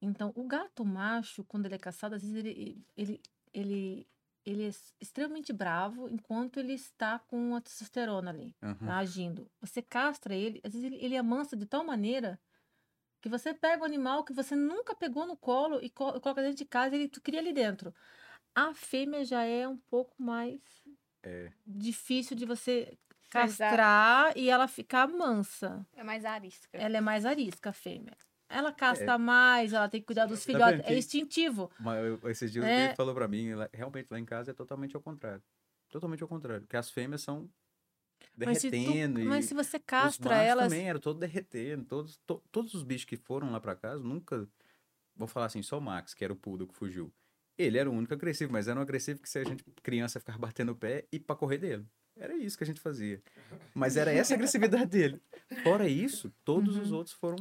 Speaker 4: Então, o gato macho, quando ele é caçado, às vezes ele, ele, ele, ele é extremamente bravo enquanto ele está com a testosterona ali.
Speaker 1: Aham.
Speaker 4: tá agindo. Você castra ele, às vezes ele, ele amansa de tal maneira que você pega o animal que você nunca pegou no colo e co- coloca dentro de casa e ele tu cria ali dentro. A fêmea já é um pouco mais Ah.
Speaker 1: É.
Speaker 4: difícil de você
Speaker 3: Exato.
Speaker 4: castrar e ela ficar mansa.
Speaker 3: É mais arisca.
Speaker 4: Ela é mais arisca, a fêmea. Ela castra
Speaker 1: É.
Speaker 4: mais, ela tem que cuidar dos
Speaker 1: Tá
Speaker 4: filhotes.
Speaker 1: vendo
Speaker 4: É
Speaker 1: que-
Speaker 4: instintivo.
Speaker 1: Mas eu- esses dias
Speaker 4: É.
Speaker 1: ele falou pra mim, lá- realmente lá em casa é totalmente ao contrário. Totalmente ao contrário. Porque as fêmeas são
Speaker 4: Mas se, tu-
Speaker 1: derretendo e.
Speaker 4: mas se você
Speaker 1: os
Speaker 4: castra
Speaker 1: machos
Speaker 4: elas,
Speaker 1: também eram todos derretendo. Todos, to- todos os bichos que foram lá pra casa nunca. Vou falar assim, só o Max, que era o poodle que fugiu. Ele era o único agressivo, mas era um agressivo que se a gente, criança, ficava batendo o pé e pra correr dele. Era isso que a gente fazia. Mas era essa a agressividade dele. Fora isso, todos os outros foram.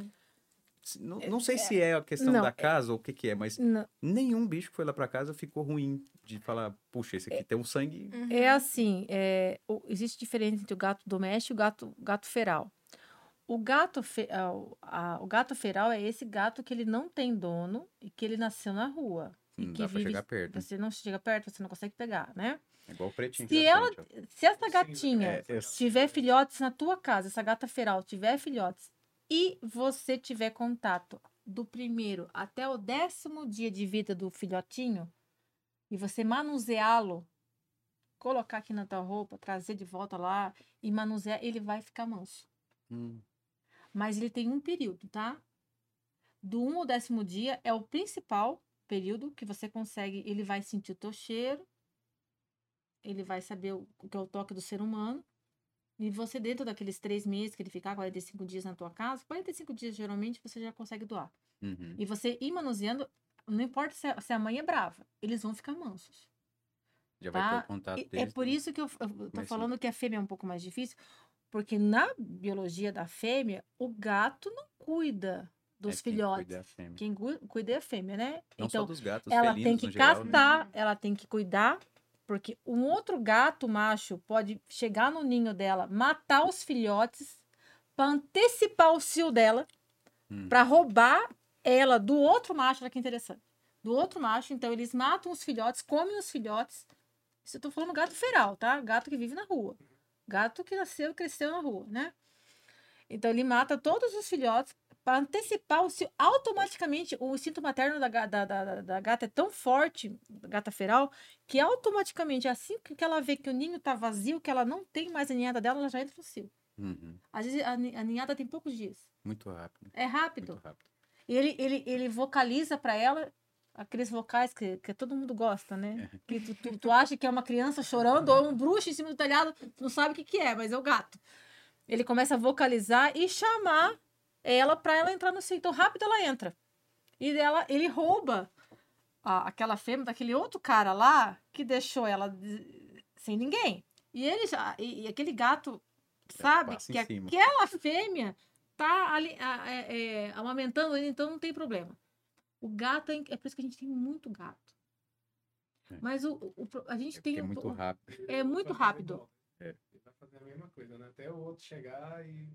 Speaker 1: se- Não, não sei se é a questão
Speaker 4: Uhum. Não,
Speaker 1: da casa ou o que, que é, mas
Speaker 4: Não,
Speaker 1: nenhum bicho que foi lá pra casa ficou ruim de falar, puxa, esse aqui tem um sangue.
Speaker 3: Uhum.
Speaker 4: eh, É assim, é, o- existe diferença entre o gato doméstico e o gato, gato feral. O O gato, fe- ah, o- a- o gato feral é esse gato que ele não tem dono e que ele nasceu na rua. E
Speaker 1: Não
Speaker 4: que
Speaker 1: dá pra
Speaker 4: vive-
Speaker 1: chegar perto.
Speaker 4: Você não chega perto, você não consegue pegar, né?
Speaker 1: É igual o pretinho.
Speaker 4: Se
Speaker 1: da
Speaker 4: ela-
Speaker 1: frente, ó.
Speaker 4: Se essa
Speaker 2: Cinza,
Speaker 4: gatinha
Speaker 2: cara.
Speaker 1: É, eu-
Speaker 4: se tiver filhotes na tua casa, essa gata feral tiver filhotes e você tiver contato do primeiro até o décimo dia de vida do filhotinho e você manuseá-lo, colocar aqui na tua roupa, trazer de volta lá e manusear, ele vai ficar manso.
Speaker 1: Hum,
Speaker 4: Mas ele tem um período, tá? Do um ao décimo dia é o principal período que você consegue. Ele vai sentir o teu cheiro, ele vai saber o o que é o toque do ser humano. E você, dentro daqueles três meses que ele ficar 45 dias na tua casa, 45 dias geralmente você já consegue doar.
Speaker 1: uhum.
Speaker 4: E você ir manuseando, não importa se a, se a mãe é brava, eles vão ficar mansos.
Speaker 1: Já
Speaker 4: tá?
Speaker 1: vai ter o contato
Speaker 4: E- É
Speaker 1: deles,
Speaker 4: por
Speaker 1: né?
Speaker 4: isso que eu, f- eu tô
Speaker 1: Comecinho.
Speaker 4: falando que a fêmea é um pouco mais difícil, porque na biologia da fêmea, o gato não cuida
Speaker 1: É
Speaker 4: dos
Speaker 1: quem
Speaker 4: filhotes.
Speaker 1: cuida é a fêmea.
Speaker 4: Quem gu- cuida é a fêmea, né?
Speaker 1: Não só
Speaker 4: então,
Speaker 1: dos gatos,
Speaker 4: ela
Speaker 1: felinos
Speaker 4: tem que
Speaker 1: no geral, né?
Speaker 4: castar, ela tem que cuidar, porque um outro gato macho pode chegar no ninho dela, matar os filhotes, para antecipar o cio dela,
Speaker 1: Hum.
Speaker 4: para roubar ela do outro macho, olha que interessante. Do outro macho, então eles matam os filhotes, comem os filhotes. Isso eu tô falando gato feral, tá? Gato que vive na rua. Gato que nasceu e cresceu na rua, né? Então ele mata todos os filhotes para antecipar o cio. Automaticamente, o instinto materno da, ga- da, da, da- da gata é tão forte, da gata feral, que automaticamente, assim que ela vê que o ninho tá vazio, que ela não tem mais a ninhada dela, ela já entra no cio.
Speaker 1: Uhum.
Speaker 4: Às vezes a, ni- a ninhada tem poucos dias.
Speaker 1: Muito rápido.
Speaker 4: É
Speaker 1: Muito
Speaker 4: rápido.
Speaker 1: rápido.
Speaker 4: E ele, ele, ele vocaliza para ela aqueles vocais que, que todo mundo gosta, né?
Speaker 1: É.
Speaker 4: Que tu, tu, tu acha que é uma criança chorando ou é um bruxo em cima do telhado, tu não sabe o que, que é, mas é o gato. Ele começa a vocalizar e chamar ela para ela entrar no cio. Então, rápido ela entra. E dela, ele rouba a- aquela fêmea daquele outro cara lá que deixou ela de- sem ninguém. E ele já. E, e aquele gato sabe
Speaker 1: É, passa em
Speaker 4: que
Speaker 1: cima.
Speaker 4: aquela fêmea tá ali, a- é- é, amamentando ele, então não tem problema. O gato é, inc- é por isso que a gente tem muito gato.
Speaker 1: É.
Speaker 4: Mas o, o- o pro- a gente
Speaker 1: É
Speaker 4: tem
Speaker 1: porque é
Speaker 4: um
Speaker 1: muito
Speaker 4: pro-
Speaker 1: rápido.
Speaker 4: É muito
Speaker 2: Vai fazer
Speaker 4: rápido.
Speaker 2: igual. né? Ele vai fazer a mesma coisa, né? Até o outro chegar e.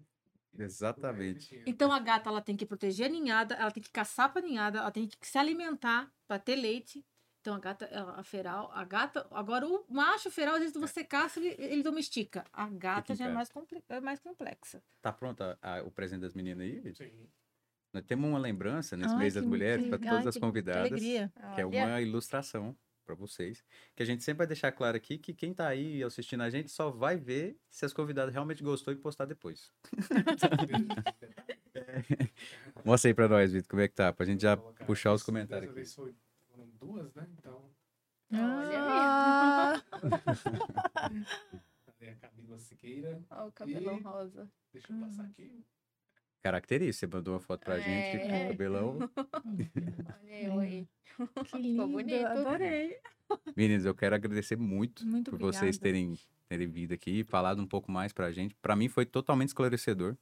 Speaker 1: Exatamente.
Speaker 4: Então a gata ela tem que proteger a ninhada, ela tem que caçar para ninhada, ela tem que se alimentar para ter leite. Então a gata, ela- a feral, a gata. Agora o macho feral, às vezes você caça, ele, ele domestica. A gata
Speaker 1: É. em
Speaker 4: já é
Speaker 1: casa.
Speaker 4: mais, compli- é mais complexa.
Speaker 1: Tá pronto a- a- o presente das meninas aí? gente? (laughs)
Speaker 2: Sim.
Speaker 1: Nós temos uma lembrança nesse
Speaker 4: Ai,
Speaker 1: mês das
Speaker 4: que
Speaker 1: mulheres para
Speaker 4: legal,
Speaker 1: todas as
Speaker 4: que- que
Speaker 1: convidadas.
Speaker 4: alegria.
Speaker 1: que é
Speaker 3: Olha,
Speaker 1: uma ilustração para vocês, que a gente sempre vai deixar claro aqui que quem tá aí assistindo a gente só vai ver se as convidadas realmente gostou e postar depois. Mostra aí para nós, Vitor, como é que tá, pra gente já
Speaker 2: Vou colocar
Speaker 1: puxar os
Speaker 2: aqui.
Speaker 1: comentários
Speaker 2: Dessa
Speaker 1: aqui.
Speaker 2: vez foi- foram duas, né? Então,
Speaker 3: Olha
Speaker 2: ali a Camila Siqueira.
Speaker 4: Ah.
Speaker 3: Olha o cabelão
Speaker 2: E-
Speaker 3: rosa.
Speaker 2: Deixa eu
Speaker 4: Hum.
Speaker 2: passar aqui.
Speaker 1: Característica, você mandou uma foto pra gente com
Speaker 3: É.
Speaker 1: o cabelão.
Speaker 3: Olha eu (laughs) aí.
Speaker 5: Que
Speaker 3: lindo,
Speaker 5: Adorei.
Speaker 1: Meninas, eu quero agradecer muito
Speaker 4: Muito
Speaker 1: por vocês
Speaker 4: obrigada.
Speaker 1: terem, terem vindo aqui e falado um pouco mais pra gente. Pra mim foi totalmente esclarecedor.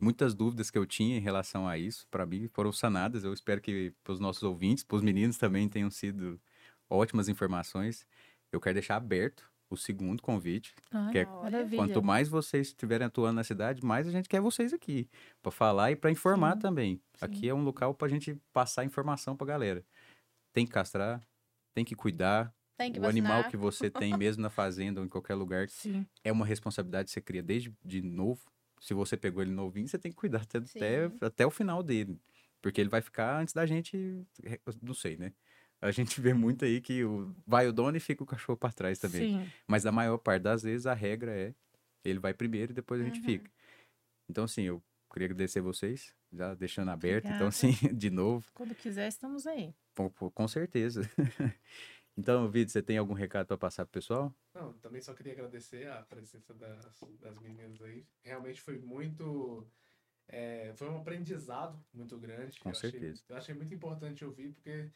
Speaker 1: Muitas dúvidas que eu tinha em relação a isso, pra mim, foram sanadas. Eu espero que pros nossos ouvintes, pros meninos também tenham sido ótimas informações. Eu quero deixar aberto o segundo convite.
Speaker 4: Ai,
Speaker 1: Que é-
Speaker 4: maravilha.
Speaker 1: Quanto mais vocês estiverem atuando na cidade, mais a gente quer vocês aqui, Pra falar e pra informar
Speaker 4: Sim,
Speaker 1: também. Aqui é um local pra gente passar informação pra galera. Tem que castrar, tem que cuidar,
Speaker 3: Tem que
Speaker 1: o animal
Speaker 3: vacinar.
Speaker 1: que você
Speaker 3: (laughs)
Speaker 1: tem mesmo na fazenda ou em qualquer lugar
Speaker 4: Sim.
Speaker 1: é uma responsabilidade que você cria desde de novo. Se você pegou ele novinho, você tem que cuidar até, até,
Speaker 3: Sim.
Speaker 1: até o final dele. Porque ele vai ficar antes da gente. eh, Não sei, né? A gente vê muito aí que o, vai o dono e fica o cachorro para trás também.
Speaker 4: Sim.
Speaker 1: Mas na maior parte das vezes a regra é ele vai primeiro e depois a gente
Speaker 3: Uhum.
Speaker 1: fica. Então, assim, eu queria agradecer vocês, já deixando aberto. Então,
Speaker 4: Obrigada.
Speaker 1: assim, (laughs) de novo.
Speaker 4: Quando quiser, estamos aí.
Speaker 1: Com, com certeza. (laughs) então, Vitor, você tem algum recado para passar pro pessoal?
Speaker 2: Não, também só queria agradecer a presença das, das meninas aí. Realmente foi muito. é, foi um aprendizado muito grande.
Speaker 1: Com
Speaker 2: eu achei-
Speaker 1: certeza.
Speaker 2: eu achei muito importante ouvir, porque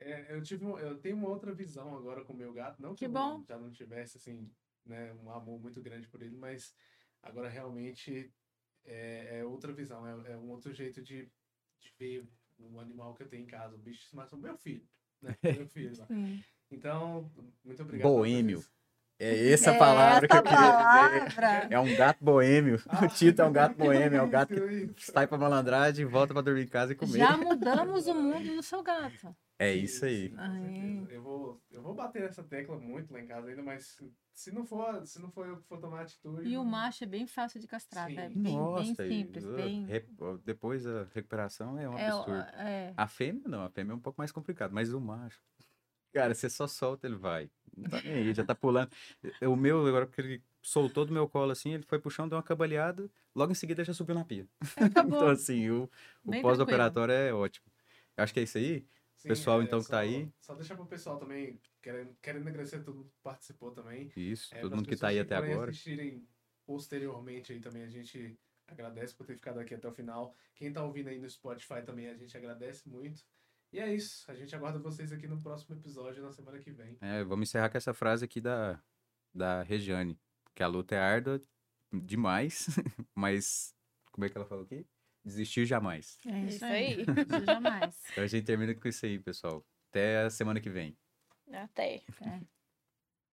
Speaker 2: é, eu, tive um- eu tenho uma outra visão agora com o meu gato. Não que,
Speaker 4: Que
Speaker 2: eu
Speaker 4: bom.
Speaker 2: já não tivesse, assim, né, um amor muito grande por ele, mas agora realmente é, é outra visão, é, é um outro jeito de, de ver o animal que eu tenho em casa, o bicho se mata, o meu filho. Né? Meu filho lá.
Speaker 4: Sim.
Speaker 2: Então, muito obrigado. pela
Speaker 1: Boêmio.
Speaker 5: (laughs)
Speaker 2: presença.
Speaker 1: É essa
Speaker 5: essa
Speaker 1: palavra que eu queria dizer.
Speaker 5: palavra.
Speaker 1: É um
Speaker 5: (laughs)
Speaker 1: gato boêmio. (laughs) o Tito é um gato boêmio. É um gato que
Speaker 2: Isso, isso.
Speaker 1: sai pra malandragem, volta pra dormir em casa e comer.
Speaker 5: Já mudamos o mundo do seu gato.
Speaker 1: É isso aí.
Speaker 2: Sim, com
Speaker 5: Aí.
Speaker 2: certeza. Eu vou, eu vou bater nessa tecla muito lá em casa ainda, mas se não for, se não for eu que for tomar atitude.
Speaker 5: E o macho é bem fácil de castrar,
Speaker 2: Sim.
Speaker 5: é bem, bem
Speaker 1: Nossa, e,
Speaker 5: simples,
Speaker 1: uh,
Speaker 5: bem...
Speaker 1: re- uh, depois a recuperação é um
Speaker 5: É,
Speaker 1: absurdo.
Speaker 5: é,
Speaker 1: A fêmea não, a fêmea é um pouco mais complicado, mas o macho. Cara, você só solta, ele vai. Não tá nem aí, já tá pulando. O meu, agora que ele soltou do meu colo assim, ele foi puxando, deu uma cabalhada, logo em seguida já subiu na pia.
Speaker 5: acabou.
Speaker 1: (laughs) Então, assim, o, o
Speaker 5: Bem
Speaker 1: pós-operatório é ótimo. Eu acho que é isso aí.
Speaker 2: Sim,
Speaker 1: pessoal,
Speaker 2: é,
Speaker 1: então, que
Speaker 2: só-
Speaker 1: tá aí.
Speaker 2: Só deixar pro pessoal também, querendo, querendo agradecer a todo mundo que participou também.
Speaker 1: Isso,
Speaker 2: É,
Speaker 1: todo
Speaker 2: pras
Speaker 1: mundo que tá
Speaker 2: pessoas
Speaker 1: aí até
Speaker 2: forem
Speaker 1: agora.
Speaker 2: assistirem posteriormente aí também, a gente agradece por ter ficado aqui até o final. Quem tá ouvindo aí no Spotify também, a gente agradece muito. E é isso, a gente aguarda vocês aqui no próximo episódio, na semana que vem.
Speaker 1: É, vamos encerrar com essa frase aqui da, da Regiane. Que a luta é árdua demais, (laughs) mas. Como é que ela falou aqui? Desistir jamais.
Speaker 5: É
Speaker 3: Isso aí.
Speaker 5: (laughs) Isso jamais.
Speaker 1: Então a gente termina com isso aí, pessoal. Até a semana que vem.
Speaker 3: Até.
Speaker 5: É.